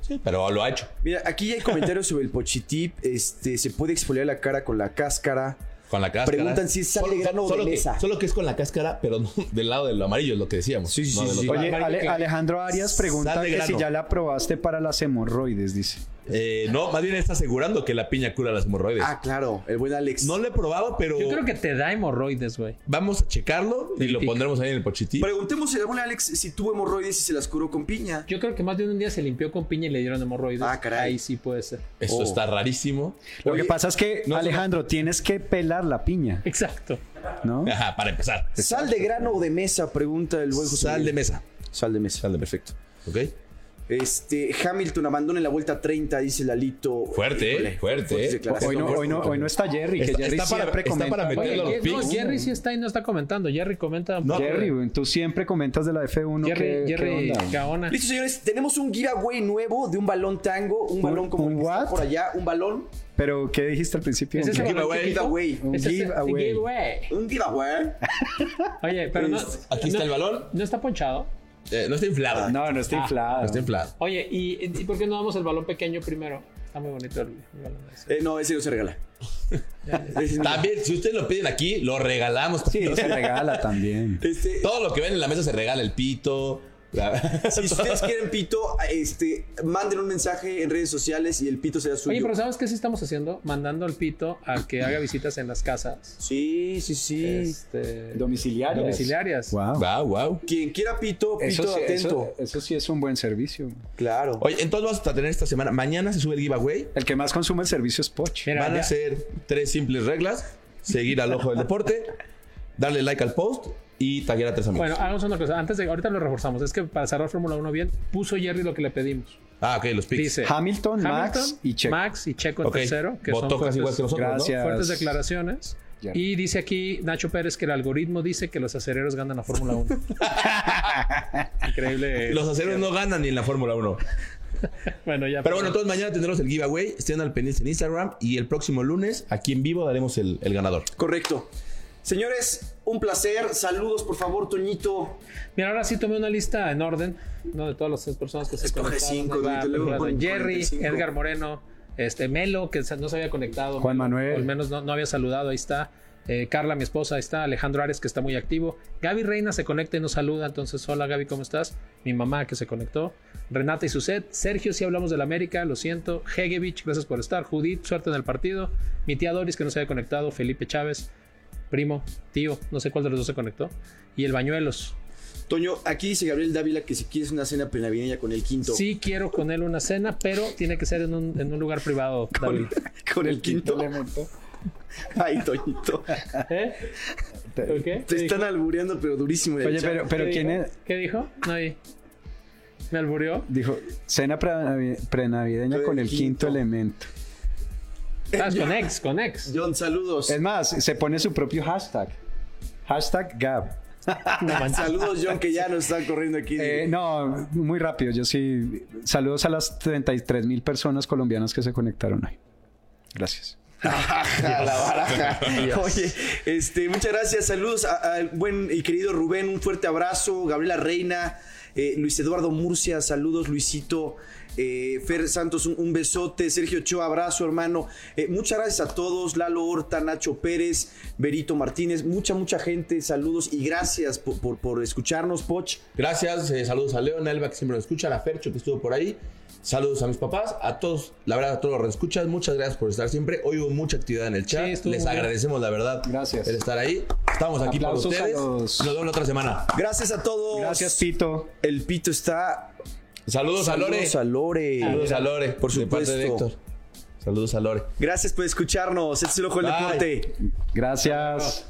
Speaker 4: Sí, pero lo ha hecho.
Speaker 1: Mira, aquí ya hay comentarios sobre el Pochitip. Este, se puede exfoliar la cara con la cáscara.
Speaker 4: Con la cáscara.
Speaker 1: Preguntan si es sal de grano o de
Speaker 4: solo que-
Speaker 1: mesa.
Speaker 4: solo que es con la cáscara, pero no- del lado del amarillo, es lo que decíamos.
Speaker 1: Sí, sí,
Speaker 4: no
Speaker 1: sí,
Speaker 4: del
Speaker 1: sí.
Speaker 4: otro
Speaker 2: Oye,
Speaker 3: Mario,
Speaker 2: Ale-
Speaker 3: claro.
Speaker 2: Alejandro Arias pregunta
Speaker 4: Sal de
Speaker 2: que si
Speaker 4: grano.
Speaker 2: ya la probaste para las hemorroides, dice.
Speaker 4: Eh, no, más bien está asegurando que la piña cura las hemorroides.
Speaker 1: Ah, claro, el buen Alex.
Speaker 4: Pues, no lo he probado, pero
Speaker 3: Yo creo que te da hemorroides, güey.
Speaker 4: vamos a checarlo y
Speaker 3: El
Speaker 4: lo
Speaker 3: pic.
Speaker 4: pondremos ahí en el pochití.
Speaker 1: Preguntemos al buen Alex si tuvo hemorroides y se las curó con piña.
Speaker 3: Yo creo que más de un día se limpió con piña y le dieron hemorroides.
Speaker 1: Ah, caray.
Speaker 3: Ahí sí puede ser.
Speaker 4: Eso
Speaker 1: Oh.
Speaker 4: está rarísimo.
Speaker 2: Lo
Speaker 1: Oye,
Speaker 2: que pasa es que,
Speaker 4: no,
Speaker 2: Alejandro, tienes que pelar la piña,
Speaker 3: Exacto.
Speaker 2: ¿no?
Speaker 4: Ajá, para empezar.
Speaker 1: ¿Sal de grano o de mesa? Pregunta el buen José.
Speaker 4: Sal de
Speaker 1: Miguel.
Speaker 4: mesa.
Speaker 1: Sal de mesa.
Speaker 4: Sal de perfecto. ¿Ok?
Speaker 1: Este, Hamilton abandona en la vuelta 30, dice Lalito.
Speaker 4: Fuerte,
Speaker 1: Híjole,
Speaker 4: eh, fuerte,
Speaker 1: fuertes
Speaker 4: eh.
Speaker 1: declaraciones.
Speaker 2: Hoy no, hoy, no, hoy no está Jerry, que
Speaker 4: Está-
Speaker 2: Jerry
Speaker 4: está para-
Speaker 2: siempre
Speaker 4: está
Speaker 2: comenta.
Speaker 4: para meter- Meterle a los
Speaker 3: Oye, no,
Speaker 4: pics.
Speaker 3: Jerry sí está y no está comentando. Jerry comenta.
Speaker 4: No,
Speaker 2: Jerry, güey, tú siempre comentas de la F1.
Speaker 3: Jerry,
Speaker 2: ¿qué- qué
Speaker 3: Jerry
Speaker 2: onda, güey?
Speaker 3: Gaona.
Speaker 1: Listo, señores, tenemos un giveaway nuevo de un balón tango, un balón como
Speaker 2: un
Speaker 1: el que está
Speaker 2: what?
Speaker 1: por allá, un balón,
Speaker 2: Pero, ¿qué dijiste al principio?
Speaker 3: ¿Es ese
Speaker 2: Hombre?
Speaker 3: balón
Speaker 1: un
Speaker 4: giveaway.
Speaker 3: chiquito?
Speaker 1: giveaway.
Speaker 2: Un
Speaker 3: ¿Es ese-
Speaker 2: giveaway.
Speaker 3: giveaway.
Speaker 1: Un giveaway.
Speaker 3: Oye, pero no.
Speaker 4: Aquí está el balón.
Speaker 3: No está ponchado.
Speaker 4: Eh, no está inflado. No,
Speaker 2: No, no está
Speaker 3: Ah,
Speaker 2: inflado.
Speaker 4: está inflado.
Speaker 3: Oye, ¿y, y por qué no damos el balón pequeño primero? Está muy bonito el, el balón. ese.
Speaker 1: Eh, no, ese no se regala. Ese no.
Speaker 4: También, si ustedes lo piden aquí, lo regalamos.
Speaker 2: Sí, se regala también.
Speaker 1: Este,
Speaker 4: Todo lo que ven en la mesa se regala el pito. la-
Speaker 1: si ustedes quieren pito, este, manden un mensaje en redes sociales y el pito será suyo.
Speaker 3: Oye, pero ¿sabes qué sí estamos haciendo? Mandando al pito a que haga visitas en las casas.
Speaker 1: Sí, sí, sí.
Speaker 3: Este,
Speaker 2: Domiciliarias.
Speaker 3: domiciliarias.
Speaker 2: Wow.
Speaker 4: Wow, wow.
Speaker 1: Quien quiera pito, pito
Speaker 2: Eso sí,
Speaker 1: atento.
Speaker 2: eso, eso sí es un buen servicio.
Speaker 1: Claro.
Speaker 4: Oye, entonces vamos a tener esta semana. Mañana se sube el giveaway.
Speaker 2: El que más consume el servicio es Poch.
Speaker 3: Mira,
Speaker 4: Van
Speaker 3: ya-
Speaker 4: a ser tres simples reglas: seguir al ojo del deporte, darle like al post y taguear a tres amigos.
Speaker 3: Bueno, ah, hagamos una cosa. Antes de ahorita lo reforzamos. Es que para cerrar Fórmula 1 bien, puso Jerry lo que le pedimos.
Speaker 4: ah, ok, los pics.
Speaker 3: Dice
Speaker 2: Hamilton, Max y Checo.
Speaker 3: Max y Checo en
Speaker 4: Ok,
Speaker 3: tercero, que son
Speaker 4: Botocas
Speaker 3: fuertes,
Speaker 4: igual que nosotros,
Speaker 2: Gracias.
Speaker 3: fuertes declaraciones.
Speaker 2: Jerry.
Speaker 3: Y dice aquí Nacho Pérez que el algoritmo dice que los acereros ganan la Fórmula 1. Increíble.
Speaker 4: ¿no? Los aceros no ganan ni en la Fórmula 1.
Speaker 3: Bueno, ya.
Speaker 4: Pero bueno, entonces mañana tendremos el giveaway. Estén al pendiente en Instagram y el próximo lunes aquí en vivo daremos el, el ganador.
Speaker 1: Correcto. Señores, un placer. Saludos, por favor, Toñito.
Speaker 3: Mira, ahora sí tomé una lista en orden, ¿no? De todas las personas que se
Speaker 1: Escoge
Speaker 3: conectaron.
Speaker 1: cinco,
Speaker 3: Ahí va,
Speaker 1: Benito, luego
Speaker 3: Fernando
Speaker 1: pon
Speaker 3: Jerry,
Speaker 1: 45.
Speaker 3: Edgar Moreno, este, Melo, que se- no se había conectado.
Speaker 2: Juan
Speaker 3: Melo,
Speaker 2: Manuel.
Speaker 3: o al menos no, no había saludado, ahí está. Eh, Carla, mi esposa, ahí está. Alejandro Ares, que está muy activo. Gaby Reina se conecta y nos saluda. Entonces, hola Gaby, ¿cómo estás? Mi mamá, que se conectó. Renata y Suset. Sergio, si hablamos del América, lo siento. Hegevich, gracias por estar. Judith, suerte en el partido. Mi tía Doris, que no se había conectado. Felipe Chávez, primo, tío, no sé cuál de los dos se conectó. Y el Bañuelos,
Speaker 1: Toño, aquí dice Gabriel Dávila que si quieres una cena prenavideña con el quinto.
Speaker 3: Sí quiero con él una cena, pero tiene que ser en un, en un lugar privado, David.
Speaker 1: Con el quinto. Ay, Toñito.
Speaker 3: ¿Eh? ¿Por qué?
Speaker 1: Te están albureando, pero durísimo.
Speaker 2: Oye, pero, pero
Speaker 3: ¿Qué
Speaker 2: ¿quién
Speaker 3: dijo?
Speaker 2: es?
Speaker 3: ¿Qué dijo? No, ahí. ¿Me alburió?
Speaker 2: Dijo, cena prenavi- prenavideña
Speaker 1: Con
Speaker 2: con
Speaker 1: el
Speaker 2: el
Speaker 1: quinto.
Speaker 2: quinto elemento.
Speaker 3: Estás Ah, con ex, con ex.
Speaker 1: John, saludos.
Speaker 2: Es más, se pone su propio hashtag. Hashtag Gab.
Speaker 3: No manches.
Speaker 1: Saludos, John, que ya nos está corriendo aquí.
Speaker 2: Eh, no, muy rápido. Yo sí. Saludos a las 33 mil personas colombianas que se conectaron hoy. Gracias.
Speaker 1: A la baraja. Oye, este, muchas gracias. Saludos a- al buen y querido Rubén. Un fuerte abrazo. Gabriela Reina. Eh, Luis Eduardo Murcia, saludos, Luisito. Eh, Fer Santos, un, un besote. Sergio Ochoa, abrazo, hermano. Eh, muchas gracias a todos. Lalo Horta, Nacho Pérez, Berito Martínez, mucha, mucha gente. Saludos y gracias por, por- por escucharnos, Poch.
Speaker 4: Gracias, eh, saludos a León, a Elba que siempre nos escucha, a la Fercho que estuvo por ahí. Saludos a mis papás, a todos, la verdad, a todos los escuchas. Muchas gracias por estar siempre. Hoy hubo mucha actividad en el chat.
Speaker 3: Sí, estuvo
Speaker 4: Les
Speaker 3: bien.
Speaker 4: agradecemos, la verdad,
Speaker 2: Gracias.
Speaker 4: el estar ahí. Estamos aquí para
Speaker 2: Aplausos a
Speaker 4: ustedes.
Speaker 2: los-
Speaker 4: Nos vemos la otra semana.
Speaker 1: Gracias a todos.
Speaker 2: Gracias, Pito.
Speaker 1: El pito está.
Speaker 4: Saludos, a Lore.
Speaker 1: Saludos a Lore.
Speaker 4: Saludos a Lore,
Speaker 1: Por
Speaker 4: de parte de
Speaker 1: supuesto.
Speaker 4: Héctor. Saludos a Lore.
Speaker 1: Gracias por escucharnos. Este es el ojo del
Speaker 4: Bye.
Speaker 1: deporte.
Speaker 2: Gracias.